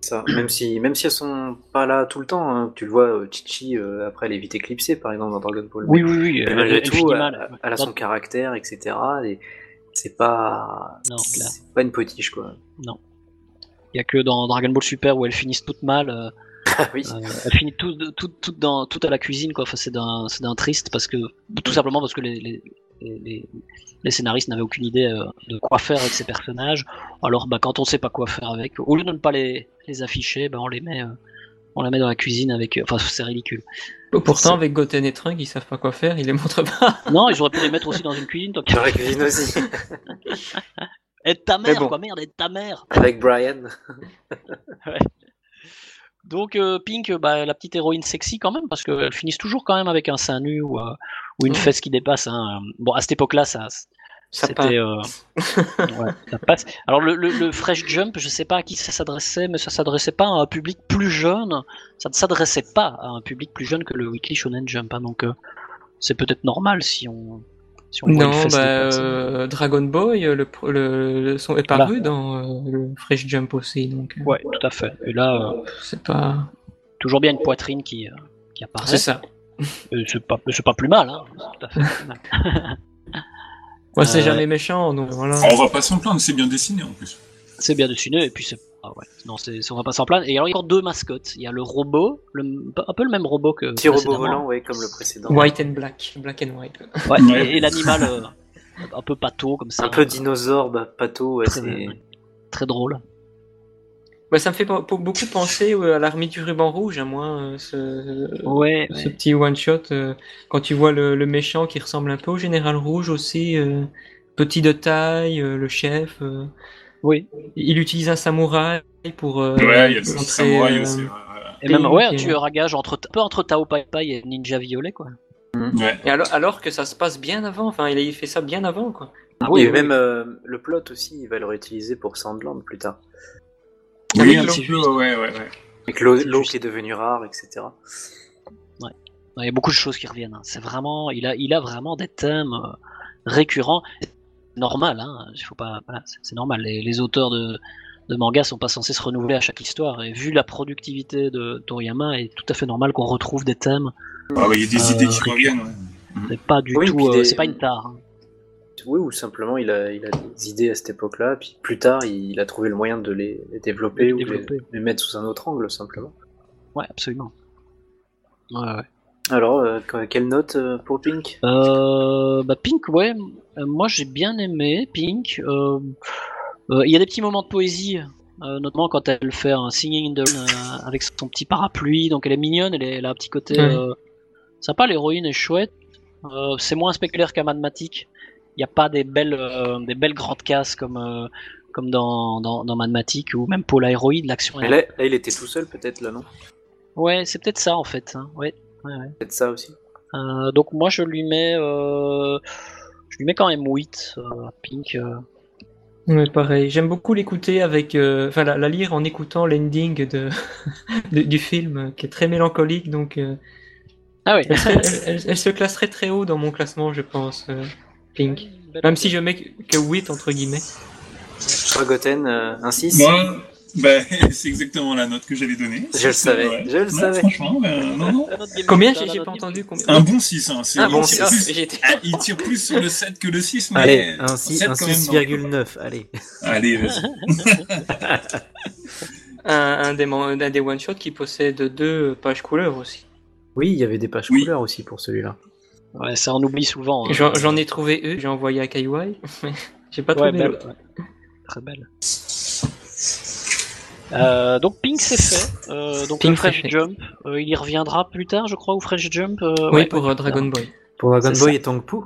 S1: Ça, même si, même si elles sont pas là tout le temps, hein. tu le vois, euh, Chichi, euh, après elle est vite éclipsée par exemple dans Dragon Ball.
S4: Oui, oui, oui. euh,
S1: Mais
S4: elle-
S1: malgré
S4: elle
S1: tout,
S4: finit
S1: elle,
S4: mal.
S1: elle a son caractère, etc. Et c'est pas,
S4: Non, clair.
S1: c'est pas une potiche quoi.
S4: (laughs) Il y a que dans Dragon Ball Super où elles finissent toutes mal. euh,
S1: Ah oui,
S4: Euh, elle finit tout, tout, tout, dans, tout à la cuisine, quoi. Enfin, c'est d'un, c'est d'un triste parce que tout simplement parce que les, les, les, les scénaristes n'avaient aucune idée euh, de quoi faire avec ces personnages. Alors, bah, quand on sait pas quoi faire avec, au lieu de ne pas les, les afficher, bah, on les met, euh, on les met dans la cuisine avec. euh, Enfin, c'est ridicule.
S3: Pourtant, avec Goten et Trunk, ils savent pas quoi faire, ils les montrent pas.
S4: Non, ils auraient pu les mettre aussi dans une cuisine. Donc,
S1: dans la cuisine aussi, (laughs)
S4: aide ta mère,
S1: bon.
S4: quoi, merde, aide ta mère.
S1: avec Brian.
S4: Donc, euh, Pink, euh, bah, la petite héroïne sexy quand même, parce qu'elles finissent toujours quand même avec un sein nu ou, euh, ou une
S3: Ouais.
S4: fesse qui dépasse. hein. Bon, à cette époque-là, ça,
S3: Ça
S4: C'était, euh,
S1: (laughs)
S4: ouais, ça passe. Alors le, le, le Fresh Jump, je sais pas à qui ça s'adressait, mais ça s'adressait pas à un public plus jeune. Ça ne s'adressait pas à un public plus jeune que le Weekly Shonen Jump. hein. donc euh, c'est peut-être normal si on si on voit
S3: Non,
S4: une fesse
S3: bah,
S4: dépassée.
S3: euh, Dragon Boy, euh, le, pro- le, le son est paru dans euh, le Fresh Jump aussi, donc euh,
S4: Ouais, tout à fait. Et là, euh,
S3: c'est pas.
S4: toujours bien une poitrine qui euh,
S3: C'est
S4: qui apparaît.
S3: ça.
S4: Euh, C'est pas c'est pas plus mal. Hein, C'est tout à fait pas plus mal.
S3: Moi, c'est
S4: Euh,
S3: jamais méchant, donc voilà.
S2: On va pas s'en plaindre, c'est bien dessiné en plus.
S4: (laughs) C'est bien dessiné et puis c'est ah ouais. Non, c'est c'est- on va pas s'en plaindre. Et alors il y a encore deux mascottes. Il y a le robot, le, un peu le même robot que
S1: Petit robot
S4: précédemment.
S1: volant, ouais, comme le précédent.
S3: White and black. Black and white.
S4: Ouais,
S2: Ouais.
S4: Et, et l'animal euh, un peu pâteau comme ça.
S1: Un peu
S4: euh,
S1: dinosaure, bah, pato, ouais,
S4: Très
S1: c'est.
S4: bien. Très drôle.
S3: Bah, ça me fait pe- pe- beaucoup penser euh, à l'armée du ruban rouge, à moi, euh, ce,
S4: Ouais.
S3: ce petit one-shot. euh, quand tu vois le, le méchant qui ressemble un peu au général rouge aussi, euh, petit de taille, euh, le chef. euh,
S4: Oui.
S3: il utilise un samouraï pour. euh,
S2: ouais, il y a le
S3: contrer,
S2: samouraï
S3: euh,
S2: aussi. ouais, ouais,
S4: Et même
S3: Pink,
S4: ouais,
S3: euh,
S4: un tueur à gage entre un peu entre Tao Pai Pai et Ninja Violet quoi.
S2: ouais.
S3: Et alors, alors que ça se passe bien avant, enfin, il a fait ça bien avant, quoi.
S4: Ah
S1: et même euh, le plot aussi, il va le réutiliser pour Sandland plus tard.
S3: Avec
S2: Oui, un
S3: l'eau.
S2: petit peu, ouais, ouais, ouais.
S1: Avec l'eau
S4: C'est
S1: l'eau
S4: juste.
S1: qui est devenue rare, etc.
S4: Il y a beaucoup de choses qui reviennent. hein. C'est vraiment, il a, il a vraiment des thèmes euh, récurrents. C'est Normal, hein. Il faut pas, voilà, c'est- c'est normal. Les, les auteurs de, de mangas sont pas censés se renouveler à chaque histoire. Et vu la productivité de Toriyama, est tout à fait normal qu'on retrouve des thèmes.
S2: Ah, bah, il y a des
S4: Euh,
S2: idées qui reviennent, ouais.
S4: C'est pas du
S1: Oui, puis
S4: tout, euh,
S1: des-
S4: c'est pas une tare. hein.
S1: Oui, ou simplement il a, il a des idées à cette époque-là, puis plus tard il a trouvé le moyen de les, les développer
S4: De les
S1: ou de les-
S4: développer.
S1: les mettre sous un autre angle simplement.
S4: Ouais, absolument. Ouais, ouais.
S1: Alors, euh, que- quelle note euh, pour Pink
S4: Euh, bah Pink, ouais, m- euh, moi j'ai bien aimé Pink. Euh, euh, Il y a des petits moments de poésie, euh, notamment quand elle fait un singing in the Rain, euh, avec son petit parapluie, donc elle est mignonne, elle, est- elle a un petit côté
S3: Ouais.
S4: euh, sympa, l'héroïne est chouette. Euh, c'est moins spectaculaire qu'à Madmatic. Il n'y a pas des belles, euh, des belles grandes casses comme, euh, comme dans, dans, dans Madmatic ou même Paul Héroïde, l'action.
S1: Mais
S4: est-
S1: là, là, il était tout seul peut-être, là non
S4: Ouais, c'est peut-être ça en fait. hein, ouais. Ouais, ouais.
S1: Peut-être ça aussi.
S4: Euh, donc moi je lui mets euh, je lui mets quand même 8 euh, à Pink euh.
S3: Ouais, pareil. J'aime beaucoup l'écouter avec, euh, enfin, la, la lire en écoutant l'ending de, (laughs) de- du film, euh, qui est très mélancolique, donc euh,
S4: Ah oui.
S3: elle, serait- elle- elle- elle se classerait très haut dans mon classement, je pense. euh, Pink. Même si je mets que que 8 entre guillemets.
S1: Toi, Goten, euh, un 6
S2: Moi, bah, (laughs) c'est exactement la note que j'allais donner.
S1: Je le savais,
S2: Ouais.
S1: je le
S2: Ouais,
S1: savais.
S2: Franchement, ben, non, non.
S3: Combien j'ai j'ai pas entendu combien.
S2: Un bon 6, hein. c'est
S3: Ah bon,
S2: il tire
S3: ah,
S2: plus-
S3: j'ai été-
S2: ah, il tire plus sur le 7 que le 6, mais
S5: Allez, un
S2: six-
S5: six-
S2: sept
S5: un
S2: quand même, non.
S5: 6,9, allez.
S2: Allez, vas-y.
S3: un, un des, man- un des one shot qui possède deux pages couleurs aussi.
S5: Oui, il y avait des pages
S2: Oui.
S5: couleurs aussi pour celui-là.
S4: Ouais, ça on oublie souvent. hein.
S3: J'en j'en ai trouvé une, j'ai envoyé à Kaiwai, mais (laughs) j'ai pas
S4: Ouais, bah,
S3: trouvé
S4: belle,
S3: l'autre.
S4: ouais. Très belle. Euh, donc Pink c'est fait. Euh, donc
S3: Pink,
S4: le Fresh
S3: c'est fait.
S4: Jump, euh, il y reviendra plus tard, je crois, ou Fresh Jump. euh,
S3: oui,
S4: ouais,
S3: pour
S4: ouais,
S3: euh, Dragon Boy.
S5: Pour Dragon
S4: C'est
S5: Boy et Tang Po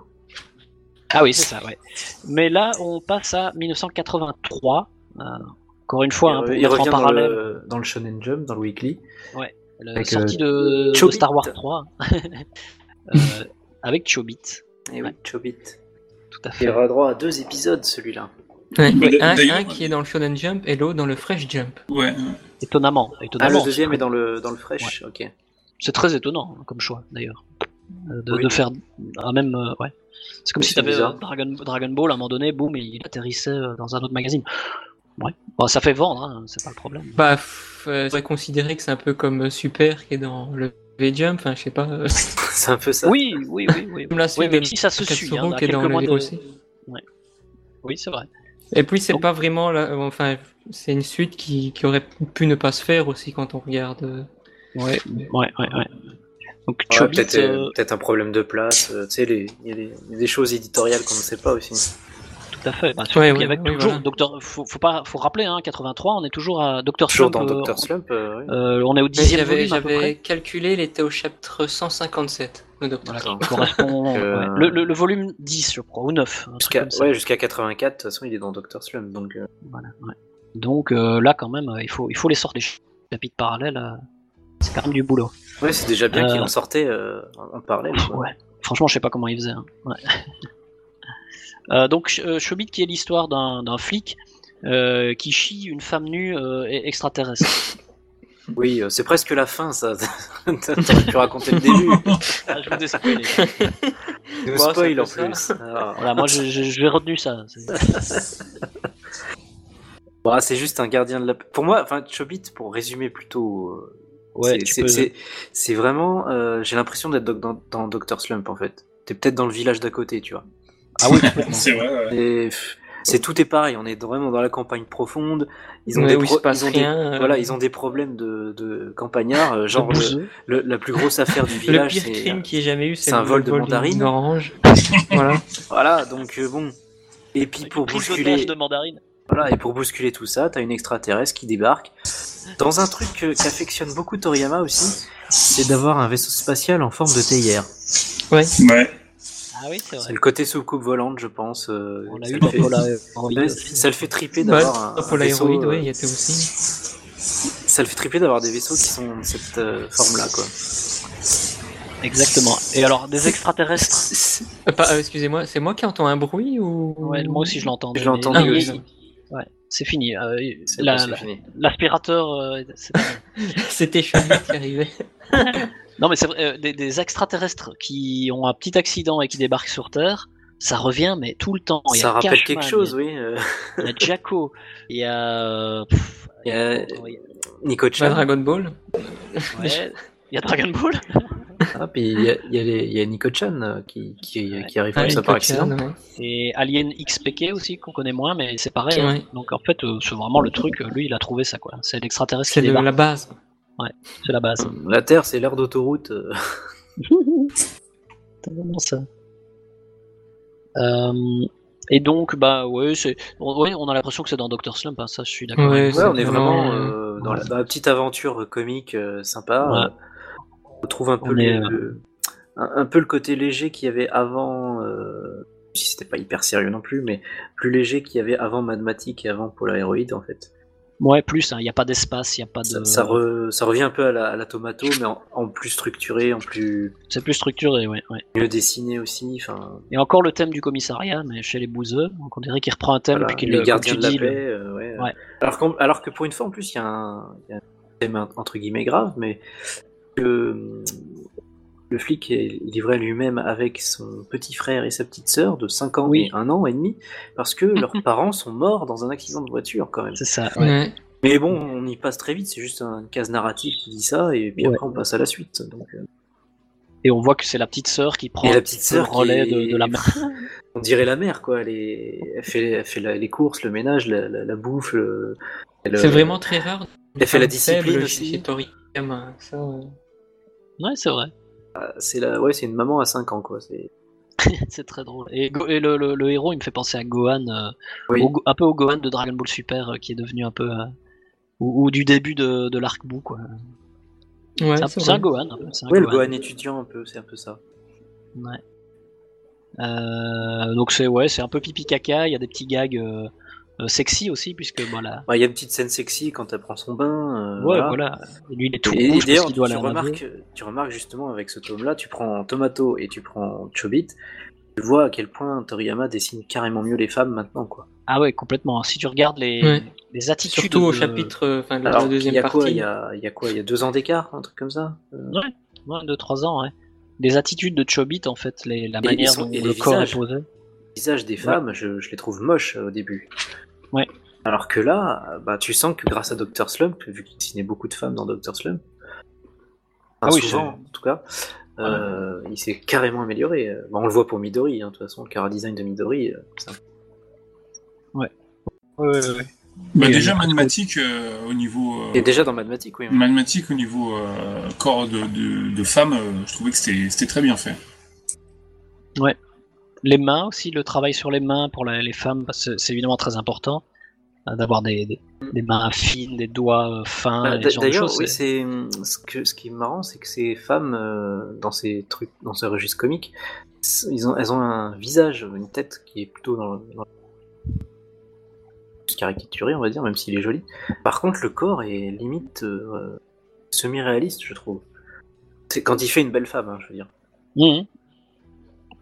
S4: Ah oui, c'est ça, ouais. Mais là, on passe à 1983. euh, encore une fois, hein, pour
S1: il
S4: mettre en
S1: revient dans
S4: parallèle
S1: le, dans le Shonen Jump, dans le Weekly.
S4: la
S1: avec, euh,
S4: sortie de, de
S1: Chobit.
S4: Star Wars
S1: (laughs)
S4: 3 euh, avec Chobit,
S1: Et Eh oui, Chobit.
S4: tout à fait.
S1: Il aura droit à deux épisodes celui-là.
S3: Ouais,
S2: Bah,
S3: mais un,
S2: d'ailleurs-
S3: un qui est dans le Shonen Jump et l'autre dans le Fresh Jump.
S2: Ouais.
S4: Étonnamment,
S1: Ah,
S4: étonnamment.
S1: le deuxième est dans le, dans le Fresh, ok.
S4: C'est très étonnant hein, comme choix d'ailleurs. Euh, De,
S1: Oui.
S4: de faire un même. euh, ouais. C'est comme
S1: Oui,
S4: si
S1: c'est
S4: t'avais
S1: bizarre.
S4: euh, Dragon, Dragon Ball à un moment donné, boum, et il atterrissait euh, dans un autre magazine. Ouais. Bon, ça fait vendre, hein, c'est pas le problème.
S3: Bah, pff, euh, je pourrais considérer que c'est un peu comme euh, Super qui est dans le V-Jump, enfin, je sais pas. euh, (laughs)
S1: (laughs) C'est un peu ça.
S4: Oui, oui, oui,
S1: (laughs)
S4: oui.
S3: comme la
S4: oui,
S3: suite
S4: mais
S3: de
S4: si ça se suit,
S3: Katsuro
S4: hein, à
S3: qui est
S4: quelques
S3: dans le
S4: mois de-
S3: livre aussi.
S4: Ouais. Oui, c'est vrai.
S3: Et puis, c'est
S4: Donc-
S3: pas vraiment. la- Enfin, c'est une suite qui, qui aurait pu ne pas se faire aussi quand on regarde. euh,
S4: Ouais, ouais, ouais. ouais. Donc,
S1: Ouais,
S4: Chobit,
S1: peut-être
S4: euh,
S1: euh, peut-être un problème de place. euh, tu sais, les- il y a des- il y a des choses éditoriales qu'on ne sait pas aussi.
S4: tout à fait. Bah,
S3: Ouais,
S4: surtout qu'il y
S3: ouais,
S4: avait
S3: ouais,
S4: toujours
S3: voilà.
S4: Dr- faut, faut pas, faut rappeler, hein, 83, on est toujours à Docteur
S1: Toujours
S4: Slump.
S1: dans
S4: euh,
S1: Doctor Slump, euh, ouais.
S4: euh, on est au
S3: Mais
S4: dixième
S3: J'avais
S4: volume à peu près.
S3: j'avais calculé, il était au chapitre 157. le Docteur
S4: Voilà, qui
S3: Slump. (laughs)
S4: correspond.
S1: Euh,
S4: ouais. le, le- le volume 10, je crois, ou 9. un truc
S1: Jusqu'à
S4: comme ça.
S1: ouais, jusqu'à 84, de toute façon, il est dans Doctor Slump. Donc, euh,
S4: Voilà, ouais. Donc euh, là, quand même, euh, il, faut, il faut les sortir. Les chapitres parallèles, euh, c'est quand même du boulot.
S1: ouais, c'est déjà bien
S4: Euh,
S1: qu'il en sortait euh, en en parallèle. quoi.
S4: Ouais. Franchement, je sais pas comment ils faisaient. hein. Ouais. (laughs) Euh, donc, Ch- euh, Chobit, qui est l'histoire d'un d'un flic euh, qui chie une femme nue euh, et- extraterrestre.
S3: (laughs)
S1: Oui, euh, c'est presque la fin, ça. (laughs) T'aurais pu raconter le
S3: (laughs)
S1: début.
S4: Ah, je vous ai spoilé.
S1: Nous
S3: Bon,
S1: spoil en
S3: c'est un peu
S1: plus. Ah.
S4: Voilà, moi, je- je- j'ai retenu ça. C'est-
S1: Bon, ah, c'est juste un gardien de la. Pour moi, enfin, Chobit, pour résumer plutôt. euh,
S4: Ouais,
S1: c'est-
S4: tu
S1: c'est
S4: peux-
S1: c'est- c'est vraiment. euh, J'ai l'impression d'être doc- dans, dans Doctor Slump en fait. T'es peut-être dans le village d'à côté, tu vois.
S4: Ah
S1: (laughs)
S4: oui, complètement.
S2: C'est vrai, ouais.
S1: Et, pff, C'est tout est pareil. On est vraiment dans la campagne profonde. Ils ont
S3: Ouais,
S1: des
S3: où il
S1: pro-
S3: se passe
S1: ils ont des-
S3: rien. euh,
S1: Voilà, ils ont des problèmes de, de campagnards, euh,
S4: (laughs)
S1: genre le-
S4: Bouzeux.
S1: le- la plus grosse affaire du
S3: Le
S1: village,
S3: pire
S1: c'est
S3: crime qui ait jamais eu, c'est
S1: c'est un
S3: le
S1: vol de
S3: d'une-
S1: mandarine. (laughs)
S3: d'une orange. voilà.
S1: voilà. Donc euh, bon, et puis
S4: Avec
S1: pour
S4: une prise d'otage
S1: bousculer,
S4: de mandarine.
S1: voilà, et pour bousculer tout ça, t'as une extraterrestre qui débarque dans un truc euh, qu'affectionne beaucoup Toriyama aussi, c'est d'avoir un vaisseau spatial en forme de théière.
S2: Ouais.
S4: Ah oui, c'est
S1: C'est
S4: vrai.
S1: le côté soucoupe volante, je pense. euh,
S4: On l'a
S1: ça
S4: eu
S1: le
S4: dans
S1: fait-
S4: Polar
S1: Ouais,
S4: Heroid aussi.
S1: ça le fait triper
S3: Ouais,
S1: d'avoir un- un,
S3: pour
S1: vaisseau,
S3: l'aéroïde,
S1: euh,
S3: oui, il y était aussi.
S1: ça le fait triper d'avoir des vaisseaux qui sont de cette euh, forme-là, quoi.
S4: Exactement. Et alors, des extraterrestres.
S3: Euh, pas- euh, Excusez-moi, c'est moi qui entends un bruit ou Ah,
S4: Ouais, moi aussi je l'entends.
S1: Je l'ai entendu
S4: Mais-
S1: aussi.
S4: mais- ouais, c'est fini. euh,
S1: C'est
S4: la-
S1: bon, c'est
S4: la-
S1: fini.
S4: L'aspirateur. euh, c'est pas
S1: (laughs)
S4: mal.
S3: (laughs) C'était Chobit qui arrivait.
S4: non, mais c'est vrai, euh, des, des extraterrestres qui ont un petit accident et qui débarquent sur Terre, ça revient, mais tout le temps. Il y a
S1: Ça rappelle
S4: Cashman,
S1: quelque chose, oui. euh,
S4: Il y a, il y a Jacko, il y a. euh, pff,
S1: Il y a- (laughs)
S4: ouais,
S1: Nico
S3: Bah,
S1: Chan,
S3: Dragon Ball.
S4: il y a Dragon Ball.
S1: Ah, puis il y a, il y a les- il y a Nico Chan euh, qui, qui,
S4: Ouais.
S1: qui arrive
S3: Ah,
S1: comme ça
S3: Nico
S1: par accident.
S3: Chan, ouais.
S4: Et Alien XPK aussi, qu'on connaît moins, mais c'est pareil.
S3: Ouais.
S4: hein. Donc en fait, euh, c'est vraiment le truc, euh, lui il a trouvé ça quoi. C'est l'extraterrestre qui
S3: C'est le-
S4: débarque,
S3: la base.
S4: c'est la base.
S1: La Terre, c'est l'ère d'autoroute. euh.
S4: C'est vraiment ça. Euh, et donc, bah ouais, c'est, on, ouais, on a l'impression que c'est dans Doctor Slump, hein, ça je suis d'accord.
S3: Ouais,
S4: avec vous.
S1: Ouais, on est
S3: vraiment,
S1: vraiment euh, dans, la, dans la petite aventure comique euh,
S4: Ouais.
S1: sympa. Euh, on trouve un peu,
S4: On
S1: le,
S4: est,
S1: le- un, un peu le côté léger qu'il y avait avant. euh, si c'était pas hyper sérieux non plus, mais plus léger qu'il y avait avant Madmatic et avant Polaroid en fait.
S4: Ouais, plus, hein, il n'y a pas d'espace, il n'y a pas
S1: Ça,
S4: de.
S1: ça re- ça revient un peu à la, à la Tomato, mais en, en plus structuré, en plus
S4: C'est plus structuré, ouais, ouais.
S1: mieux dessiné aussi. Enfin,
S4: Et encore le thème du commissariat, mais chez les bouseux, donc on dirait qu'il reprend un thème
S1: voilà,
S4: puis qu'il
S1: les
S4: le-
S1: gardiens
S4: comme
S1: de
S4: tu
S1: la
S4: dis,
S1: paix.
S4: le-
S1: euh, ouais.
S4: Ouais.
S1: Alors, qu'en- alors que pour une fois, en plus, il y, a un il y a un thème un- entre guillemets grave, mais le, le flic est livré à lui-même avec son petit frère et sa petite sœur de 5 ans
S4: Oui.
S1: et 1 an et demi, parce que leurs parents sont morts dans un accident de voiture quand même.
S4: C'est ça. ouais.
S3: Ouais.
S1: Mais bon, on y passe très vite, c'est juste une case narrative qui dit ça, et puis
S4: Ouais.
S1: après on passe à la suite. Donc, euh,
S4: Et on voit que c'est la petite sœur qui prend
S1: Et la petite
S4: le
S1: sœur qui
S4: relais
S1: est-
S4: de, de la mère.
S1: on dirait la mère, quoi. Elle, est- elle fait, elle fait la- les courses, le ménage, la, la- la bouffe. le- elle,
S3: C'est
S1: euh,
S3: vraiment très rare.
S1: Elle fait la
S3: Femme faible
S1: discipline
S3: chez-
S1: aussi.
S3: chez Toriyama, ça, euh.
S4: (laughs) Ouais, c'est vrai.
S1: C'est la, ouais, c'est une maman à 5 ans, quoi. C'est
S4: (laughs) c'est très drôle. Et, Go- et le, le- le héros, il me fait penser à Gohan, euh,
S1: Oui.
S4: au Go- un peu au Gohan de Dragon Ball Super, euh, qui est devenu un peu euh, ou, ou du début de, de l'arc-bout, quoi.
S3: Ouais,
S4: C'est un-
S3: c'est
S4: c'est un,
S3: vrai.
S4: Gohan. un peu, c'est un
S1: Ouais, le
S4: Gohan.
S1: Gohan étudiant un peu, c'est un peu ça.
S4: Ouais. Euh, donc c'est ouais, c'est un peu pipi caca. Il y a des petits gags euh, euh, sexy aussi puisque voilà.
S1: Bah, Il y a une petite scène sexy quand elle prend son bain. euh,
S4: Ouais, voilà. Et lui il est tout
S1: Et, et
S4: rouge parce
S1: d'ailleurs,
S4: qu'il
S1: tu
S4: doit la
S1: remarques, tu remarques justement avec ce tome-là, tu prends Tomato et tu prends Chobit, tu vois à quel point Toriyama dessine carrément mieux les femmes maintenant, quoi.
S4: Ah ouais, complètement. Si tu regardes les,
S3: Ouais.
S4: les attitudes.
S3: Surtout au
S4: de-
S3: chapitre, euh, enfin, de la
S1: Alors, il
S3: deuxième
S1: y a quoi Il
S3: partie.
S1: y a, il y a quoi Il y a deux ans d'écart, un truc comme ça
S4: Ouais, de 3 ans, ouais. Les attitudes de Chobit en fait, les, la
S1: Et ils
S4: manière
S1: sont-
S4: dont
S1: et
S4: le
S1: les
S4: corps est
S1: visages.
S4: posé.
S1: Les visages des femmes, je, je les trouve moches euh, au début.
S4: Ouais.
S1: Alors que là, bah, tu sens que grâce à Dr. Slump, vu qu'il dessinait beaucoup de femmes dans Dr. Slump, enfin,
S4: Ah oui,
S1: souvent en tout cas, euh, il s'est carrément amélioré. Euh, bah, on le voit pour Midori, hein, de toute façon, le chara-design de Midori, euh, c'est un
S4: Ouais, ouais, ouais, ouais.
S2: Bah,
S4: Oui,
S2: déjà,
S4: oui.
S2: mathématiques euh, au niveau. euh,
S1: Et déjà dans mathématiques, oui. oui.
S2: Mathématiques au niveau euh, corps de, de, de femme, euh, je trouvais que c'était c'était très bien fait.
S4: Les mains aussi, le travail sur les mains pour la- les femmes, parce que c'est évidemment très important hein, d'avoir des, des, des mains fines, des doigts euh,
S3: Hein,
S4: fins,
S1: Bah,
S4: et
S1: d-
S4: ce genre de
S1: D'ailleurs,
S4: choses.
S1: oui,
S4: c'est-
S1: c'est hum, ce, que- ce qui est marrant, c'est que ces femmes euh, dans ces trucs, dans ce registre comique, s- ils ont, elles ont un visage, une tête qui est plutôt dans, le- dans le- plus caricaturé, on va dire, même s'il est joli. Par contre, le corps est limite euh, semi-réaliste, je trouve. C'est quand il fait une belle femme, hein, je veux dire.
S4: Mhm.
S3: Ouais,
S1: les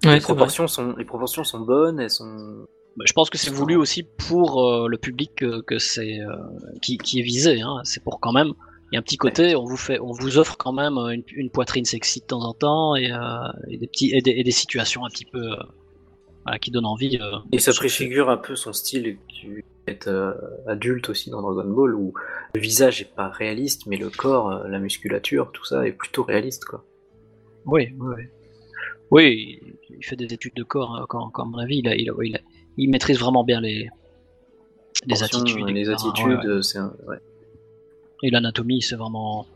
S3: c'est vrai.
S1: proportions sont, les proportions sont bonnes, elles sont.
S4: Bah, Je pense que c'est voulu aussi pour euh, le public euh, que c'est euh, qui, qui est visé. hein. C'est pour quand même. Il y a un petit côté, on vous fait, on vous offre quand même euh, une, une poitrine sexy de temps en temps et, euh, et des petits et des, et des situations un petit peu euh, voilà, qui donnent envie. euh.
S1: Et ça préfigure un peu son style qui est euh, adulte aussi dans Dragon Ball, où le visage est pas réaliste, mais le corps, euh, la musculature, tout ça est plutôt réaliste. quoi.
S4: Oui, oui, oui. Oui, il- il fait des études de corps, hein, quand, quand, à mon avis, il, a- il, a- il, a- il maîtrise vraiment bien les les
S1: Attention,
S4: attitudes,
S1: Les
S4: etc.
S1: attitudes,
S4: Ouais, ouais.
S1: euh, c'est un- ouais.
S4: et l'anatomie, c'est vraiment.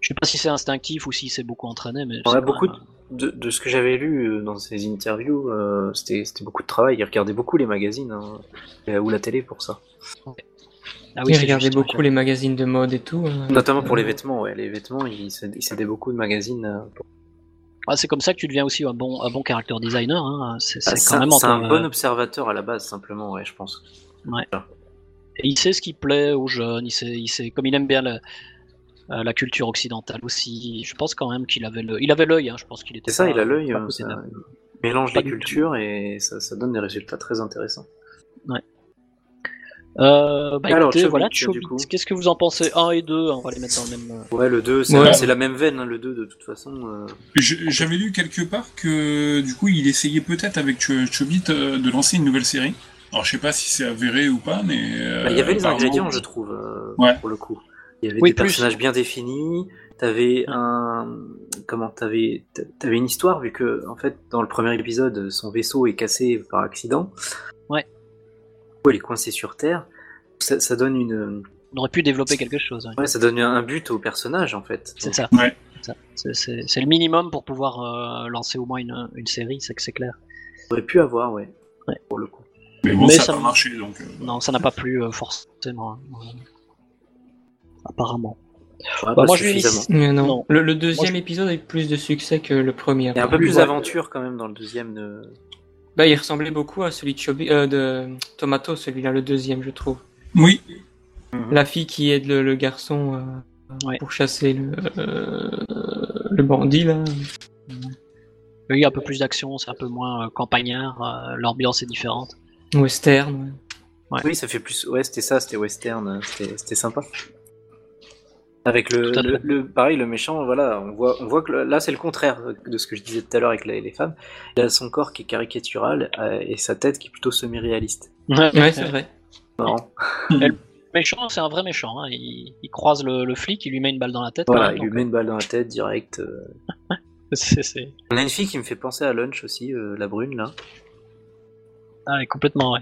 S4: Je sais pas si c'est instinctif ou si c'est beaucoup entraîné, mais
S1: On
S4: c'est
S1: a
S4: quand
S1: beaucoup
S4: même-
S1: de, de ce que j'avais lu euh, dans ces interviews, euh, c'était c'était beaucoup de travail. Il regardait beaucoup les magazines hein, euh, ou la télé pour ça.
S4: Ah
S3: il
S4: c'est
S3: regardait
S4: juste, ouais,
S3: beaucoup les magazines de mode et tout. hein.
S1: Notamment pour les vêtements, ouais. Les vêtements, il s'aid- il s'aidait beaucoup de magazines. euh, pour-
S4: Ah, c'est comme ça que tu deviens aussi un bon, un bon character designer. Hein. C'est c'est
S1: Ah, C'est
S4: quand même euh,
S1: un,
S4: en
S1: c'est un
S4: tant-
S1: bon observateur à la base, simplement, ouais, je pense.
S4: Et Il sait ce qui plaît aux jeunes. Il sait, il sait, comme il aime bien la, euh, la culture occidentale aussi. Je pense quand même qu'il avait le, il avait l'œil. Hein. Je pense qu'il était.
S1: C'est ça,
S4: pas-
S1: il a l'œil,
S4: pas
S1: euh,
S4: possédé.
S1: ça- il mélange
S4: Pas
S1: les
S4: du tout.
S1: cultures et ça, ça donne des résultats très intéressants.
S4: Euh, bah,
S1: Alors,
S4: écoutez,
S1: Chobits,
S4: voilà,
S1: du
S4: Chobits,
S1: coup.
S4: Qu'est-ce que vous en pensez 1 et 2 On va les mettre dans le même.
S1: Ouais, le 2, c'est
S3: Ouais.
S1: c'est la même veine, hein, le 2 de toute façon. euh,
S2: Je- J'avais lu quelque part que du coup il essayait peut-être avec Ch- Chobit euh, de lancer une nouvelle série. Alors je sais pas si c'est avéré ou pas, mais euh,
S1: bah, Il y avait les
S2: apparemment-
S1: ingrédients, je trouve, euh,
S2: Ouais.
S1: pour le coup. Il y avait
S4: Oui,
S1: des
S4: plus.
S1: personnages bien définis, t'avais un. Comment T'avais avais une histoire, vu que, en fait, dans le premier épisode, son vaisseau est cassé par accident.
S4: Ouais.
S1: Du coup, elle est coincée sur Terre. Ça, ça donne une.
S4: On aurait pu développer quelque chose. hein.
S1: Ouais, ça donne un but au personnage, en fait.
S4: C'est ça.
S2: Ouais.
S4: C'est ça. C'est- C'est c'est le minimum pour pouvoir euh, lancer au moins une, une série. C'est que c'est clair.
S1: On aurait pu avoir, ouais.
S4: Ouais.
S1: Pour le coup.
S2: Mais bon,
S4: Mais
S2: ça
S4: ça
S2: a pas
S4: me-
S2: marché donc. euh,
S4: Non, ça n'a pas plu euh, forcément. hein. Apparemment.
S1: Ouais,
S4: Bah,
S1: pas
S4: moi, je lui ai mis
S1: Ah, suffisamment.
S3: Mais non.
S4: Non.
S3: Le, le deuxième épisode a eu plus de succès que le premier.
S1: Il y a un peu
S3: Ouais.
S1: plus d'aventure quand même dans le deuxième. De...
S3: Bah, il ressemblait beaucoup à celui de, Chobi- euh, de Tomato, celui-là, le deuxième, je trouve.
S2: Oui,
S1: Mhm.
S3: La fille qui aide le, le garçon euh,
S4: Ouais.
S3: pour chasser le, euh, le bandit, là.
S4: Oui, un peu plus d'action, c'est un peu moins euh, campagnard, euh, l'ambiance
S1: (laughs)
S4: est différente.
S3: Western. ouais.
S1: Oui, ça fait plus. Ouais, c'était ça, c'était western, hein, c'était c'était sympa. Avec le,
S4: Tout à fait.
S1: le, le- pareil, le méchant, voilà, on voit, on voit que le- là c'est le contraire de ce que je disais tout à l'heure avec les, les femmes. Il a son corps qui est caricatural euh, et sa tête qui est plutôt semi-réaliste.
S3: Ouais, c'est vrai. (laughs)
S1: Marrant.
S4: méchant, c'est un vrai méchant. hein. Il, il croise le, le flic, il lui met une balle dans la tête.
S1: Voilà,
S4: quand
S1: il
S4: même,
S1: lui
S4: donc,
S1: met une balle dans la tête direct. euh.
S4: euh, (laughs) c'est- c'est-
S1: On a une fille qui me fait penser à Lunch aussi, euh, la brune là.
S4: Ah, ouais, complètement, ouais.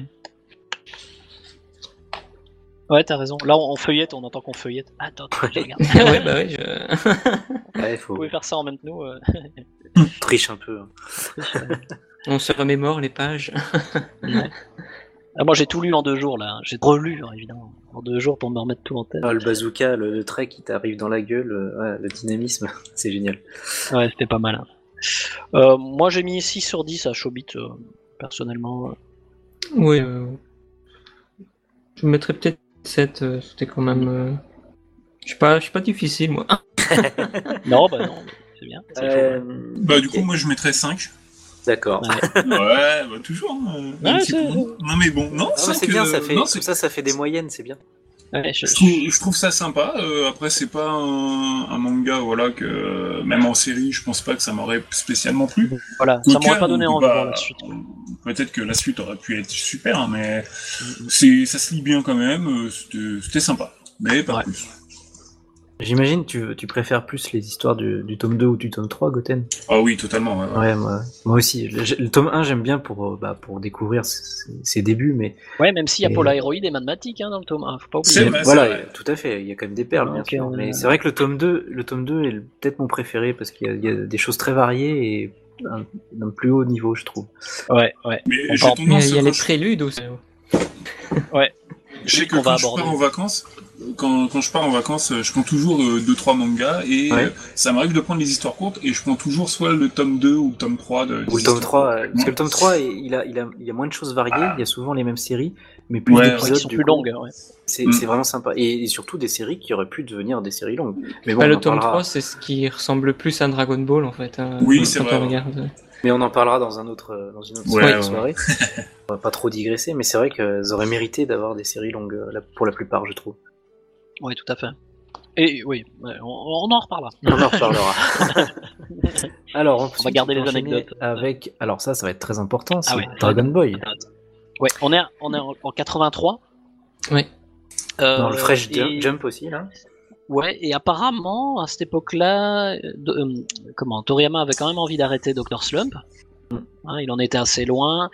S4: Ouais, t'as raison. Là, on, on feuillette, on entend qu'on feuillette. Attends, attends, je regarde. (laughs)
S3: (laughs)
S4: Vous
S3: ouais, bah ouais, je...
S1: Ouais, faut
S4: pouvez faire ça en même temps. nous, euh.
S1: triche un peu. hein.
S3: on se remémore les pages.
S4: Ah, moi, j'ai tout lu en deux jours, là. J'ai relu, hein, évidemment, en deux jours pour me remettre tout en tête.
S1: Ah, le bazooka, le, le trait qui t'arrive dans la gueule, euh, ouais, le dynamisme, (laughs) c'est génial.
S2: Euh,
S4: Ouais, c'était pas mal. hein. Euh, moi, j'ai mis 6 sur 10 à Chobit, euh, personnellement.
S3: (laughs) Oui. euh, je mettrais peut-être 7, euh, c'était quand même. euh, Je suis pas, je suis pas difficile, moi. Ah,
S4: Non, bah non, c'est bien. c'est chaud.
S1: Euh,
S2: Bah, du
S1: ok,
S2: coup, moi, je
S1: (laughs)
S2: mettrais 5.
S1: D'accord.
S4: Ouais.
S2: Ouais, bah, toujours. hein, un
S4: Ouais,
S2: petit
S4: c'est-
S2: peu. Non, mais bon, non,
S1: Ah,
S2: cinq,
S1: c'est bien,
S2: euh,
S1: ça fait,
S2: non,
S1: comme
S2: c'est-
S1: ça, ça fait des moyennes, c'est bien.
S4: Ouais, je-
S2: Je trouve, je trouve ça sympa. euh, après, c'est pas un, un manga, voilà, que euh, même en série, je pense pas que ça m'aurait spécialement plu.
S4: Voilà, ça
S2: Quoique,
S4: m'aurait pas donné
S2: on peut
S4: envie de
S2: pas-
S4: voir la suite.
S2: bah, Peut-être que la suite aurait pu être super, hein, mais c'est, ça se lit bien quand même. euh, C'était c'était sympa, mais pas
S4: Ouais.
S2: plus.
S5: J'imagine tu, tu préfères plus les histoires du, du tome 2 ou du tome 3, Goten
S2: Ah oui, totalement. ouais, ouais.
S5: Ouais, moi, moi aussi. Le, le tome 1, j'aime bien pour, euh, bah, pour découvrir ses, ses débuts, mais
S4: Ouais, même s'il y a
S5: Et-
S1: bah.
S4: Paul Héroïde et mathématiques hein, dans le tome 1, faut pas
S2: C'est
S4: oublier.
S2: vrai,
S1: voilà,
S2: c'est vrai.
S1: tout à fait, il y a quand même des perles, bien
S4: Ok,
S1: sûr.
S4: on est-
S1: Mais c'est vrai que le tome 2, le tome 2 est le- peut-être mon préféré parce qu'il y a, il y a des choses très variées et d'un d'un plus haut niveau, je trouve.
S4: Ouais, ouais.
S2: Mais
S4: On
S2: j'ai
S4: parle-
S3: Il y a,
S2: tendance.
S3: il y a
S2: quand
S3: les
S2: je-
S3: préludes aussi.
S2: Je sais que
S4: qu'on va
S2: quand je
S4: aborder.
S2: pars en vacances, quand, quand je pars en vacances, euh, je prends toujours 2-3 mangas et
S1: Ouais.
S2: euh, ça m'arrive de prendre les histoires courtes et je prends toujours soit le tome 2 ou le tome 3 de. des
S1: Ou le tome
S2: histoires
S1: 3,
S2: courtes.
S1: euh, parce que le tome 3, il a, il a, il y a moins de choses variées, il y a souvent les mêmes séries, mais plus
S2: Ouais, ouais.
S4: Ils
S1: d'épisodes.
S4: sont
S1: du
S4: plus
S1: coup.
S4: longues. Ouais.
S1: C'est
S2: Mm.
S1: c'est vraiment sympa. Et, et surtout des séries qui auraient pu devenir des séries longues. Mais bon,
S3: Bah,
S1: on
S3: le
S1: en
S3: tome
S1: parlera-
S3: 3, c'est ce qui ressemble le plus à Dragon Ball, en fait. hein,
S2: Oui,
S3: quand
S2: c'est
S3: on
S2: vrai, ouais.
S3: regarde.
S1: Mais on en parlera dans, un autre, euh, dans une autre
S2: Ouais,
S1: soirée- soirée.
S2: ouais.
S1: on va pas trop digresser, mais c'est vrai qu'elles auraient mérité d'avoir des séries longues euh, la- pour la plupart, je trouve.
S4: ouais, tout à fait. Et oui, ouais, on, on en reparlera.
S1: On en reparlera. (laughs) alors, ensuite,
S4: va garder
S1: peut
S4: les
S1: enchaîner
S4: anecdotes.
S5: avec. Alors, ça, ça va être très important. C'est
S4: Ah ouais.
S5: Dragon Boy.
S4: Ouais, on est, on est en, en 83.
S3: Ouais.
S4: Euh,
S1: Dans le Fresh
S4: et-
S1: Jump- Jump aussi, là.
S4: Ouais, et apparemment, à cette époque-là, euh, de- euh, comment, Toriyama avait quand même envie d'arrêter Dr. Slump.
S1: Mm.
S4: Hein, il en était assez loin.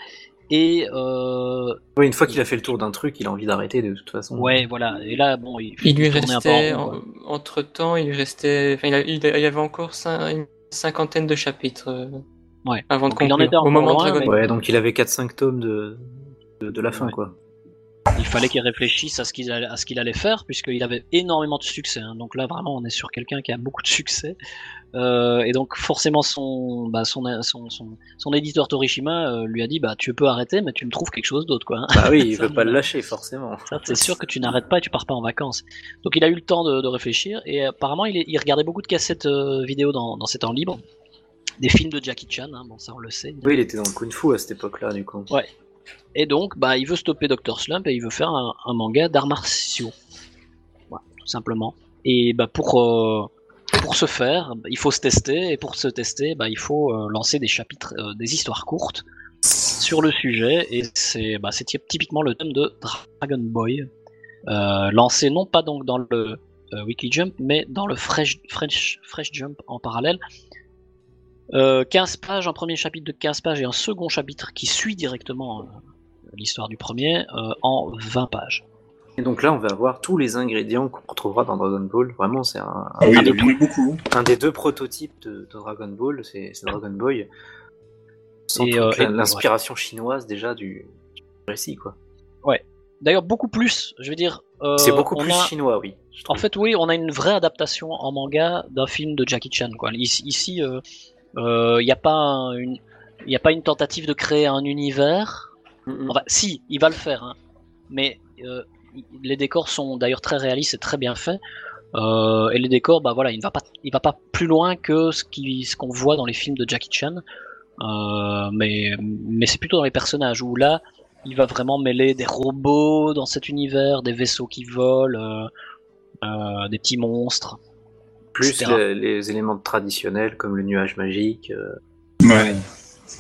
S4: Et euh,
S1: Oui, une fois qu'il a fait le tour d'un truc, il a envie d'arrêter de toute façon.
S4: ouais, voilà. Et là, bon, il,
S3: Il lui
S4: tournait un peu en
S3: restait,
S4: rond, quoi.
S3: entre temps, il lui restait. Enfin, il, a- il a- il avait encore cin- une cinquantaine de chapitres euh,
S4: Ouais.
S3: avant de
S4: Donc, il en
S3: conclure.
S4: était
S3: Au
S4: encore
S3: moment de
S4: loin,
S3: Dragon
S4: mais-
S3: Ball.
S1: Ouais, donc il avait 4-5 tomes de, de, de la fin,
S4: Ouais.
S1: quoi.
S4: Il fallait qu'il réfléchisse à ce qu'il allait, à ce qu'il allait faire, puisqu'il avait énormément de succès. hein. Donc là, vraiment, on est sur quelqu'un qui a beaucoup de succès. Euh, et donc, forcément, son, bah, son, son, son, son éditeur Torishima euh, lui a dit bah, Tu peux arrêter, mais tu me trouves quelque chose d'autre. quoi. (laughs) hein.
S1: Bah oui, il
S4: Ça,
S1: veut pas
S4: il-
S1: le lâcher, forcément.
S4: Ça, C'est sûr que tu n'arrêtes pas et tu pars pas en vacances. Donc, il a eu le temps de, de réfléchir. Et apparemment, il, est- il regardait beaucoup de cassettes euh, vidéo dans, dans ses temps libres. Des films de Jackie Chan, hein, bon, ça on le sait.
S1: Oui, il était dans le Kung Fu à cette époque-là, du coup.
S4: Et donc, bah, il veut stopper Dr. Slump et il veut faire un, un manga d'arts martiaux. Voilà, tout simplement. Et bah, pour, euh, pour se faire, bah, il faut se tester. Et pour se tester, bah, il faut euh, lancer des chapitres, euh, des histoires courtes sur le sujet. Et c'est bah, c'est typ- typiquement le thème de Dragon Boy. Euh, lancé non pas donc dans le euh, Weekly Jump, mais dans le Fresh, Fresh, Fresh Jump en parallèle. Euh, 15 pages, un premier chapitre de 15 pages et un second chapitre qui suit directement euh, l'histoire du premier euh, en 20 pages.
S1: Et donc là, on va avoir tous les ingrédients qu'on retrouvera dans Dragon Ball. Vraiment, c'est un,
S2: Ah oui,
S1: un
S2: il
S1: des,
S2: y en a beaucoup.
S1: un des deux prototypes de, de Dragon Ball, c'est c'est Dragon Boy. Sans
S4: Et,
S1: toute
S4: euh,
S1: la-
S4: et-
S1: l'inspiration chinoise déjà du, du récit, quoi.
S4: D'ailleurs, beaucoup plus, je veux dire. euh,
S1: c'est beaucoup
S4: on
S1: plus
S4: a-
S1: chinois, oui. je
S4: En
S1: trouve.
S4: fait, oui, on a une vraie adaptation en manga d'un film de Jackie Chan. Quoi. Ici, ici, euh, euh, il n'y a, pas un- une- il n'y a pas une tentative de créer un univers.
S1: Mm, mm.
S4: Enfin, si, il va le faire. hein. Mais euh, il- les décors sont d'ailleurs très réalistes et très bien faits. Euh, et les décors, bah voilà, il ne va pas, il va pas plus loin que ce qui, ce qu'on voit dans les films de Jackie Chan. Euh, mais, mais c'est plutôt dans les personnages où là, il va vraiment mêler des robots dans cet univers, des vaisseaux qui volent, euh, euh, des petits monstres.
S1: Plus
S4: etc.
S1: le- les éléments traditionnels comme le nuage magique, euh,
S2: Ouais.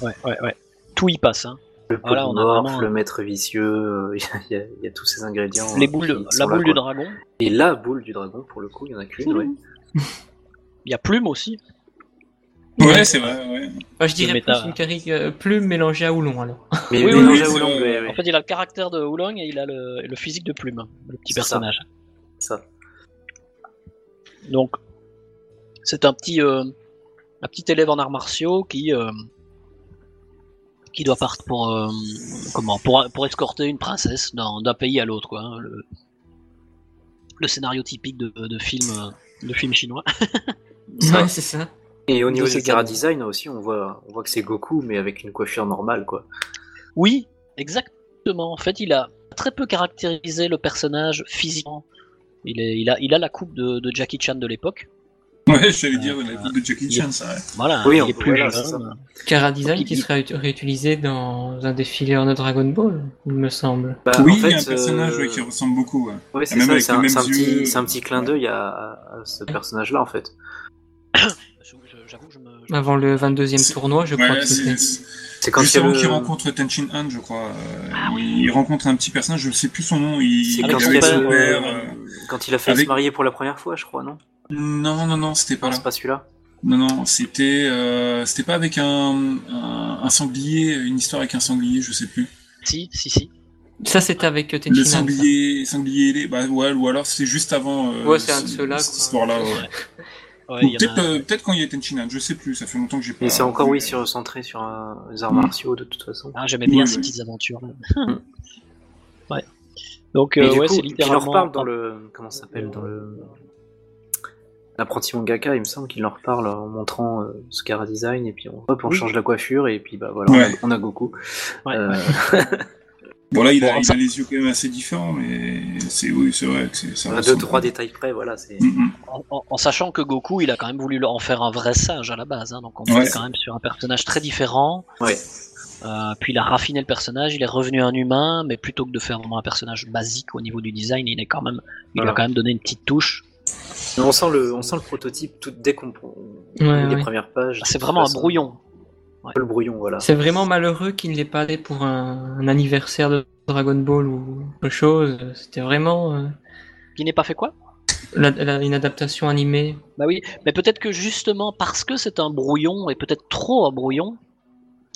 S4: Ouais, ouais, ouais. Tout y passe. Hein.
S1: le
S4: Voilà, on a
S1: polymorphe,
S4: vraiment-
S1: le maître vicieux, euh, (laughs) il y, a- il y a tous ces ingrédients.
S4: Les
S1: euh,
S4: boules,
S1: qui sont là,
S4: la boule
S1: quoi.
S4: du dragon.
S1: Et la boule du dragon, pour le coup, il y en a qu'une, ouais.
S4: Il y a plume aussi.
S2: Ouais, c'est vrai. Ouais.
S3: Enfin, Ah, je dirais
S4: Le méta.
S3: plus une caric- euh, plume mélangée à Oulon, alors.
S1: Mais mais
S4: Oui, oui,
S1: non,
S2: oui,
S1: là où
S2: c'est-
S1: l'on voulait,
S4: En
S1: ouais,
S4: fait, il a le caractère de Oolong et il a le, le physique de Plume, le petit
S1: C'est ça.
S4: personnage.
S1: ça.
S4: Donc, c'est un petit, euh, un petit élève en arts martiaux qui, euh, qui doit partir pour euh, comment pour, pour escorter une princesse d'un d'un pays à l'autre quoi. hein, le, le scénario typique de, de film euh, de film chinois.
S3: Ouais, c'est ça.
S1: Et au
S4: De
S1: niveau
S4: ces
S1: du cara
S4: années.
S1: design aussi, on voit, on voit que c'est Goku, mais avec une coiffure normale, quoi.
S4: Oui, exactement. En fait, il a très peu caractérisé le personnage physiquement. Il, est, il, a, il a la coupe de, de Jackie Chan de l'époque.
S2: Ouais, j'allais dire la
S1: Euh,
S2: coupe de Jackie Chan, ça. ouais.
S4: Voilà,
S1: Oui,
S4: il
S1: on
S4: est
S1: peut-
S4: plus
S1: voilà,
S4: jeune.
S1: c'est ça.
S3: Cara Design
S4: Donc,
S3: qui
S4: il-
S3: sera ut- réutilisé dans un des fillers de Dragon Ball, il me semble.
S1: Bah,
S2: oui,
S1: en fait,
S2: il y a un personnage
S1: euh,
S2: ouais, qui ressemble beaucoup. ouais.
S1: ouais, c'est
S2: même
S1: ça,
S2: avec
S1: c'est
S2: les
S1: un,
S2: mêmes
S1: c'est un
S2: yeux.
S1: petit, c'est un petit clin d'œil à, à ce personnage-là, en fait.
S4: Je- je- J'avoue, je me. je-
S3: Avant le 22e
S2: C'est-
S3: tournoi, je
S2: Ouais,
S3: crois que
S2: c'est-
S3: c'était.
S2: c'est-
S1: C'est quand il euh, y a
S2: Justement,
S1: le-
S2: qu'il rencontre Tenchin Han, je crois. euh, Il rencontre un petit personnage, je ne sais plus son nom. Il
S1: c'est
S2: il
S1: quand
S2: est
S1: il,
S2: avec
S1: a
S2: son
S1: le-
S2: père. euh,
S1: quand il a fait
S2: avec-
S1: se marier pour la première fois, je crois, non
S2: Non, non, non, c'était pas
S1: Non,
S2: là.
S1: c'est pas celui-là.
S2: Non, non, c'était, euh, c'était pas avec un, un, un sanglier, une histoire avec un sanglier, je sais plus.
S4: Si, si, si.
S3: Ça, c'était avec euh, Tenchin.
S2: Le
S3: Han, ça.
S2: sanglier, sanglier ailé, bah ouais, ou alors c'est juste avant. euh,
S3: Ouais, c'est un
S2: ce-
S3: de ceux-là,
S2: Cette
S3: quoi.
S2: histoire-là, ouais.
S4: Ouais,
S2: Ou
S4: il y en
S2: peut-être,
S4: a-
S2: euh, peut-être quand il y a Tenchin Han, je sais plus, ça fait longtemps que j'ai pas.
S1: Et c'est encore, oui, sur, centré sur un- les arts martiaux, de toute façon.
S4: Ah, J'aimais bien
S2: Oui,
S4: ces
S2: oui.
S4: petites aventures. (laughs) ouais. Donc,
S1: Et
S4: euh,
S1: du
S4: ouais,
S1: coup,
S4: c'est
S1: il en
S4: littéralement.
S1: reparle dans le. Comment ça s'appelle Dans le. L'apprenti mangaka, il me semble qu'il en reparle en montrant euh, ce cara design, et puis on, hop, on
S4: Oui.
S1: change la coiffure, et puis bah voilà,
S2: Ouais.
S1: on a Goku.
S4: Ouais.
S1: Euh,
S2: Bon, là, il
S4: Bon,
S2: a, il
S4: ça-
S2: a les yeux quand même assez différents, mais c'est, oui, c'est vrai que c'est, ça
S1: à deux,
S2: ressemble.
S1: trois détails près, voilà, c'est.
S2: Mm, mm.
S4: En, en- en sachant que Goku, il a quand même voulu en faire un vrai singe à la base, hein, donc on
S2: Ouais.
S4: est quand même sur un personnage très différent.
S1: Ouais.
S4: Euh, puis il a raffiné le personnage, il est revenu un humain, mais plutôt que de faire vraiment un personnage basique au niveau du design, il est quand même, il
S1: Voilà.
S4: a quand même donné une petite touche.
S1: Mais on sent le, on sent le prototype tout dès qu'on prend
S3: Ouais,
S1: les
S3: ouais.
S1: premières pages.
S4: Ah,
S1: de
S4: C'est
S1: toute
S4: vraiment un
S1: façon,
S4: brouillon.
S1: un peu Le brouillon, voilà.
S3: C'est vraiment malheureux qu'il n'ait pas allé pour un, un anniversaire de Dragon Ball ou autre chose. C'était vraiment euh,
S4: Qui n'est pas fait quoi
S3: la- la- une adaptation animée.
S4: Bah oui, mais peut-être que justement parce que c'est un brouillon et peut-être trop un brouillon.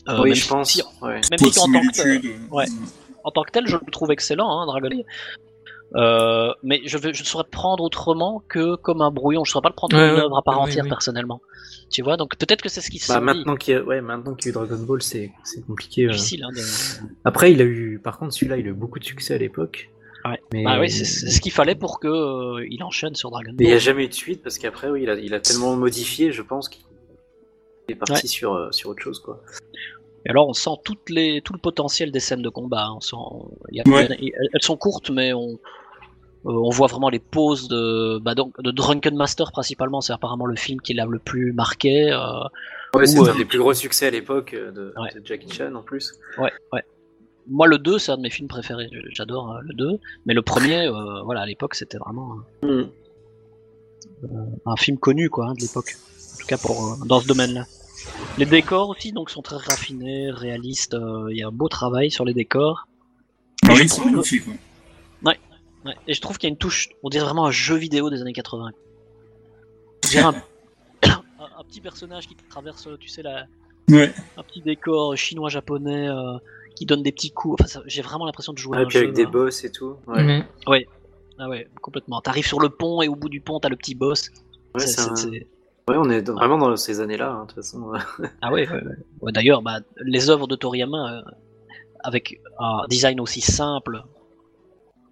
S4: euh,
S1: oui,
S4: même
S1: Ah, je
S4: si-
S1: pense.
S4: si-
S1: ouais.
S4: même
S2: Trop de
S4: si en tant que,
S2: similitudes.
S4: ouais. en tant que tel, je le trouve excellent, hein, Dragon Ball. Euh, mais je, vais- je ne saurais le prendre autrement que comme un brouillon. Je ne saurais pas le prendre comme
S3: Ouais,
S4: une
S3: ouais.
S4: œuvre à part
S3: Oui,
S4: entière,
S3: oui.
S4: personnellement. Tu vois, donc peut-être que c'est ce qui se
S1: Bah,
S4: dit.
S1: maintenant qu'il y a, ouais, maintenant qu'il y a eu Dragon Ball, c'est, c'est compliqué. euh.
S4: difficile. hein, de-
S1: Après, il a eu, par contre, celui-là, il a eu beaucoup de succès à l'époque.
S4: Ouais.
S1: Mais
S4: Bah oui, c'est c'est ce qu'il fallait pour que euh, il enchaîne sur Dragon
S1: Mais il n'y a
S4: Ball.
S1: jamais eu de suite parce qu'après, oui, il a, il a tellement modifié, je pense, qu'il est parti
S4: Ouais.
S1: sur, euh, sur autre chose. Quoi.
S4: Et alors on sent toutes les, tout le potentiel des scènes de combat. hein. On sent, il y a-
S2: Ouais.
S4: il y a- elles, elles sont courtes, mais on, euh, on voit vraiment les poses de, bah, donc, de Drunken Master principalement. C'est apparemment le film qui l'a le plus marqué. euh,
S1: Ouais,
S4: c'est
S1: c'est
S4: Ou, un
S1: un
S4: euh,
S1: des plus gros succès à l'époque euh, de,
S4: Ouais.
S1: de Jackie Chan en plus.
S4: Ouais, ouais. Moi, le 2, c'est un de mes films préférés. Je- J'adore euh, le 2. Mais le premier, euh, voilà, à l'époque, c'était vraiment
S1: Mm.
S4: un, un film connu, quoi, hein, de l'époque. En tout cas, pour, euh, dans ce domaine-là. Les décors aussi, donc, sont très raffinés, réalistes. euh, Il y a un beau travail sur les décors.
S2: Ah
S4: Je
S2: oui, ils sont
S4: trouve-
S2: magnifiques, ouais.
S4: Ouais. Et je trouve qu'il y a une touche, on dirait vraiment un jeu vidéo des années 80. On dirait un, un- (coughs) un petit personnage qui traverse, tu sais, la,
S2: Ouais.
S4: un petit décor chinois-japonais euh, qui donne des petits coups. Enfin, ça- j'ai vraiment l'impression de jouer à
S1: et
S4: un
S1: Ah, puis avec
S4: jeu,
S1: des
S4: hein.
S1: boss et tout. Ouais,
S3: Mais-
S4: Ah ouais, complètement. T'arrives sur le pont et au bout du pont, t'as le petit boss.
S1: Ouais,
S4: C'est-
S1: c'est un-
S4: c'est- c'est-
S1: ouais, on est dans- vraiment dans ces années-là, hein, de toute façon.
S4: Ah ouais, ouais, ouais. Ouais, D'ailleurs, bah, les œuvres de Toriyama, euh, avec un design aussi simple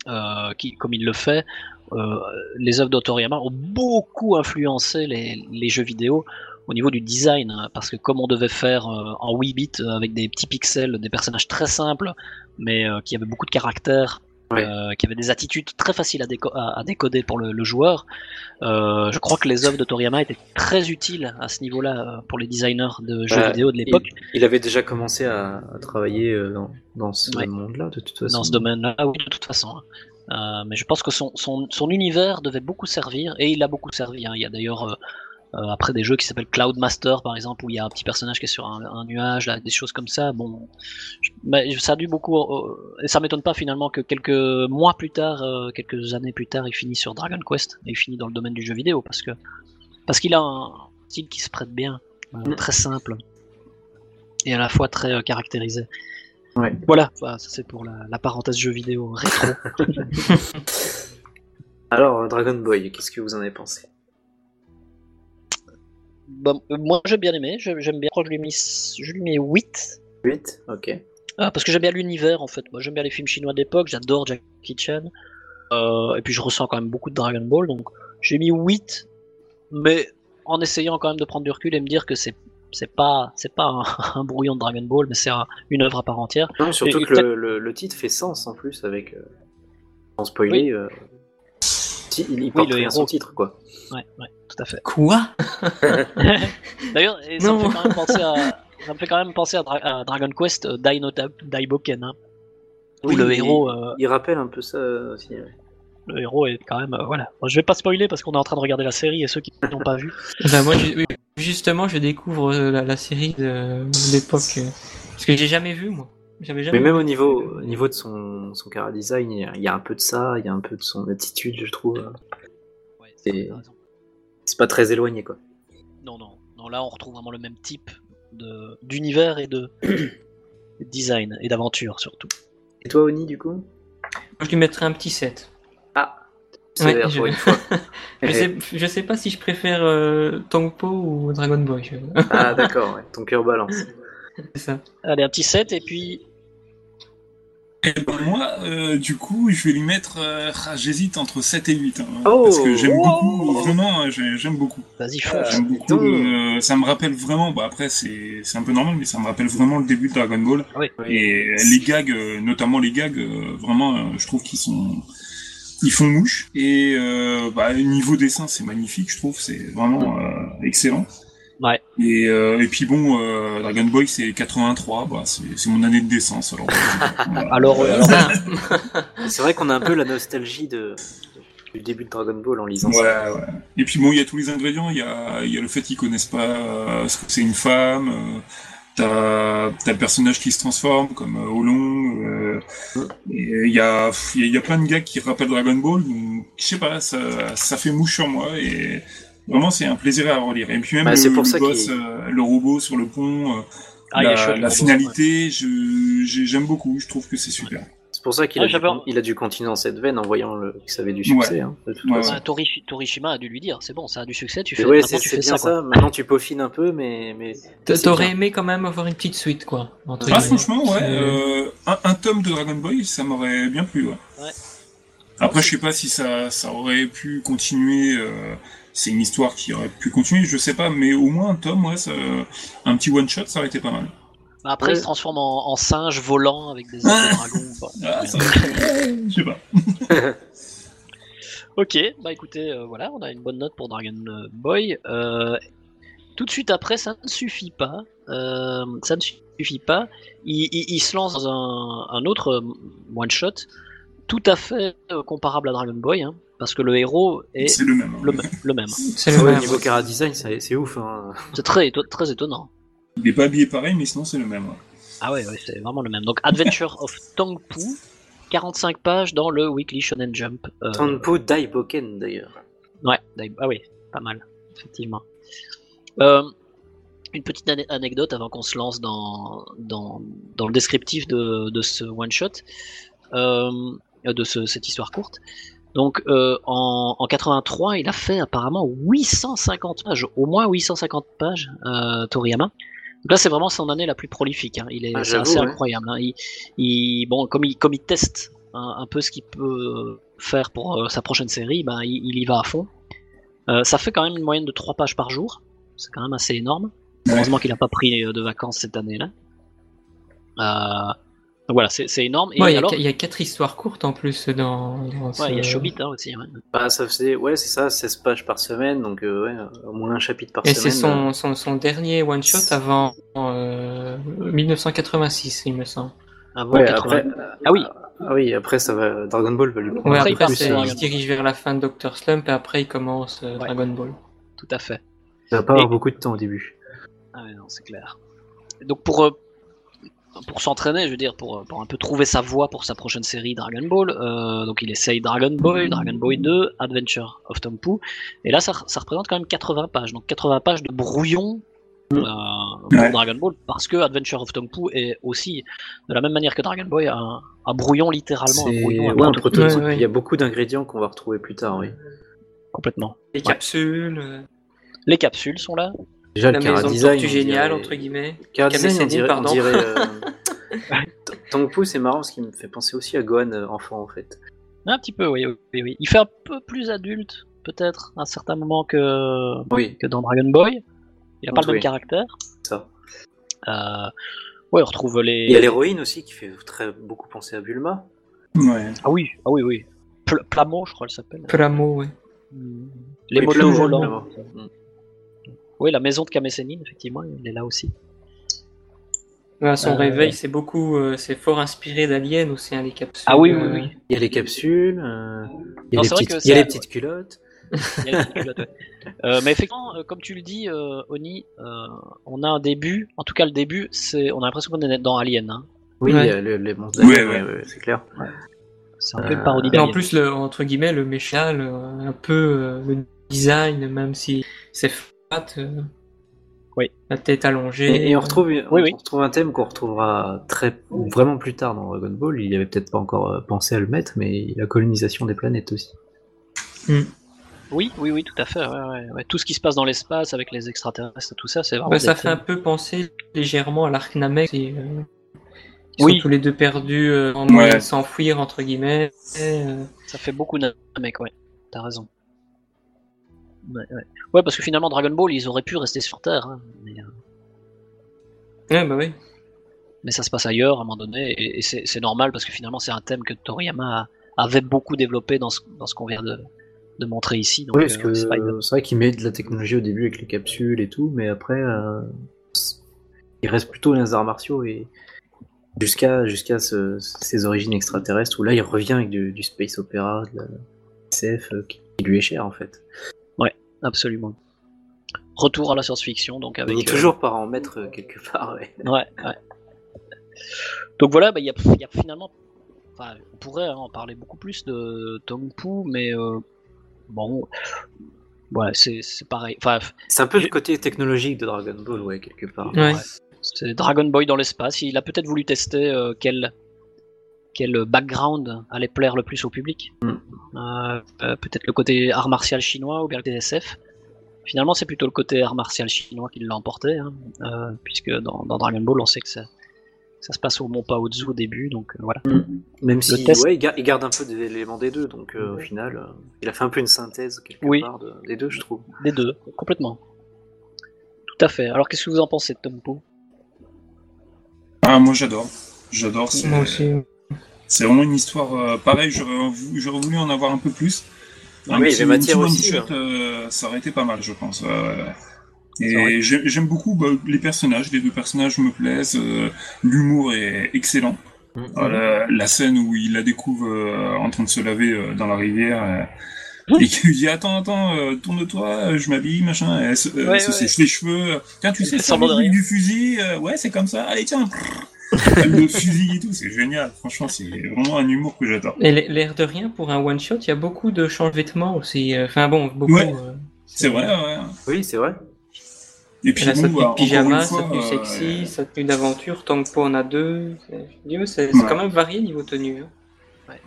S4: euh, qui, comme il le fait, euh, les œuvres de Toriyama ont beaucoup influencé les, les jeux vidéo au niveau du design. hein, parce que comme on devait faire euh, en 8 bits euh, avec des petits pixels, des personnages très simples, mais euh, qui avaient beaucoup de caractère.
S1: Ouais.
S4: euh, qui avaient des attitudes très faciles à, déco- à- à décoder pour le, le joueur, Euh, je crois que les œuvres de Toriyama étaient très utiles à ce niveau-là euh, pour les designers de jeux
S1: Bah,
S4: vidéo de
S1: il,
S4: l'époque,
S1: il avait déjà commencé à, à travailler euh, dans, dans ce
S4: Ouais.
S1: monde-là, de toute façon.
S4: dans ce domaine-là, oui, de toute façon. hein. Euh, mais je pense que son, son, son univers devait beaucoup servir, et il a beaucoup servi. hein. Il y a d'ailleurs, euh, euh, après des jeux qui s'appellent Cloud Master, par exemple, où il y a un petit personnage qui est sur un, un nuage, là, des choses comme ça. Bon, je- mais ça a dû beaucoup. euh, et ça m'étonne pas finalement que quelques mois plus tard, euh, quelques années plus tard, il finit sur Dragon Quest, et il finit dans le domaine du jeu vidéo, parce que parce qu'il a un style qui se prête bien, euh,
S1: Mm.
S4: très simple, et à la fois très euh, caractérisé.
S1: Ouais.
S4: Voilà, Enfin, ça c'est pour la, la parenthèse jeu vidéo rétro.
S1: Alors, euh, Dragon Boy, qu'est-ce que vous en avez pensé
S4: Bah, Bon, euh, moi j'ai bien aimé, je- j'aime bien. Je crois que je lui ai mis, je lui ai mis 8.
S1: 8, ok.
S4: Ah, parce que j'aime bien l'univers en fait. Moi j'aime bien les films chinois d'époque, j'adore Jackie Chan. Euh, et puis je ressens quand même beaucoup de Dragon Ball, donc j'ai mis 8, mais en essayant quand même de prendre du recul et me dire que c'est c'est pas c'est pas un, (laughs) un brouillon de Dragon Ball, mais c'est un- une œuvre à part entière.
S1: Non, surtout
S4: Et-
S1: que le, le- le titre fait sens en plus avec. euh, sans spoiler.
S4: Oui.
S1: euh, si- il, il porte
S4: le
S1: rien à son
S4: héros.
S1: titre, quoi.
S4: Ouais, ouais, tout à fait.
S3: Quoi
S4: D'ailleurs, et ça me
S3: Non.
S4: fait quand même penser à ça me fait quand même penser à, Dra- à Dragon Quest euh, Dai no Ta- Daiboken, hein, où
S1: Oui,
S4: le
S1: il-
S4: héros euh,
S1: Il rappelle un peu ça euh, aussi. ouais.
S4: le héros est quand même euh, voilà. Bon, je vais pas spoiler parce qu'on est en train de regarder la série et ceux qui n'ont
S1: (laughs)
S4: pas vu.
S3: Bah, moi, ju- oui, justement, je découvre euh, la, la série de l'époque. euh, Parce que j'ai jamais vu, moi. J'avais jamais
S1: Mais même
S3: vu.
S1: au niveau, au niveau de son, son cara design, il y a- il y a un peu de ça, il y a un peu de son attitude, je trouve.
S4: Ouais,
S1: C'est-
S4: t'as raison.
S1: C'est pas très éloigné, quoi.
S4: Non, non, non. Là, on retrouve vraiment le même type de d'univers
S1: (coughs)
S4: et de de design et d'aventure surtout.
S1: Et toi, Oni, du coup
S3: Moi, Je lui mettrais un petit 7.
S1: Ah
S3: Ouais,
S1: Sévère
S3: je-
S4: (laughs)
S1: pour une fois.
S3: Je sais, je sais pas si je préfère euh, Tangpo ou Dragon Boy. je-
S1: ah, d'accord, ouais. ton cœur balance.
S3: (laughs) C'est ça.
S4: Allez, un petit 7 et puis
S2: Et ben moi, euh, du coup, je vais lui mettre. euh, ah, J'hésite entre 7 et 8. hein,
S1: Oh
S2: parce que j'aime
S4: Wow
S2: beaucoup. Vraiment, hein, j'ai- j'aime beaucoup.
S4: vas-y fonce.
S2: J'aime
S1: dis
S2: beaucoup.
S1: donc.
S2: le- ça me rappelle vraiment. Bah après, c'est c'est un peu normal, mais ça me rappelle vraiment le début de Dragon Ball.
S4: Oui.
S2: Et les gags, euh, notamment les gags, euh, vraiment, euh, je trouve qu'ils sont. Ils font mouche. Et euh, bah, niveau dessin, c'est magnifique, je trouve. C'est vraiment euh, excellent.
S4: Ouais.
S2: Et, euh, et puis bon, euh, Dragon Ball, c'est 83. Bah, c'est c'est mon année de décence. Alors, voilà.
S4: Alors, euh, alors,
S3: Ah,
S1: C'est vrai qu'on a un peu la nostalgie de, du début de Dragon Ball en lisant
S2: Ouais,
S1: ça.
S2: ouais. Et puis bon, il y a tous les ingrédients. Il y a, il y a le fait qu'ils connaissent pas euh, ce que c'est une femme. euh, T'as t'as le personnage qui se transforme comme euh, Olong. euh, et euh, il y a, pff, il y a- il y a plein de gars qui rappellent Dragon Ball. donc, Je sais pas, ça, ça fait mouche sur moi et vraiment c'est un plaisir à relire. Et puis même
S1: Bah,
S2: le,
S1: c'est pour
S2: le
S1: ça
S2: boss,
S1: qu'il-
S2: euh, le robot sur le pont, euh,
S4: ah, il est
S2: la,
S4: chouette,
S2: la
S4: le robot, ouais.
S2: finalité, je- j'ai- j'aime beaucoup. Je trouve que c'est super.
S1: C'est pour ça qu'il
S4: Ah,
S1: a, dû-
S4: j'avais-
S1: il a dû continuer dans cette veine en voyant le, que ça avait du succès. hein, de toute
S2: Ouais,
S1: façon.
S4: Ah, Torishi- Torishima a dû lui dire, c'est bon, ça a du succès, tu fais,
S1: Mais ouais,
S4: maintenant,
S1: c'est
S4: tu
S1: c'est
S4: fais
S1: bien ça.
S4: quoi.
S1: Maintenant, tu peaufines un peu, mais. mais
S3: t'a-
S1: c'est
S3: T'aurais
S1: bien.
S3: aimé quand même avoir une petite suite, quoi. entre
S2: Ah,
S3: guillemets.
S2: franchement, ouais.
S3: C'est-
S2: euh, un, un tome de Dragon Ball, ça m'aurait bien plu, ouais.
S4: Ouais.
S2: Après, je sais pas si ça, ça aurait pu continuer. euh, c'est une histoire qui aurait pu continuer, je sais pas, mais au moins un tome, ouais, ça- un petit one shot, ça aurait été pas mal.
S4: Bah, après,
S1: Ouais.
S4: il se transforme en, en singe volant avec des ailes de dragon. quoi.
S2: Euh. (laughs) Ah, ça aurait été- Je sais pas.
S4: (laughs) Ok, bah écoutez, euh, voilà, on a une bonne note pour Dragon Boy. Euh, tout de suite après, ça ne suffit pas. Euh, ça ne suffit pas. Il, il- il se lance dans un, un autre one-shot tout à fait euh, comparable à Dragon Boy, hein, parce que le héros est
S2: C'est le même. hein.
S4: le, m- le même.
S3: C'est
S1: Ouais,
S3: le même.
S1: niveau cara design, c'est c'est ouf. hein.
S4: C'est très, éto- très étonnant.
S2: Il est pas habillé pareil, mais sinon, c'est le même. ouais.
S4: Ah ouais, ouais, c'est vraiment le même. Donc Adventure of Tangpu, 45 pages dans le Weekly Shonen Jump. Euh,
S1: Tanpo Daiboken d'ailleurs.
S4: Ouais, d'ailleurs- ah oui, pas mal, effectivement. Euh, une petite ane- anecdote avant qu'on se lance dans, dans, dans le descriptif de, de ce one-shot, euh, de ce- cette histoire courte. Donc euh, en, en 83, il a fait apparemment 850 pages, au moins 850 pages, euh, Toriyama. Donc là, c'est vraiment son année la plus prolifique. hein. Il est,
S1: Ah,
S4: c'est
S1: j'avoue,
S4: assez
S1: ouais.
S4: incroyable. hein. Il, il- bon, comme il, comme il teste hein, un peu ce qu'il peut faire pour euh, sa prochaine série, ben, il, il y va à fond. Euh, ça fait quand même une moyenne de 3 pages par jour. C'est quand même assez énorme. Heureusement qu'il n'a pas pris euh, de vacances cette année-là. Euh, donc voilà, c'est c'est énorme. Et
S3: Ouais, il y a euh,
S4: alors,
S3: qu- il y, a quatre histoires courtes en plus dans. dans ce-
S4: ouais, il y a Shobit hein, aussi. ouais.
S1: Bah, ça faisait, ouais, c'est ça, 16 pages par semaine, donc euh, ouais, au moins un chapitre par
S3: Et c'est
S1: semaine.
S3: son, son, son dernier one shot avant euh, 1986, il me semble.
S4: Avant
S1: euh. Ouais,
S4: 80.
S1: après,
S4: Ah oui,
S1: ah oui, après, ça va. Dragon Ball va lui prendre
S3: Ouais,
S1: un peu
S3: après,
S4: Après, il part
S1: plus,
S3: c'est-
S4: sur
S1: euh,
S3: il se dirige vers la fin de Doctor Slump et après il commence euh, Dragon Ball.
S4: tout à fait.
S1: Il va pas avoir beaucoup de temps au début.
S4: Ah ouais, non, c'est clair. Donc pour euh, pour s'entraîner, je veux dire, pour, euh, pour un peu trouver sa voie pour sa prochaine série Dragon Ball, euh, donc il essaye Dragon Ball, Dragon Ball 2, Adventure of Tompu, et là ça, re- ça représente quand même 80 pages, donc 80 pages de brouillon
S1: Mm.
S4: euh, pour
S2: Ouais.
S4: Dragon Ball, parce que Adventure of Tompu est aussi, de la même manière que Dragon Boy, un, un brouillon littéralement, un
S1: C'est-
S4: brouillon un
S1: ouais, un
S4: prototype,
S1: prototype.
S3: Ouais, ouais.
S1: Il y a beaucoup d'ingrédients qu'on va retrouver plus tard, oui.
S4: complètement.
S3: Les
S4: Ouais.
S3: capsules.
S4: Les capsules sont là.
S5: Déjà,
S6: La
S5: le
S6: maison
S5: chara-design,
S6: tortue
S5: on dirait-
S6: géniale, entre guillemets.
S1: Chara-design, on
S6: Kamesséni,
S1: dirait. On
S6: pardon.
S1: dirait euh, T- Tangpu, c'est marrant parce qu'il me fait penser aussi à Gohan euh, enfant en fait.
S4: Un petit peu, oui, oui, oui, oui. Il fait un peu plus adulte, peut-être, à un certain moment que,
S1: Oui,
S4: que dans Dragon Ball. Il a pas le
S1: Oui.
S4: même caractère.
S1: ça.
S4: Euh, ouais, on retrouve les.
S1: Il y a l'héroïne aussi qui fait très beaucoup penser à Bulma.
S2: Ouais.
S4: Ah oui, ah oui, oui. Pl- Plamo, je crois, elle s'appelle.
S3: Plamo, ouais.
S4: Mm. Les
S1: Oui,
S4: motos
S1: Plamo,
S4: volants.
S1: Plamo. Mm.
S4: Oui, la maison de Kamessénine, effectivement, il est là aussi.
S3: Ouais, à son
S4: Euh,
S3: réveil, c'est beaucoup, euh, c'est fort inspiré d'Alien aussi, hein, les capsules.
S4: Ah oui, oui,
S3: euh,
S4: oui.
S1: Il y a les capsules, euh, il y
S4: Non,
S1: a, les
S4: c'est vrai
S1: petites, il
S4: que
S1: y a
S4: c'est-
S1: les petites culottes.
S4: Il y a les culottes, ouais. Euh, mais effectivement, euh, comme tu le dis, euh, Oni, euh, on a un début. En tout cas, le début, c'est, on a l'impression qu'on est dans Alien. hein.
S1: Oui, il
S3: Ouais.
S1: y a le- les monstres.
S2: Ouais,
S1: ouais, ouais, c'est clair.
S4: C'est un peu
S1: Euh,
S4: une parodie
S3: Et en
S4: d'Alien.
S3: plus, le, entre guillemets, le méchant, le- un peu euh, le design, même si c'est fat, euh,
S4: Oui.
S3: la tête allongée.
S1: Et, et on retrouve, une-
S4: Oui, oui.
S1: on retrouve un thème qu'on retrouvera très vraiment plus tard dans Dragon Ball. Il avait peut-être pas encore euh, pensé à le mettre, mais la colonisation des planètes aussi.
S4: Oui, oui, oui, tout à fait. ouais, ouais, ouais. Tout ce qui se passe dans l'espace avec les extraterrestres, tout ça, c'est vraiment.
S3: Bah, ça
S4: des
S3: fait un peu penser légèrement à l'arc Namek. et, euh, ils
S4: Oui.
S3: sont tous les deux perdus euh, en
S2: Ouais.
S3: train de s'enfuir, entre guillemets. euh,
S4: Ça fait beaucoup de mec, ouais. T'as raison. Ouais, ouais. Ouais, parce que finalement, Dragon Ball, ils auraient pu rester sur Terre. hein, mais, euh,
S3: Ouais, bah oui.
S4: mais ça se passe ailleurs à un moment donné. Et, et c'est c'est normal parce que finalement, c'est un thème que Toriyama a- avait beaucoup développé dans ce, dans ce qu'on vient de, de montrer ici. Donc,
S5: Oui, parce
S4: euh,
S5: que
S4: c'est pas-
S5: euh, c'est vrai qu'il met de la technologie au début avec les capsules et tout, mais après, euh, il reste plutôt dans les arts martiaux et jusqu'à jusqu'à ce- ses origines extraterrestres où là, il revient avec du, du space opéra, de la SF euh, qui, qui lui est cher en fait.
S4: Absolument. Retour à la science-fiction, donc avec.
S1: Il
S4: euh,
S1: est toujours par en mettre euh, quelque part. ouais.
S4: Ouais, ouais. Donc voilà, bah, il y, a- il y a finalement. enfin, on pourrait hein, en parler beaucoup plus de Tongpu, mais euh, bon. Ouais, c'est c'est pareil. Enfin,
S1: C'est un peu le côté technologique de Dragon Ball, ouais, quelque part.
S3: Ouais.
S4: Ah, c'est Dragon Boy dans l'espace. Il a peut-être voulu tester euh, quel, quel background allait plaire le plus au public.
S1: Mm.
S4: Euh, euh, peut-être le côté art martial chinois ou bien le côté SF. Finalement, c'est plutôt le côté art martial chinois qui l'a emporté, hein, euh, puisque dans, dans Dragon Ball, on sait que ça, ça se passe au Mont Paozu au début, donc euh, voilà.
S1: Même si,
S4: test-
S1: ouais, il ga- il garde un peu des éléments des deux, donc euh, au final, euh, il a fait un peu une synthèse quelque
S4: Oui.
S1: part de- des deux, je trouve.
S4: Des deux, complètement. Tout à fait. Alors, qu'est-ce que vous en pensez de Tompo
S2: Ah, moi j'adore. J'adore. c'est-
S3: Moi aussi. ouais.
S2: C'est vraiment une histoire. euh, pareil, j'aurais vou- j'aurais voulu en avoir un peu plus. Un
S1: Oui,
S2: petit,
S1: les matières
S2: un petit
S1: aussi, hein.
S2: one-shot, euh, ça aurait été pas mal, je pense. ouais, ouais, ouais.
S4: C'est vrai.
S2: Et j'ai- j'aime beaucoup bah, les personnages. Les deux personnages me plaisent. euh, L'humour est excellent.
S4: Mm.
S5: Mm.
S2: Euh, la,
S4: Mhm.
S2: la scène où il la découvre euh, en train de se laver euh, dans la rivière.
S4: Mhm.
S2: euh, Et qu'il lui dit attends attends euh, tourne-toi euh, je m'habille machin elle se, euh,
S4: Ouais,
S2: se
S4: ouais.
S2: sèche les cheveux tiens tu
S4: Elle
S2: sais
S4: fait
S2: ça
S4: semblant de rien.
S2: du fusil euh, ouais c'est comme ça allez
S4: (laughs)
S2: tiens le fusil et tout, c'est génial. Franchement, c'est vraiment un humour que j'adore.
S3: Et l- l'air de rien, pour un one-shot, il y a beaucoup de change de vêtements aussi. euh, Enfin bon, beaucoup.
S2: Ouais.
S3: euh,
S2: C'est vrai, ouais.
S1: Oui, c'est vrai.
S2: Et
S3: Il
S2: puis,
S3: y a sa
S2: bon, bah,
S3: tenue de
S2: encore
S3: pyjama,
S2: une fois,
S3: sa tenue
S2: euh,
S3: sexy, sa tenue d'aventure, Tangpo en a deux. C'est- Dieu, c'est c'est
S2: Ouais.
S3: quand même varié niveau tenue. hein.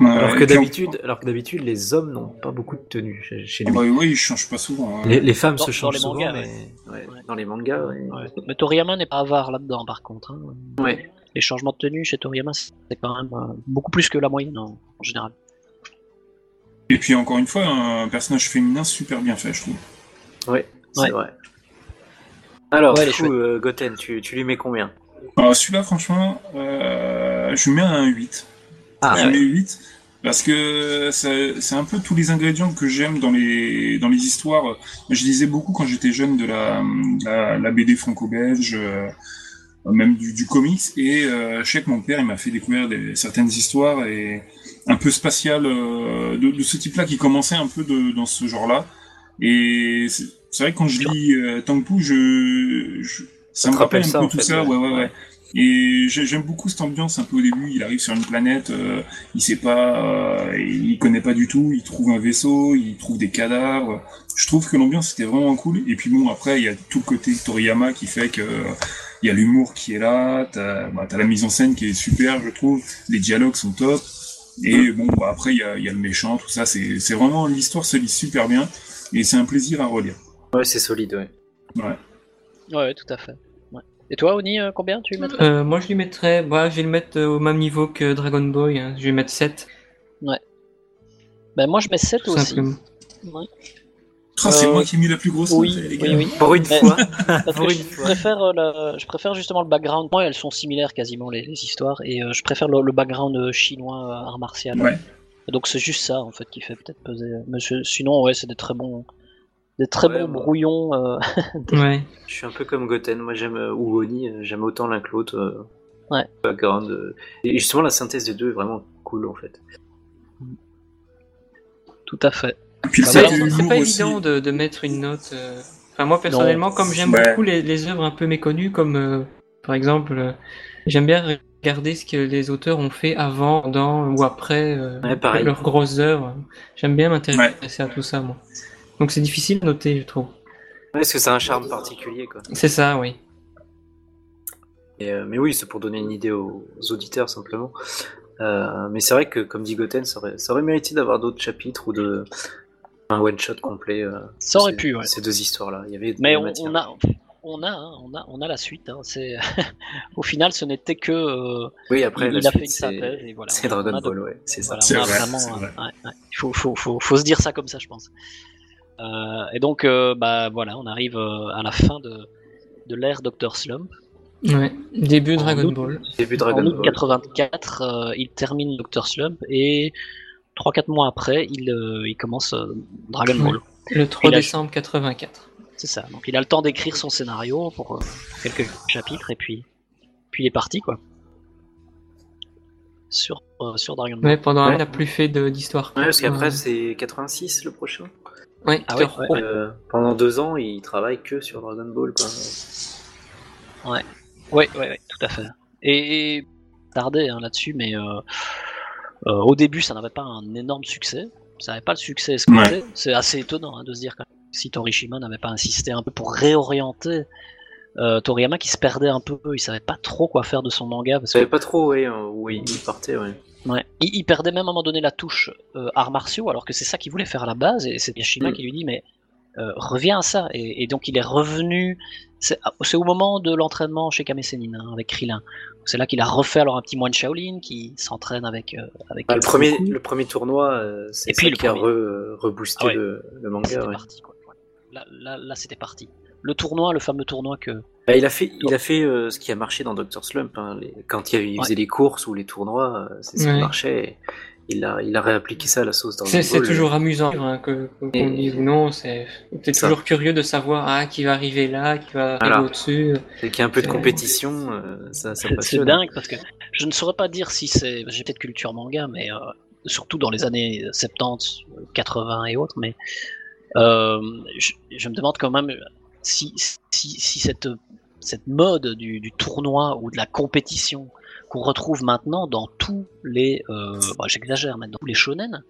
S2: ouais,
S5: alors
S2: Euh, et
S5: que
S2: puis,
S5: d'habitude, alors que d'habitude, les hommes n'ont pas beaucoup de tenue chez, chez
S2: on-
S5: lui.
S2: bah oui, il change pas souvent. hein.
S5: Les, les femmes
S4: Dans-
S5: se
S4: dans
S5: changent
S4: les
S5: souvent,
S4: mangas,
S5: mais
S1: Ouais,
S4: Ouais.
S1: Dans les mangas, ouais.
S4: Mais Toriyama n'est pas avare là-dedans, par contre. hein.
S1: Ouais.
S4: Les changements de tenue chez Toriyama, c'est quand même euh, beaucoup plus que la moyenne en, en général.
S2: Et puis, encore une fois, un personnage féminin super bien fait, je trouve.
S1: c'est
S4: Ouais.
S1: vrai. Alors,
S4: Ouais, elle
S1: du
S4: est
S1: coup, euh, Goten, tu, tu lui mets combien
S2: Alors, celui-là, franchement, euh, je lui mets un 8.
S1: Ah,
S2: je lui mets 8 parce que c'est c'est un peu tous les ingrédients que j'aime dans les, dans les histoires. Je lisais beaucoup quand j'étais jeune de la, de la, la BD franco-belge, euh, même du, du comics. Et euh, je sais que mon père, il m'a fait découvrir des, certaines histoires et un peu spatiales euh, de, de ce type-là qui commençait un peu de, dans ce genre-là. Et c'est c'est vrai que quand je lis euh, Tangpu, je, je- ça me
S1: te
S2: rappelle
S1: rappelle
S2: un
S1: ça,
S2: peu
S1: en
S2: tout
S1: fait,
S2: ça.
S1: ouais.
S2: Ouais, ouais, ouais. Et j'ai- j'aime beaucoup cette ambiance un peu au début. Il arrive sur une planète, euh, il sait pas, euh, il connaît pas du tout. Il trouve un vaisseau, il trouve des cadavres. Je trouve que l'ambiance était vraiment cool. Et puis bon, après il y a tout le côté Toriyama qui fait que euh, il y a l'humour qui est là. T'as bah, t'as la mise en scène qui est super, je trouve. Les dialogues sont top. Et bon, bah, après il y a, il y a le méchant, tout ça. C'est c'est vraiment l'histoire se lit super bien et c'est un plaisir à relire.
S1: Ouais, c'est solide, ouais.
S4: Ouais, tout à fait. Ouais. Et toi, Oni, euh, combien tu mettrais
S3: Euh, moi, je lui mettrais. Bah, je vais le mettre euh, au même niveau que Dragon Boy. hein. Je vais mettre 7.
S4: Ben, moi, je mets 7
S3: Tout
S4: aussi.
S3: simplement.
S2: Ah, c'est
S4: Euh,
S2: moi qui ai mis la plus grosse
S4: oui,
S2: note, les
S4: oui,
S2: gars.
S4: oui.
S1: Pour une
S4: Mais-
S1: fois.
S4: Parce
S1: Pour
S4: que
S1: une
S4: je
S1: fois.
S4: préfère, euh, le- je préfère justement le background. Moi, elles sont similaires quasiment les, les histoires, et euh, je préfère le, le background euh, chinois euh, art martial.
S2: Ouais.
S4: Donc c'est juste ça en fait qui fait peut-être peser. Mais c'est- sinon, ouais, c'est des très bons, des très
S1: Ouais, bah.
S4: bons
S1: moi.
S4: brouillons. euh, (laughs)
S3: Ouais.
S1: Je suis un peu comme Goten, moi j'aime, euh, ou Oni, euh, j'aime autant l'un que l'autre. euh,
S4: Ouais.
S1: background, euh, et justement, la synthèse des deux est vraiment cool en fait.
S4: tout à fait.
S2: Et puis le
S4: Bah,
S2: fait
S3: C'est
S4: voilà,
S2: qu'il y ait
S3: c'est
S2: l'humour
S3: pas
S2: aussi.
S3: évident de, de mettre une note. euh, Enfin, moi, personnellement, comme j'aime
S1: Bah.
S2: Ouais.
S3: beaucoup les, les œuvres un peu méconnues, comme euh, par exemple, euh, j'aime bien regarder ce que les auteurs ont fait avant, pendant ou après euh,
S1: Ouais, pareil.
S3: leurs grosses œuvres. J'aime bien m'intéresser à tout ça, moi. Donc, c'est difficile de noter, je trouve.
S1: Ouais, parce que c'est un charme particulier quoi.
S3: C'est ça, oui.
S1: Et, euh, mais oui, c'est pour donner une idée aux, aux auditeurs simplement. Euh, mais c'est vrai que, comme dit Goten, ça aurait, ça aurait mérité d'avoir d'autres chapitres ou de un one shot complet. euh,
S4: Ça aurait
S1: ces-
S4: pu. Ouais.
S1: Ces deux histoires-là, il y avait. de
S4: Mais
S1: la
S4: on,
S1: matière.
S4: on a, on a, hein, on a, on a la suite. hein, c'est (laughs) au final, ce n'était que euh,
S1: Oui, après
S4: il
S1: la
S4: a fait
S1: suite,
S4: une
S1: c'est
S4: synthèse et voilà.
S1: c'est
S4: on a- on
S1: Dragon
S4: a de-
S1: Ball, ouais, c'est ça.
S4: Voilà,
S2: C'est
S4: on a
S2: vrai,
S4: vraiment,
S2: c'est
S4: euh,
S2: vrai.
S4: ouais, ouais. Il faut, faut, faut, faut se dire ça comme ça, je pense. Euh, et donc, euh, bah voilà, on arrive euh, à la fin de, de l'ère Dr. Slump.
S3: Ouais. Début
S4: En
S3: Dragon
S4: août-
S3: Ball.
S1: Début Dragon
S4: en août
S1: Ball.
S4: 84, euh, il termine Dr. Slump et 3-4 mois après, il, euh, il commence euh, Dragon
S3: Ouais.
S4: Ball.
S3: Le 3
S4: Il a-
S3: décembre 84.
S4: C'est ça. Donc, il a le temps d'écrire son scénario pour, euh, pour quelques chapitres et puis, puis il est parti, quoi. Sur, euh, sur Dragon Ball.
S3: Ouais, pendant un
S1: Ouais.
S3: an, on n'a plus fait de- d'histoire.
S1: Ouais, parce qu'après,
S3: Ouais.
S1: c'est 86 le prochain.
S3: Ouais,
S4: Ah
S3: Peter
S4: ouais, ouais.
S3: Pro.
S1: Euh, pendant deux ans, il travaille que sur Dragon Ball. Quoi.
S4: Ouais, ouais, ouais, tout à fait. Et, et tardé hein, là-dessus, mais euh, euh, au début, ça n'avait pas un énorme succès. Ça n'avait pas le succès escompté. C'est assez étonnant hein, de se dire que si Torishima n'avait pas insisté un peu pour réorienter euh, Toriyama, qui se perdait un peu, il savait pas trop quoi faire de son manga parce
S1: Je savais
S4: que
S1: pas trop ouais, euh, où il il partait. Ouais.
S4: ouais, il, il perdait même à un moment donné la touche euh, arts martiaux, alors que c'est ça qu'il voulait faire à la base. Et c'est Toriyama
S1: Mm.
S4: qui lui dit mais euh, reviens à ça. Et, et donc il est revenu. C'est ah, c'est au moment de l'entraînement chez Kame Sennin, hein, avec Krillin. C'est là qu'il a refait alors un petit moine Shaolin qui s'entraîne avec euh, avec
S1: Bah, le,
S4: Goku.
S1: premier, le premier tournoi, euh, c'est
S4: Et puis
S1: ça
S4: le
S1: qui a
S4: premier.
S1: re- reboosté
S4: Ah ouais.
S1: le, le
S4: C'était
S1: manga. ouais.
S4: parti, quoi. Voilà. Là, là, là, c'était parti. Le tournoi, le fameux tournoi que.
S1: Bah, il a fait, il a fait euh, ce qui a marché dans Doctor Slump. hein, les- quand il, il faisait les courses ou les tournois, euh, c'est ce
S3: Ouais.
S1: qui marchait. Il a, il a réappliqué ça à la sauce Dragon
S3: C'est
S1: Ball.
S3: c'est toujours amusant hein, que- que- qu'on dise ou non. C'est t'es
S1: Mm. ça.
S3: toujours curieux de savoir ah, qui va arriver là, qui va arriver
S1: Voilà.
S3: au-dessus.
S1: Et qu'il y a un peu de
S3: c'est-
S1: compétition, euh, ça, ça
S4: (laughs) C'est
S1: passionne.
S4: dingue parce que je ne saurais pas dire si c'est. J'ai peut-être culture manga, mais euh, surtout dans les années 70, 80 et autres, mais euh, je, je me demande quand même si, si, si cette, cette mode du, du tournoi ou de la compétition qu'on retrouve maintenant dans tous les. Euh, bon, J'exagère, mais dans tous les shonen,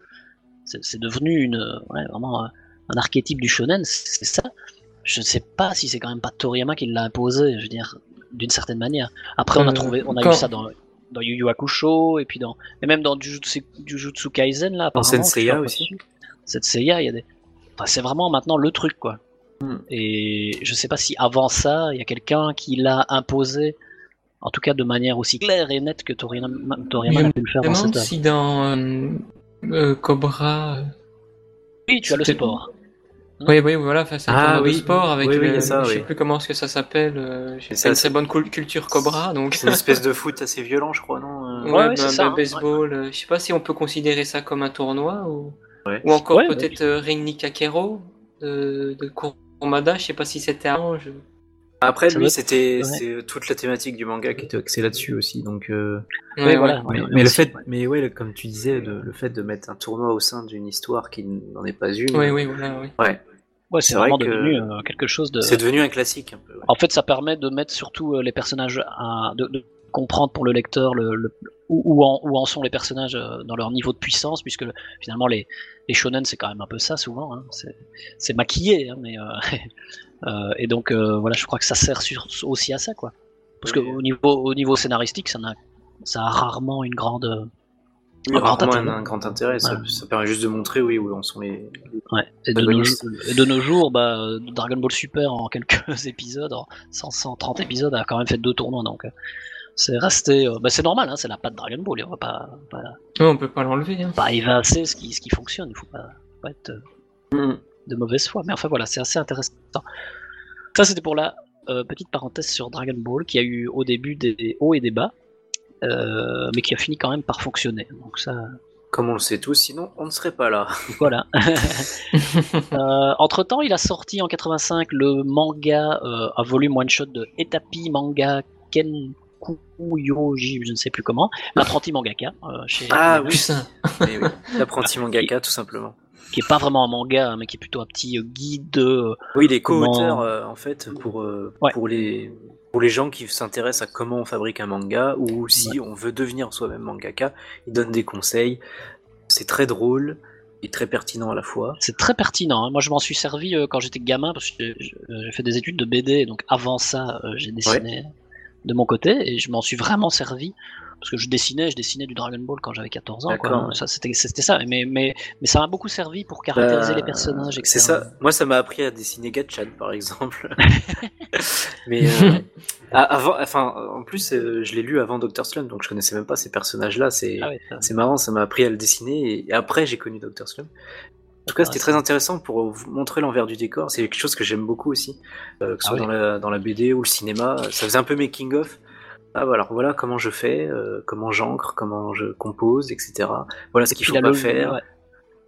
S4: c'est c'est devenu une, ouais, vraiment un, un archétype du shonen, c'est ça. Je ne sais pas si c'est quand même pas Toriyama qui l'a imposé, je veux dire, d'une certaine manière. Après, on a
S3: Euh,
S4: trouvé, on a
S3: quand-
S4: eu ça dans, dans Yu Yu Hakusho, et puis dans, et même dans Jujutsu, Jujutsu Kaisen, là,
S1: Dans
S4: apparemment, je suis
S1: Senseiya
S4: pas
S1: aussi.
S4: dessus. Senseiya, il y a des, enfin, c'est vraiment maintenant le truc, quoi. Et je sais pas si avant ça, il y a quelqu'un qui l'a imposé, en tout cas de manière aussi claire et nette que Toriyama, Toriyama
S3: Je
S4: a pu le faire
S3: Je me
S4: dans cette
S3: demande
S4: œuvre.
S3: si dans euh, euh, Cobra.
S4: Oui, tu as le
S3: C'était-
S4: sport.
S3: Oui, oui, voilà, enfin, c'est un
S1: Ah,
S3: tournoi de
S1: oui.
S3: sport avec.
S1: Oui, oui, il y a
S3: le-
S1: ça,
S3: je sais
S1: oui.
S3: plus comment est-ce que ça s'appelle. euh, J'ai
S1: Mais
S3: fait
S1: ça,
S3: une
S1: c'est-
S3: très bonne cul- culture Cobra, donc.
S1: C'est
S3: (laughs)
S1: une espèce de foot assez violent, je crois, non euh,
S3: Ouais,
S4: ouais,
S3: ben,
S4: c'est
S3: ben,
S4: ça, hein,
S3: baseball. euh, je sais pas si on peut considérer ça comme un tournoi ou,
S1: Ouais.
S3: ou encore
S4: Ouais, bah,
S3: peut-être euh, Renni Kakero de, de Kurumada. Je sais pas si c'était avant. je-
S1: Après,
S4: Ça
S1: lui,
S4: doit-
S1: c'était
S4: ouais.
S1: c'est euh, toute la thématique du manga qui était axée là-dessus aussi. Donc, euh,
S3: Ouais,
S4: Oui,
S3: ouais.
S4: voilà.
S1: mais,
S4: ouais,
S1: mais le
S4: aussi,
S1: fait,
S4: ouais.
S1: mais ouais, le- comme tu disais, le, le fait de mettre un tournoi au sein d'une histoire qui n'en est pas une,
S3: Oui, oui, voilà, oui.
S4: Ouais, c'est
S1: c'est vrai
S4: vraiment
S1: que-
S4: devenu euh, quelque chose de.
S1: c'est devenu un classique un peu. ouais.
S4: En fait, ça permet de mettre surtout euh, les personnages à. De, de comprendre pour le lecteur le, le- où, où en, où en sont les personnages euh, dans leur niveau de puissance, puisque le- finalement les, les shonen c'est quand même un peu ça souvent, hein. c'est, c'est maquillé, hein, mais euh, (laughs) euh, et donc euh, voilà, je crois que ça sert sur- aussi à ça quoi, parce que
S1: Oui.
S4: au niveau au niveau scénaristique ça n'a ça a rarement une grande euh,
S1: Oui,
S4: Ah,
S1: rarement
S4: t'as
S1: un,
S4: tout.
S1: un grand intérêt. Ça, ça permet juste de montrer oui, où en sont les.
S4: Ouais. Et de, nos,
S1: protagonistes.
S4: et de nos jours, bah, euh, Dragon Ball Super en quelques (laughs) épisodes, en 100, 130 épisodes, a quand même fait deux tournois, donc euh, c'est resté. euh, bah, c'est normal, hein, c'est la patte Dragon Ball, et on va pas, pas,
S3: Ouais, on peut pas l'enlever. Hein.
S4: pas évincer ce qui, ce qui fonctionne, il faut pas, faut pas être euh, de mauvaise foi. Mais enfin voilà, c'est assez intéressant. Ça, c'était pour la euh, petite parenthèse sur Dragon Ball, qui a eu au début des, des hauts et des bas, euh, mais qui a fini quand même par fonctionner. Donc ça,
S1: Comme on le sait tous, sinon on ne serait pas
S4: (laughs)
S1: là.
S4: Voilà. entre temps, il a sorti en 85 le manga, euh, un volume one shot de Etapi Manga Kenkuyoji, je ne sais plus comment, l'apprenti mangaka, euh, chez-
S1: Ah oui,
S3: Putain.
S1: mais oui. l'apprenti mangaka, tout simplement.
S4: qui est pas vraiment un manga, hein, mais qui est plutôt un petit euh, guide. euh,
S1: Oui, les co-auteurs,
S4: Comment-
S1: euh, en fait, pour, euh,
S4: Ouais.
S1: pour, les, pour les gens qui s'intéressent à comment on fabrique un manga ou si on veut devenir soi-même mangaka, ils donnent des conseils. C'est très drôle et très pertinent à la fois.
S4: c'est très pertinent. hein. Moi, je m'en suis servi euh, quand j'étais gamin, parce que j'ai- euh, j'ai fait des études de BD, donc avant ça, euh, j'ai dessiné de mon côté, et je m'en suis vraiment servi. Parce que je dessinais, je dessinais du Dragon Ball quand j'avais 14 ans. quoi.
S1: D'accord, ouais.
S4: Ça, c'était, c'était ça. Mais, mais, mais ça m'a beaucoup servi pour caractériser
S1: Bah,
S4: les personnages, etc.
S1: C'est ça. Moi, ça m'a appris à dessiner Gatchan, par
S4: (laughs)
S1: exemple. Mais euh, a- avant, enfin, en plus, euh, je l'ai lu avant Dr. Slum, donc je connaissais même pas ces personnages-là. C'est
S4: Ah ouais, ça-
S1: c'est marrant, ça m'a appris à le dessiner et, et après, j'ai connu Dr. Slum. En tout cas,
S4: Ah,
S1: c'était très intéressant pour vous montrer l'envers du décor. C'est quelque chose que j'aime beaucoup aussi, euh, que ce
S4: Ah
S1: soit
S4: ouais.
S1: dans, la, dans la BD ou le cinéma. Ça faisait un peu making-of. Ah, bah, alors voilà comment je fais, euh, comment j'ancre, comment je compose, etc. Voilà ce
S4: Et
S1: qu'il
S4: puis
S1: faut
S4: la,
S1: pas
S4: lo-
S1: faire.
S4: ouais.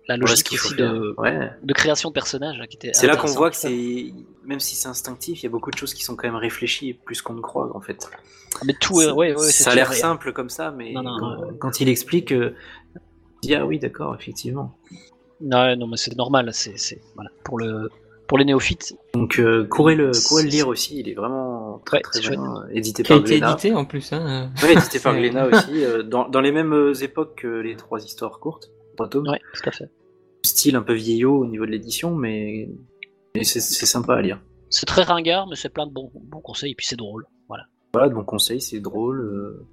S4: la
S1: Voilà ce
S4: logique
S1: qu'il faut
S4: aussi
S1: faire.
S4: de,
S1: Ouais.
S4: de création de personnages. là, qui était
S1: C'est là qu'on
S4: intéressante.
S1: voit que c'est, même si c'est instinctif, il y a beaucoup de choses qui sont quand même réfléchies plus qu'on ne croit en fait.
S4: Mais tout, euh,
S1: Ça-
S4: ouais, ouais, c'est
S1: ça a l'air
S4: vrai.
S1: simple comme ça, mais
S4: Non, non,
S1: quand, quand il explique, euh, il dit ah oui d'accord effectivement.
S4: Ouais, non, mais c'est normal. C'est, c'est, voilà. pour, le, pour les néophytes,
S1: Donc euh, courez le, courez le
S4: C'est-
S1: lire aussi, il est vraiment très
S4: Ouais,
S1: très
S4: c'est
S1: bien, euh, édité
S3: Qui a
S1: par
S3: été
S1: Glénat.
S3: édité en plus. Hein.
S4: (laughs)
S1: Ouais, édité par
S3: C'est-
S1: Glénat aussi, euh, dans, dans les mêmes époques que les trois histoires courtes, trois tomes.
S4: ouais, tout à fait.
S1: Style un peu vieillot au niveau de l'édition, mais, mais c'est, c'est sympa à lire.
S4: C'est très ringard, mais c'est plein de bons, bons conseils, et puis c'est drôle. Voilà.
S1: Voilà, de bons conseils, c'est drôle. euh,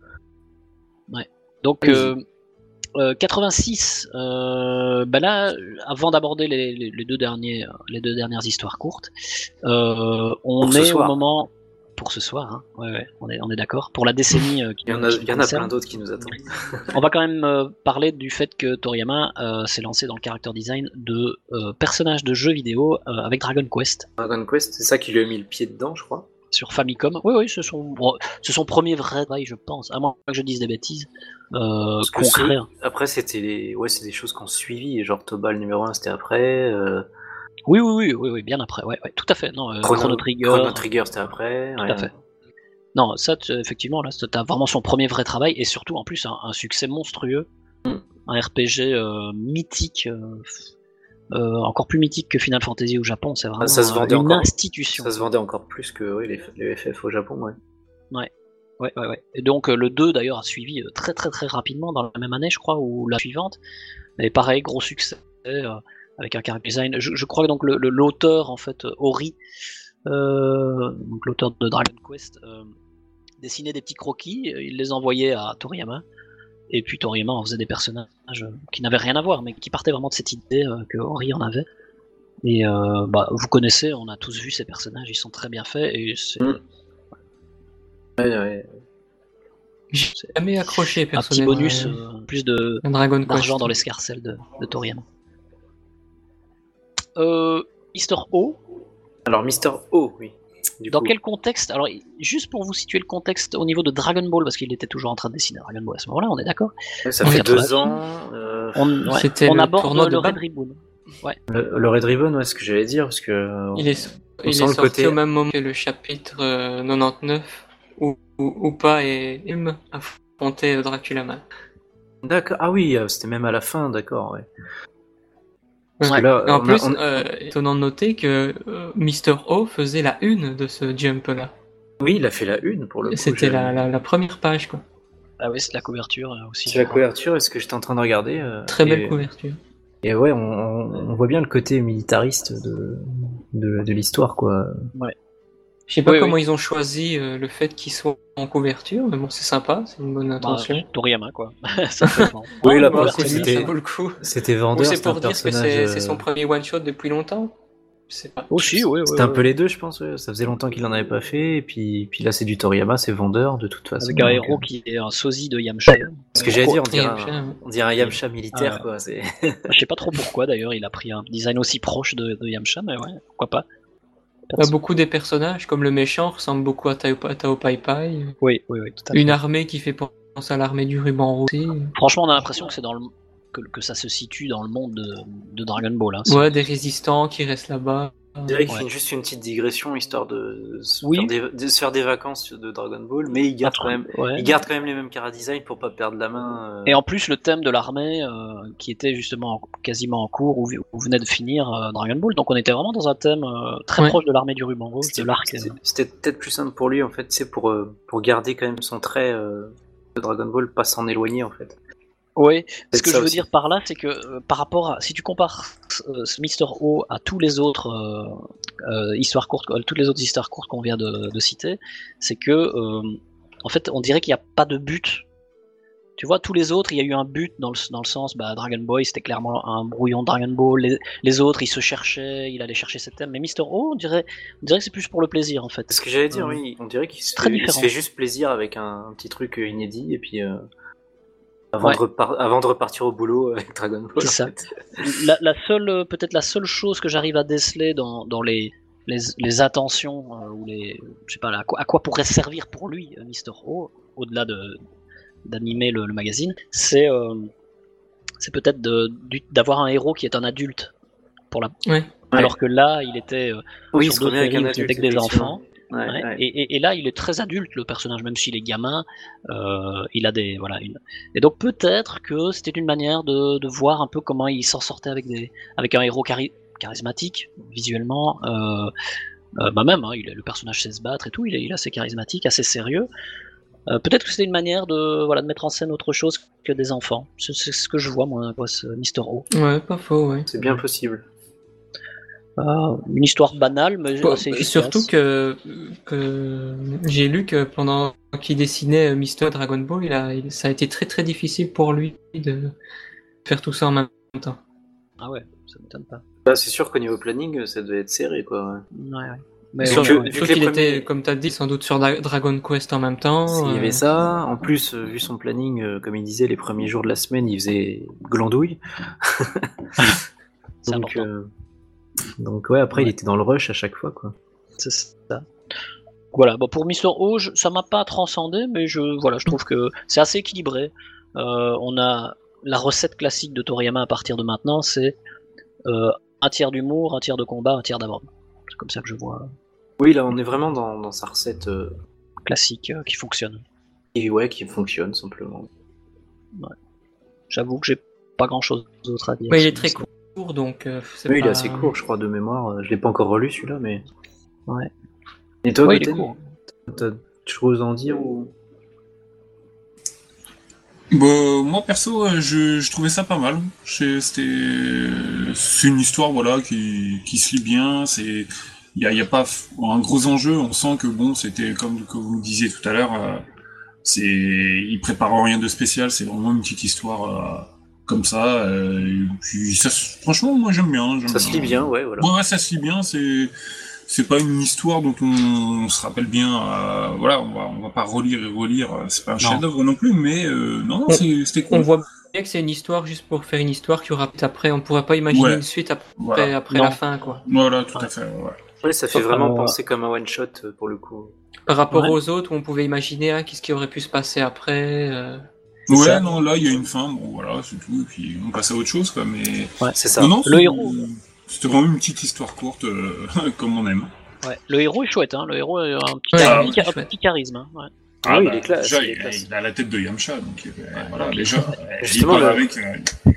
S4: Donc,
S1: Vas-y.
S4: euh, euh, 86, euh, bah là, euh, avant d'aborder les, les- les deux derniers, euh, les deux dernières histoires courtes, euh, on
S1: Pour ce
S4: est au
S1: soir.
S4: moment, pour ce soir, hein, ouais, ouais, on est, on est d'accord, pour la décennie euh, qui
S1: Il y en a,
S4: qui
S1: il y en a
S4: concerne.
S1: plein d'autres qui nous attendent.
S4: On va quand même euh, parler du fait que Toriyama euh, s'est lancé dans le character design de euh, personnages de jeux vidéo euh, avec Dragon Quest
S1: Dragon Quest, c'est ça qui lui a mis le pied dedans, je crois.
S4: sur Famicom. Oui, oui, c'est son, bon, c'est son premier vrai travail, je pense, à moins que je dise des bêtises. Euh,
S1: Parce que
S4: concret.
S1: Après, c'était les... ouais, c'est des choses qu'on suivit. Genre Toba, le numéro 1, c'était après. euh,
S4: Oui, oui, oui, oui, oui, bien après. Ouais, ouais, tout à fait. Non, euh,
S1: Chrono-
S4: Chrono Trigger.
S1: Chrono Trigger, c'était après.
S4: Tout
S1: ouais.
S4: à fait. Non, ça, tu- effectivement, là, t'as vraiment son premier vrai travail et surtout, en plus, un, un succès monstrueux.
S1: Mm.
S4: Un RPG euh, mythique, euh, euh, encore plus mythique que Final Fantasy au Japon. C'est vraiment
S1: Ah, ça se
S4: euh,
S1: vendait
S4: une
S1: encore.
S4: institution.
S1: Ça se vendait encore plus que ouais, les, les FF au Japon. Ouais.
S4: Ouais, ouais, ouais. Et donc, euh, le 2, d'ailleurs, a suivi euh, très, très, très rapidement dans la même année, je crois, ou la suivante. Mais pareil, gros succès euh, avec un character design. Je, je crois que donc le- le- l'auteur, en fait, euh, Ori, euh, donc l'auteur de Dragon Quest, euh, dessinait des petits croquis, euh, il les envoyait à Toriyama. Et puis Toriyama en faisait des personnages euh, qui n'avaient rien à voir, mais qui partaient vraiment de cette idée euh, que Ori en avait. Et euh, bah, vous connaissez, on a tous vu ces personnages, ils sont très bien faits et c'est
S1: Mm. Ouais, ouais.
S3: J'ai jamais accroché
S4: un petit
S3: personnellement.
S4: bonus,
S3: euh,
S4: euh, plus de,
S3: à Dragon Quest.
S4: d'argent dans l'escarcelle de, de Toriyama. Euh, Histoire O,
S1: Alors, Mister O, oui. Du
S4: dans
S1: coup.
S4: quel contexte Alors, i- juste pour vous situer le contexte au niveau de Dragon Ball, parce qu'il était toujours en train de dessiner Dragon Ball à ce moment-là, on est d'accord
S1: Ça
S4: Oui,
S1: fait
S4: après.
S1: deux ans. euh,
S4: On, ouais,
S3: C'était
S4: on
S3: le
S4: aborde
S3: tournoi de
S4: le Red
S3: Bab.
S4: Ribbon.
S1: Le, le Red Ribbon, ouais, ce que j'allais dire, parce que. euh,
S3: Il est, so- il est
S1: sent le
S3: sorti
S1: côté-
S3: au même moment que le chapitre euh, 99 où, où, Upa et Ilm affrontaient euh, Dracula Man.
S1: D'accord. Ah oui, euh, c'était même à la fin, d'accord. Ouais. Parce
S3: Ouais.
S1: que là,
S3: Et en
S1: on a-
S3: plus,
S1: on-
S3: euh, étonnant de noter que euh, Mister O faisait la une de ce jump là.
S1: Oui, il a fait la une pour le coup.
S3: C'était
S1: je-
S3: la, la, la première page quoi.
S4: Ah oui, c'est la couverture euh, aussi.
S1: C'est la couverture, est-ce que j'étais en train de regarder euh,
S3: Très belle
S1: et-
S3: couverture.
S1: Et ouais, on, on- on voit bien le côté militariste de, de, de l'histoire, quoi.
S4: Ouais.
S3: Je sais pas
S4: Oui,
S3: comment ils ont choisi euh, le fait qu'ils soient en couverture, mais bon, c'est sympa, c'est une bonne
S4: Bah,
S3: intention.
S4: Toriyama, quoi. (laughs) Simplement.
S1: Oui, là,
S3: Bon,
S1: par
S3: bah,
S1: contre,
S3: c'est-
S1: c'était-
S3: ça vaut le coup.
S1: C'était
S3: Ou
S1: vendeur,
S3: c'est
S1: c'était un
S3: pour dire que
S1: personnage.
S3: c'est
S1: euh,
S3: c'est son premier one-shot depuis longtemps Je sais pas.
S4: Aussi, oui, oui.
S1: C'était un peu les deux, je pense. ouais. Ça faisait longtemps qu'il en avait pas fait, et puis, puis là c'est du Toriyama, c'est vendeur de toute façon.
S4: Avec un
S1: donc,
S4: héros qui est un sosie de Yamcha.
S1: euh, Ce que j'allais dire, on
S3: Et
S1: dirait
S3: après,
S1: un,
S3: euh,
S1: on dirait un Yamcha militaire, quoi. c'est-
S4: Je sais pas trop pourquoi d'ailleurs il a pris un design aussi proche de, de Yamcha, mais ouais, pourquoi pas.
S3: bah, beaucoup des personnages, comme le méchant, ressemble beaucoup à Tao, à Tao Pai Pai.
S4: Oui, oui, oui, tout à fait. Ah,
S3: Une armée qui fait penser à l'armée du ruban rouge. aussi.
S4: Franchement, on a l'impression que c'est dans le que, que ça se situe dans le monde de, de Dragon Ball. hein. C'est-
S3: Ouais, des résistants qui restent là-bas.
S1: Je dirais
S4: Ouais.
S1: qu'il fait juste une petite digression histoire de se, faire
S4: Oui.
S1: des, de se faire des vacances de Dragon Ball, mais il garde,
S4: Ah,
S1: quand, même,
S4: ouais.
S1: il garde quand même les mêmes chara-design pour pas perdre la main. euh,
S4: Et en plus, le thème de l'armée euh, qui était justement en- quasiment en cours où, où venait de finir euh, Dragon Ball, donc on était vraiment dans un thème euh, très
S3: Ouais.
S4: proche de l'armée du ruban rouge,
S1: c'était-
S4: de l'arc. euh,
S1: c'était- C'était peut-être plus simple pour lui en fait, c'est pour, euh, pour garder quand même son trait euh, de Dragon Ball, pas s'en éloigner en fait.
S4: Oui, ce
S1: Peut-être
S4: que
S1: ça
S4: je veux
S1: aussi.
S4: dire par là, c'est que euh, par rapport à. Si tu compares euh, ce Mister O à tous les autres euh, euh, histoires courtes, euh, toutes les autres histoires courtes qu'on vient de, de citer, c'est que. euh, en fait, on dirait qu'il n'y a pas de but. Tu vois, tous les autres, il y a eu un but dans le, dans le sens. Bah, Dragon Boy, c'était clairement un brouillon de Dragon Ball. Les, les autres, ils se cherchaient, il allait chercher cet thème. Mais Mister O, on dirait, on dirait que c'est plus pour le plaisir, en fait.
S1: C'est ce que j'allais dire,
S4: Euh,
S1: oui. On dirait qu'il se,
S4: très
S1: fait- il se
S4: différent.
S1: fait juste plaisir avec un, un petit truc euh, inédit et puis. euh, Avant, de repar- avant de repartir au boulot euh, avec Dragon Ball.
S4: C'est
S1: en
S4: ça.
S1: fait.
S4: la, la seule, euh, peut-être la seule chose que j'arrive à déceler dans, dans les, les, les attentions euh, ou les, je sais pas, là, à quoi, à quoi pourrait servir pour lui euh, Mister O, au-delà de d'animer le, le magazine, c'est euh, c'est peut-être de- du- d'avoir un héros qui est un adulte pour la.
S3: Ouais.
S4: Alors que là, il était euh,
S1: Oui, il
S4: Sur
S1: se
S4: d'autres
S1: remet avec un
S4: rives,
S1: adulte.
S4: avec des
S1: effectivement.
S4: enfants.
S1: Ouais,
S4: Ouais,
S1: ouais.
S4: Et, et- et là, il est très adulte le personnage, même s'il est gamin. euh, il a des voilà. Une... Et donc peut-être que c'était une manière de, de voir un peu comment il s'en sortait avec des avec un héros chari- charismatique visuellement. Euh, euh, bah même, hein, il, le personnage sait se battre et tout. Il est, il est assez charismatique, assez sérieux. Euh, peut-être que c'était une manière de voilà de mettre en scène autre chose que des enfants. C'est, c'est ce que je vois moi, moi, ce Mister O.
S3: Ouais, pas faux, ouais.
S1: C'est bien possible.
S4: Euh, une histoire banale, mais
S3: Bon,
S4: assez efficace.
S3: surtout que, que j'ai lu que pendant qu'il dessinait euh, Mister Dragon Ball, il a, il- ça a été très très difficile pour lui de faire tout ça en même temps.
S4: Ah ouais, ça m'étonne pas.
S1: Bah, c'est sûr qu'au niveau planning, euh, ça devait être serré. quoi.
S4: Ouais, ouais. Mais
S1: Sur-
S4: ouais,
S1: que-
S4: ouais.
S1: vu
S3: Sauf
S1: les
S3: qu'il était,
S1: premiers-
S3: comme tu as dit, sans doute sur Dra- Dragon Quest en même
S4: Oh,
S3: temps.
S1: Il y
S3: euh,
S1: avait ça. En plus, euh, vu son planning, euh, comme il disait, les premiers jours de la semaine, il faisait glandouille.
S4: C'est
S1: donc,
S4: important.
S1: euh, donc ouais, après, il était dans le rush à chaque fois. quoi.
S4: C'est ça. Voilà, bon, pour Mister O, je- ça m'a pas transcendé, mais je, voilà, je trouve que c'est assez équilibré. Euh, on a la recette classique de Toriyama à partir de maintenant, c'est euh, un tiers d'humour, un tiers de combat, un tiers d'abord. C'est comme ça que je vois
S1: Oui, là, on est vraiment dans, dans sa recette euh,
S4: classique euh, qui fonctionne.
S1: qui, ouais, qui fonctionne simplement.
S4: J'avoue que j'ai pas grand chose d'autre à dire.
S3: ouais, il
S4: sur
S3: est très
S4: Mister O.
S3: court, donc euh, c'est
S1: Oui, il est
S3: pas-
S1: assez court, je crois, de mémoire. Euh, Je l'ai pas encore relu celui-là, mais.
S4: Ouais.
S1: Et toi,
S4: Ouais, il est
S1: Goten,
S4: court.
S1: t'as des choses à en dire ou...
S2: Bon, moi perso, euh, je, je trouvais ça pas mal. Je- C'était, c'est une histoire voilà qui, qui se lit bien. C'est, il y a, il y a pas f- un gros enjeu. On sent que bon, c'était comme que vous le disiez tout à l'heure, euh, c'est, il prépare rien de spécial. C'est vraiment une petite histoire euh, comme ça. euh, et puis ça, se- franchement, moi j'aime bien. j'aime
S1: Ça se lit bien, ouais, voilà.
S2: Ouais, ouais, ça se lit bien. C'est c'est pas une histoire dont on, on se rappelle bien. euh, voilà, on va on va pas relire et relire. euh, C'est pas un chef-d'œuvre non plus, mais euh, non, non,
S3: On-
S2: c'est- c'était
S3: On
S2: cool.
S3: voit bien que c'est une histoire juste pour faire une histoire qui aura après. On pourrait pas imaginer
S2: Ouais.
S3: une suite après,
S2: Voilà,
S3: après
S4: Non.
S3: la fin, quoi.
S2: voilà, tout à fait. ouais.
S1: Ouais, ça fait
S4: Sauf
S1: vraiment
S4: qu'on-
S1: penser comme un one shot euh, pour le coup.
S3: Par rapport
S4: Ouais.
S3: aux autres, où on pouvait imaginer hein, qu'est-ce qui aurait pu se passer après. euh,
S2: Ouais,
S4: ça.
S2: non, là il y a une fin. Bon, voilà, c'est tout. Et puis on passe à autre chose, quoi. Mais
S1: C'est ça.
S2: non, non,
S4: Le
S2: c'est-
S4: héros.
S2: C'était vraiment une petite histoire courte, euh, (laughs) comme on aime.
S4: Ouais. Le héros est chouette, hein. le héros a un petit,
S3: Ouais,
S4: un
S2: ouais,
S4: petit- un
S3: chouette.
S4: petit charisme. hein, ouais.
S1: Ah oui, il est classe,
S2: déjà,
S1: il est
S2: il,
S1: classe.
S2: il a la tête de Yamcha, donc euh, voilà,
S1: (laughs)
S2: déjà. euh, il
S1: Justement,
S2: parle
S1: le-
S2: avec, euh,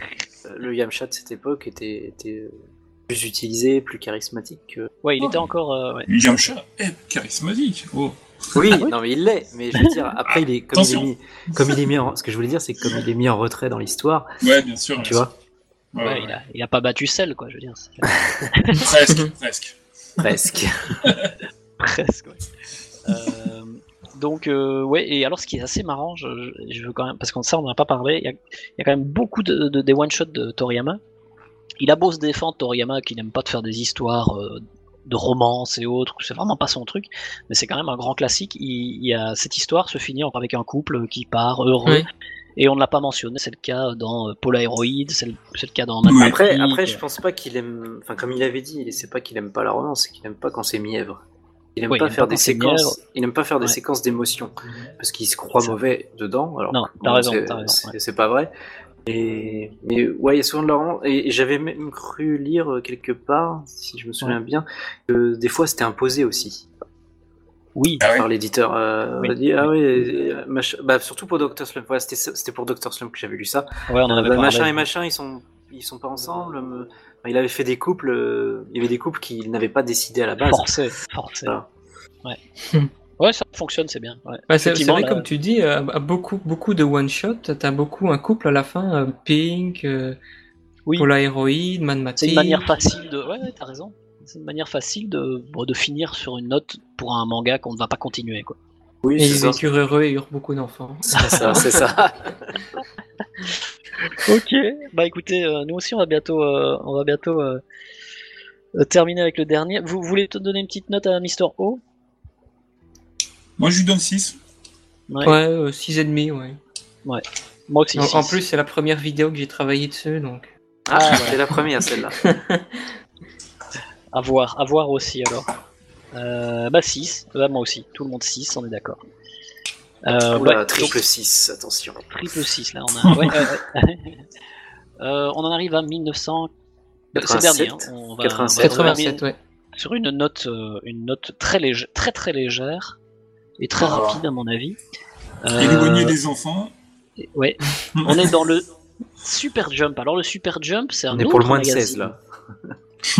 S1: Le Yamcha de cette époque était, était euh, plus utilisé, plus charismatique que.
S4: Ouais, il
S2: Oh.
S4: était encore. euh, ouais.
S2: Yamcha est charismatique. Oh.
S1: Oui,
S4: Ah oui
S1: non mais il l'est, mais je veux dire, après il est comme il est
S2: Attention.
S1: mis. Comme il est mis en... Ce que je voulais dire, c'est que comme il est mis en retrait dans l'histoire,
S2: Ouais, bien sûr.
S1: tu
S2: bien
S1: vois,
S2: sûr. Ouais,
S4: Ouais,
S2: ouais.
S4: il, a, il
S1: (laughs)
S4: a pas battu celle, quoi, je veux dire.
S2: Presque, presque.
S1: presque.
S4: Presque. ouais. Euh, donc euh, ouais et alors ce qui est assez marrant, je, je- je veux quand même parce qu'on ça on n'en a pas parlé. Il y a, il y a quand même beaucoup de, de- des one shots de Toriyama. Il a beau se défendre Toriyama qui n'aime pas de faire des histoires euh, de romances et autres, c'est vraiment pas son truc, mais c'est quand même un grand classique. Il, il y a cette histoire se finit avec un couple qui part heureux.
S3: Oui.
S4: Et on ne l'a pas mentionné, c'est le cas dans euh, Polaroid, c'est le, c'est le cas dans
S2: Oui.
S1: Après,
S4: Magnetic,
S1: après, je pense pas qu'il aime. Enfin, comme il avait dit, c'est pas qu'il aime pas la romance, c'est qu'il aime pas quand c'est mièvre. Il aime
S4: Ouais, il
S1: pas
S4: aime
S1: faire
S4: pas
S1: des
S4: quand c'est
S1: séquences. Il aime pas faire des
S4: Ouais.
S1: séquences d'émotions parce qu'il se croit
S4: Ça.
S1: mauvais dedans. Alors
S4: Non,
S1: que,
S4: t'as
S1: bon,
S4: raison,
S1: c'est-
S4: t'as raison,
S1: c'est-
S4: ouais.
S1: C'est pas vrai. Et mais ouais, il y a souvent de la romance. Et et j'avais même cru lire euh, quelque part, si je me souviens bien, que des fois c'était imposé aussi
S4: Oui,
S2: Ah ouais
S1: par l'éditeur. euh,
S4: Oui.
S1: on a dit, ah oui, euh, mach- bah, surtout pour Doctor Slump. Voilà, c'était c'était pour Doctor Slump que j'avais lu ça.
S4: ouais, on en
S1: Euh,
S4: avait
S1: bah,
S4: parlé.
S1: machin et machin, ils sont, ils sont pas ensemble. me- enfin, il avait fait des couples, euh, il y avait des couples qu'il n'avait pas décidé à la base. Ah.
S4: Forcé, forcé.
S1: Voilà.
S3: (laughs)
S4: Ouais. ouais, ça fonctionne, c'est bien. Ouais.
S3: Bah, c'est c'est
S4: Effectivement,
S3: vrai,
S4: là-
S3: comme tu dis, euh, à beaucoup, beaucoup de one-shot, t'as beaucoup un couple à la fin, euh, Pink, euh,
S4: Oui.
S3: Polaroid, Man Matic.
S4: C'est une manière facile de. Ouais, ouais, t'as raison. C'est une manière facile de, bon, de finir sur une note pour un manga qu'on ne va pas continuer. Quoi.
S1: Oui,
S3: Et
S1: c'est
S3: ils
S1: ça.
S3: vécurent heureux et eurent beaucoup d'enfants.
S1: (laughs) C'est ça, c'est
S4: Ah,
S1: ça.
S4: Ok. Bah écoutez, euh, nous aussi on va bientôt, euh, on va bientôt euh, euh, terminer avec le dernier. Vous, vous voulez te donner une petite note à Mister O
S2: Moi, je lui donne 6.
S4: Ouais.
S3: Ouais, euh, six et demi, ouais.
S4: Moi aussi.
S3: en,
S4: si,
S3: en
S4: si.
S3: plus, c'est la première vidéo que j'ai travaillé dessus, donc.
S1: Ah,
S4: Ah,
S1: c'est la première celle-là.
S4: À voir, à voir aussi alors. Euh, bah 6, moi aussi. Tout le monde 6, on est d'accord. Euh,
S1: Oula,
S4: ouais, donc-
S1: triple 6, attention.
S4: Triple 6, là,
S2: (laughs)
S4: on a. ouais, ouais, ouais. (laughs) Euh, on en arrive à 1900. C'est
S1: 87.
S4: dernier. hein. On va,
S1: 87.
S4: on va terminer
S3: 87, ouais.
S4: sur une note, euh, une note très, légère, très très légère et très
S2: Ah.
S4: rapide à mon avis. Euh,
S2: Éloigner les enfants. (laughs)
S4: ouais. on est dans le Super Jump. Alors le Super Jump, c'est un
S1: On est
S4: autre
S1: pour le moins de
S4: magazine.
S1: 16 là.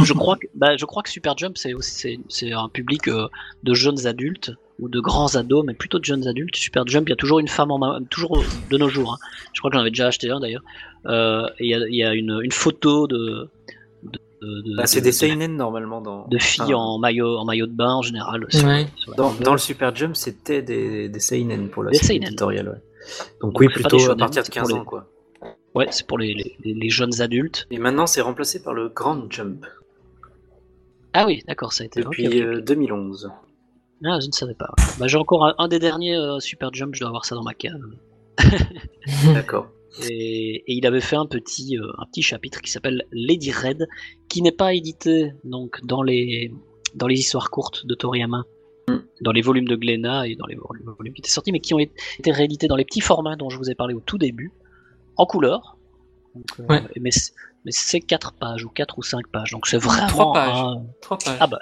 S4: je crois que bah, je crois que Super Jump c'est aussi- c'est c'est un public euh, de jeunes adultes ou de grands ados mais plutôt de jeunes adultes Super Jump il y a toujours une femme en ma- toujours de nos jours hein. je crois que j'en avais déjà acheté un d'ailleurs Euh, et il y a, il y a une, une photo de de, de- de-
S1: Bah, c'est
S4: de-
S1: des Ah. seinen normalement dans.
S4: de filles
S1: enfin,
S4: en maillot en maillot de bain en général sur-
S3: Ouais.
S4: sur la-
S1: Dans, dans le Super Jump, c'était des, des seinen pour la
S4: Des
S1: série
S4: seinen.
S1: éditoriale. Ouais. Donc,
S4: Donc,
S1: oui,
S4: c'est pas
S1: plutôt
S4: des
S1: à
S4: shonen,
S1: partir de
S4: c'est pour
S1: 15
S4: les-
S1: ans quoi.
S4: ouais c'est pour les, les- les- les jeunes adultes
S1: Et maintenant, c'est remplacé par le Grand Jump
S4: ah oui d'accord ça a été ok,
S1: depuis
S4: ok.
S1: euh, 2011.
S4: Ah, je ne savais pas bah, j'ai encore un, un des derniers euh, Super Jump je dois avoir ça dans ma cave
S1: D'accord.
S4: et, et il avait fait un petit, euh, un petit chapitre qui s'appelle Lady Red, qui n'est pas édité donc dans les, dans les histoires courtes de Toriyama,
S1: Mm.
S4: dans les volumes de Glénat et dans les vol- volumes qui étaient sortis, mais qui ont été réédités dans les petits formats dont je vous ai parlé au tout début, en couleur. Donc, euh,
S3: Ouais.
S4: Mais, c- mais c'est 4 pages ou 4 ou 5 pages, donc c'est vraiment.
S3: Trois pages.
S4: un-
S3: (laughs) Trois pages.
S4: Ah bah,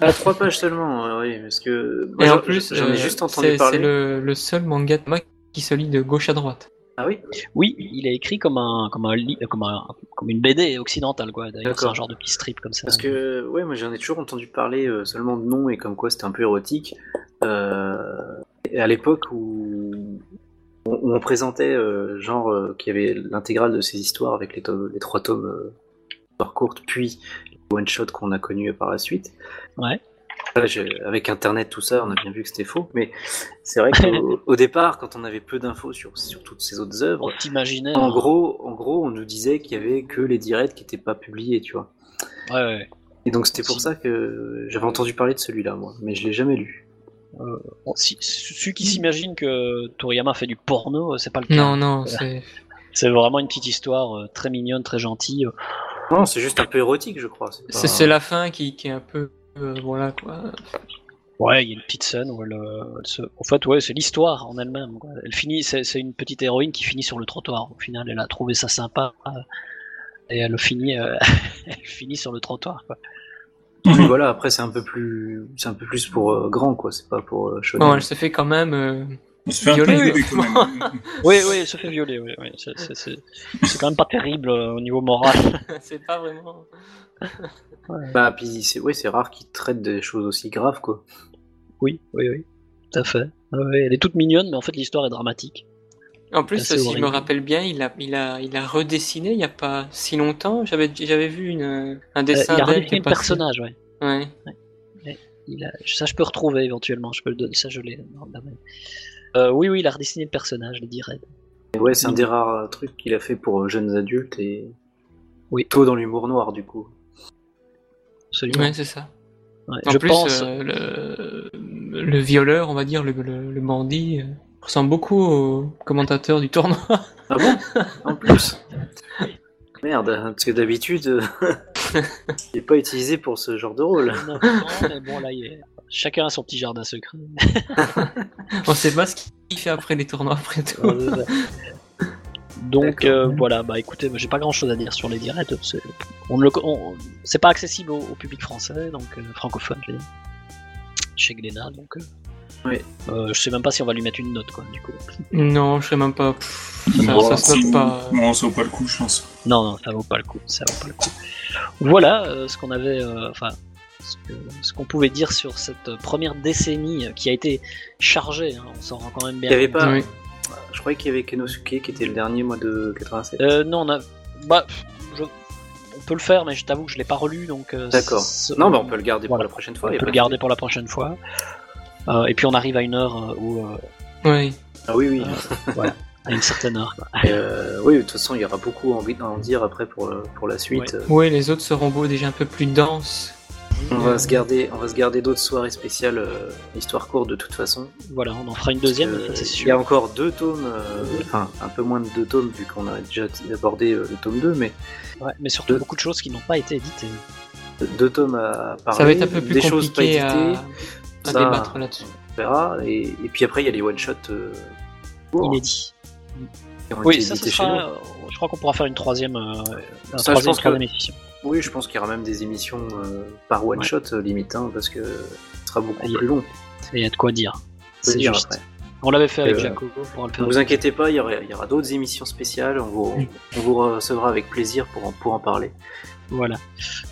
S1: Ah, trois pages seulement, euh, oui, parce que moi,
S3: Et en
S1: j'en-
S3: plus,
S1: j'en ai
S3: euh,
S1: juste
S3: c'est
S1: entendu parler.
S3: c'est le, le seul manga de moi qui se lit de gauche à droite.
S1: Ah oui,
S4: Oui, il est écrit comme, un, comme, un, li- comme, un- comme une BD occidentale, quoi. D'ailleurs, c'est
S1: D'accord.
S4: un genre de petit strip comme ça.
S1: parce que ouais, moi j'en ai toujours entendu parler euh, seulement de nom et comme quoi c'était un peu érotique. Euh, et à l'époque où, où on présentait euh, genre euh, qu'il y avait l'intégrale de ces histoires avec les, tomes- les trois tomes euh, histoires courtes, puis les one shot qu'on a connu par la suite.
S4: Ouais.
S1: Là, j'ai- avec Internet, tout ça, on a bien vu que c'était faux, mais c'est vrai
S3: (laughs)
S1: qu'au au départ, quand on avait peu d'infos sur, sur toutes ces autres œuvres,
S4: On t'imaginait.
S1: En
S4: hein.
S1: gros, en gros, on nous disait qu'il y avait que les directs qui n'étaient pas publiés, tu vois.
S4: Ouais, ouais, ouais.
S1: Et donc c'était pour
S4: Si.
S1: ça que j'avais entendu parler de celui-là, moi, mais je l'ai jamais lu.
S4: Bon, si- ceux qui s'imaginent que Toriyama fait du porno, euh, c'est pas le cas.
S3: Non, non, c'est.
S4: C'est vraiment une petite histoire euh, très mignonne, très gentille. euh.
S1: Non, c'est juste un peu érotique, je crois. pas-
S3: C'est
S4: Bah.
S3: c'est la fin qui, qui est un peu. euh, voilà quoi.
S4: Ouais, il y a une petite scène où elle, euh, elle se... En fait, ouais, c'est l'histoire en elle-même. quoi. Elle finit, c'est c'est une petite héroïne qui finit sur le trottoir. Au final, elle a trouvé ça sympa euh, et elle finit, euh, (laughs) elle finit sur le trottoir. quoi.
S1: Oui, voilà, après c'est un peu plus, c'est un peu plus pour euh, grand, quoi. C'est pas pour euh, shonen.
S3: Bon, elle se fait quand même. euh, (laughs)
S2: On se fait un peu
S3: Violer.
S2: aider, quand même.
S4: Oui, oui, elle se fait violer. Oui, oui. C'est- c'est- C'est c'est quand même pas terrible euh, au niveau moral.
S3: c'est pas vraiment.
S1: Bah, puis c'est, ouais, c'est rare qu'ils traitent des choses aussi graves, quoi.
S4: Oui, oui, oui. Tout à fait. Ouais, ouais, elle est toute mignonne, mais en fait, l'histoire est dramatique.
S3: En plus,
S4: Assez
S3: si je
S4: horrible.
S3: me rappelle bien, il a, il a, il a redessiné il y a pas si longtemps. J'avais, j'avais vu une, un
S4: Euh,
S3: dessin
S4: il a
S3: d'elle
S4: redessiné
S3: qui est
S4: le
S3: passé.
S4: personnage, ouais.
S3: Ouais.
S4: il a- ça, je peux retrouver éventuellement. Je peux le donner. Ça, je l'ai. dans la main. Euh, oui, oui, il a redessiné le personnage, le direct.
S1: Et ouais,
S4: Mm.
S1: c'est un des rares euh, trucs qu'il a fait pour euh, jeunes adultes et.
S4: Oui.
S1: Tôt dans l'humour noir, du coup.
S4: Absolument.
S3: Ouais, c'est ça.
S4: Ouais,
S3: En
S4: je
S3: plus,
S4: pense.
S3: euh, le, le violeur, on va dire, le, le- le bandit, euh, ressemble beaucoup au commentateur du tournoi. (laughs)
S1: Ah bon
S4: (laughs)
S1: En plus Merde, parce que d'habitude, euh, (laughs) il n'est pas utilisé pour ce genre de rôle.
S4: Non, non, mais bon, là, il est- Chacun a son petit jardin secret.
S3: on sait pas ce qu'il fait après les tournois, après tout.
S4: (laughs) Donc euh, voilà, bah écoutez, bah, j'ai pas grand chose à dire sur les directs. C'est, on ne le, co- on- c'est pas accessible au, au public français, donc euh, francophone, je veux dire. Chez Glénat, donc. euh,
S1: Oui.
S4: euh, je sais même pas si on va lui mettre une note, quoi, du coup.
S3: Non, je sais même pas. Pff, ça,
S2: Bon,
S3: (laughs) ça se note
S2: si-
S3: pas.
S2: bon, on se vaut pas le coup, je pense.
S4: Non, non, ça vaut pas le coup, ça vaut pas le coup. Voilà euh, ce qu'on avait, euh, enfin, ce, que- ce qu'on pouvait dire sur cette première décennie euh, qui a été chargée, hein, on s'en rend quand même bien
S1: Il y avait
S4: compte.
S1: pas-
S3: Oui.
S1: Je croyais qu'il y avait Kenosuke qui était le dernier mois de 87.
S4: Euh, non, on a. Bah, je- on peut le faire, mais je t'avoue que je l'ai pas relu, donc. euh,
S1: D'accord.
S4: c'est-
S1: non, mais on peut le garder
S4: voilà.
S1: pour la prochaine
S4: On
S1: fois. il y a pas
S4: peut le
S1: de-
S4: garder pour la prochaine fois. Euh, et puis on arrive à une heure euh, où. euh,
S3: Oui.
S1: Ah oui, oui.
S4: à une certaine heure. quoi.
S1: Euh, oui, de toute façon, il y aura beaucoup envie d'en dire après pour, euh, pour la suite. Euh,
S3: Ouais, les autres seront beaux, déjà un peu plus denses.
S1: On va se garder, on va se garder d'autres soirées spéciales, euh, histoire courte de toute façon.
S4: Voilà, on en fera une deuxième,
S1: Euh,
S4: ça, c'est
S1: Il y a
S4: sûr.
S1: encore deux tomes, euh, enfin un peu moins de deux tomes vu qu'on a déjà abordé euh, le tome 2, mais
S4: Ouais, mais surtout beaucoup de choses qui n'ont pas été éditées.
S1: deux tomes à parler,
S3: ça va être un peu plus
S1: des choses pas
S3: compliqué
S1: éditées,
S3: à, à
S1: ça-
S3: débattre là-dessus.
S1: on verra. Et, et puis après, il y a les one-shots euh, courts
S4: Inédites.
S1: qui ont
S4: Oui,
S1: été
S4: ça, ce
S1: édités chez
S4: sera. euh, Je crois qu'on pourra faire une troisième. euh,
S1: je
S4: un troisième,
S1: pense que-
S4: troisième édition.
S1: nous. Oui, je pense qu'il y aura même des émissions euh, par one-shot euh, limite, hein, parce que ce sera beaucoup
S4: Il y a-
S1: plus long.
S4: Et il y a de quoi dire.
S1: faut
S4: C'est
S1: dire,
S4: juste.
S1: après.
S4: On l'avait fait avec
S1: Euh,
S4: Jacobo pour le
S1: Ne
S4: faire.
S1: vous inquiétez pas, il y aura, il y aura d'autres émissions spéciales. On vous, on vous recevra avec plaisir pour en, pour en parler.
S4: Voilà.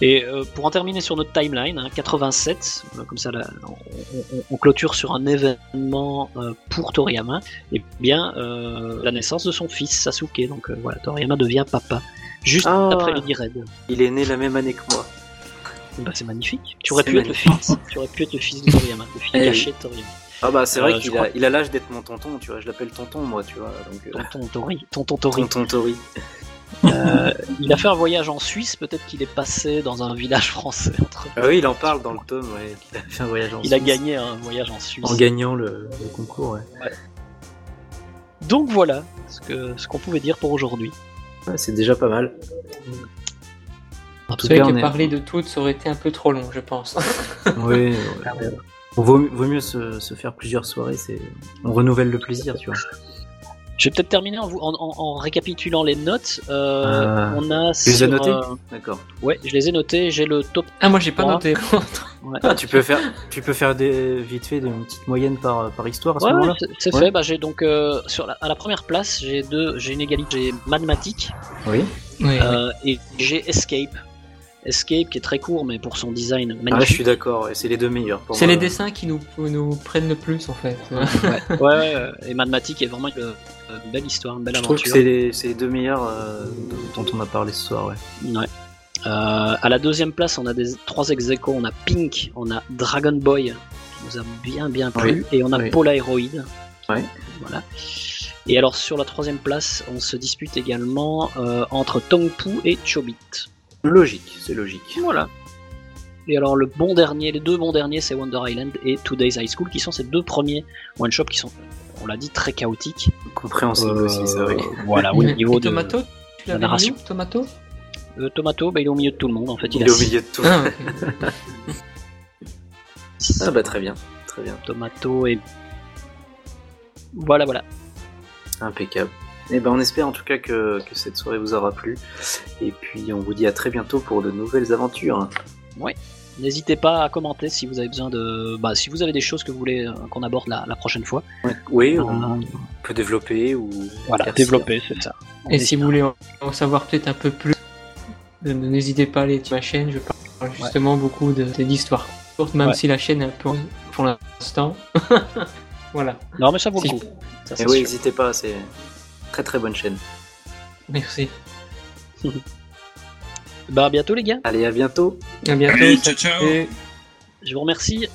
S4: Et euh, pour en terminer sur notre timeline, hein, 87, euh, comme ça là, on, on- on clôture sur un événement euh, pour Toriyama, et bien euh, la naissance de son fils Sasuke. Donc euh, voilà, Toriyama devient papa. Juste
S1: Ah.
S4: après Lady Red.
S1: Il est né la même année que moi.
S4: Bah, c'est magnifique. Tu aurais
S1: C'est
S4: pu être le fils. Tu aurais pu être le fils de Toriyama, le fils
S1: Eh oui.
S4: caché de Toriyama.
S1: Ah bah c'est
S4: Euh,
S1: vrai
S4: je
S1: qu'il
S4: crois-
S1: a, il a l'âge d'être mon tonton, tu vois, je l'appelle tonton moi, tu vois, donc euh,
S4: Tonton Tori. Tonton Tori.
S1: tonton Tori.
S4: Euh, il a fait un voyage en Suisse. Peut-être qu'il est passé dans un village français. entre-
S1: Ah oui, il en parle dans le tome, ouais, qu'il a fait un voyage en
S4: Il a
S1: Suisse.
S4: gagné un voyage en Suisse.
S1: en gagnant le, le concours, ouais.
S4: Donc voilà ce que ce qu'on pouvait dire pour aujourd'hui.
S1: Ouais, c'est déjà pas mal. En tout
S3: C'est
S1: cas,
S3: vrai
S1: on
S3: que
S1: est-
S3: parler de toutes, ça aurait été un peu trop long, je pense.
S1: Ouais, ouais. Vaut, vaut mieux se, se faire plusieurs soirées, c'est on renouvelle le plaisir, tu vois.
S4: Je vais peut-être terminer en, vous, en, en- en récapitulant les notes. Euh,
S1: Ah.
S4: on a
S1: Tu les as
S4: sur,
S1: notées
S4: euh,
S1: D'accord.
S4: Ouais, je les ai notées. J'ai le top.
S3: Ah, moi j'ai pas
S4: Trois.
S3: noté.
S4: Ouais,
S1: Ah, tu peux faire, tu peux faire des, vite fait une petite moyenne par, par histoire à ce
S4: Ouais,
S1: moment-là.
S4: ouais, c'est- c'est
S1: Ouais.
S4: fait. Bah, j'ai donc euh, sur la, à la première place, j'ai deux, j'ai une égalité, j'ai mathématiques
S1: Eh Oui.
S3: Oui.
S4: (laughs) euh, et j'ai escape. Escape qui est très court, mais pour son design
S1: Ah, je suis
S4: magnifique.
S1: d'accord, ouais, c'est les deux meilleurs. pour
S3: C'est
S1: moi.
S3: les dessins qui nous, nous prennent le plus en fait.
S4: (laughs) ouais, ouais, euh, et mathématiques est vraiment une, une belle histoire, une belle
S1: Je trouve que
S4: aventure.
S1: c'est les, c'est les deux meilleurs euh, dont on a parlé ce soir, ouais.
S4: Ouais. Euh, à la deuxième place, on a des trois ex aequo. On a Pink, on a Dragon Boy, qui nous a bien bien plu, et on a
S1: oui.
S4: Polaroid.
S1: Ouais.
S4: Voilà. Et alors sur la troisième place, on se dispute également euh, entre Tongpu et Chobit.
S1: Logique, c'est logique.
S4: Voilà. Et alors le bon dernier, les deux bons derniers, c'est Wonder Island et Today's High School, qui sont ces deux premiers one shop qui sont, on l'a dit, très chaotiques.
S1: Compréhensible aussi, c'est vrai.
S4: Euh, Voilà,
S3: (laughs)
S4: au niveau
S3: Et
S4: de
S3: Tomato, tu l'avais mis
S4: narration.
S1: (laughs)
S3: où, Tomato
S4: Euh, Tomato, bah, il est au milieu de tout le monde en fait.
S1: Il
S4: a
S1: est au
S4: six-
S1: milieu de tout.
S3: Ah, ok.
S1: Ah bah très bien, très bien,
S4: Tomato et. Voilà, voilà.
S1: impeccable. Et ben on espère en tout cas que, que cette soirée vous aura plu. Et puis on vous dit à très bientôt pour de nouvelles aventures.
S4: N'hésitez pas à commenter si vous avez besoin de. Bah, si vous avez des choses que vous voulez euh, qu'on aborde la, la prochaine fois.
S1: Oui, on
S4: Euh,
S1: peut développer ou
S4: voilà,
S1: éclaircir.
S4: développer, c'est ça.
S3: Et si vous voulez en en savoir peut-être un peu plus, euh, n'hésitez pas à aller sur ma chaîne, je parle justement beaucoup de- d'histoires courtes, même
S4: Ouais.
S3: si la chaîne est un peu en- pour l'instant. (laughs) voilà,
S4: Non, mais ça vaut le
S3: Si-
S4: coup. Ça,
S1: Et
S4: c'est
S1: Eh oui,
S4: sûr.
S1: n'hésitez pas, c'est très très bonne chaîne.
S3: merci.
S4: Bah, à bientôt, les gars.
S1: Allez, à bientôt.
S3: À bientôt.
S2: Allez, ciao, ciao.
S3: Et-
S4: Je vous remercie.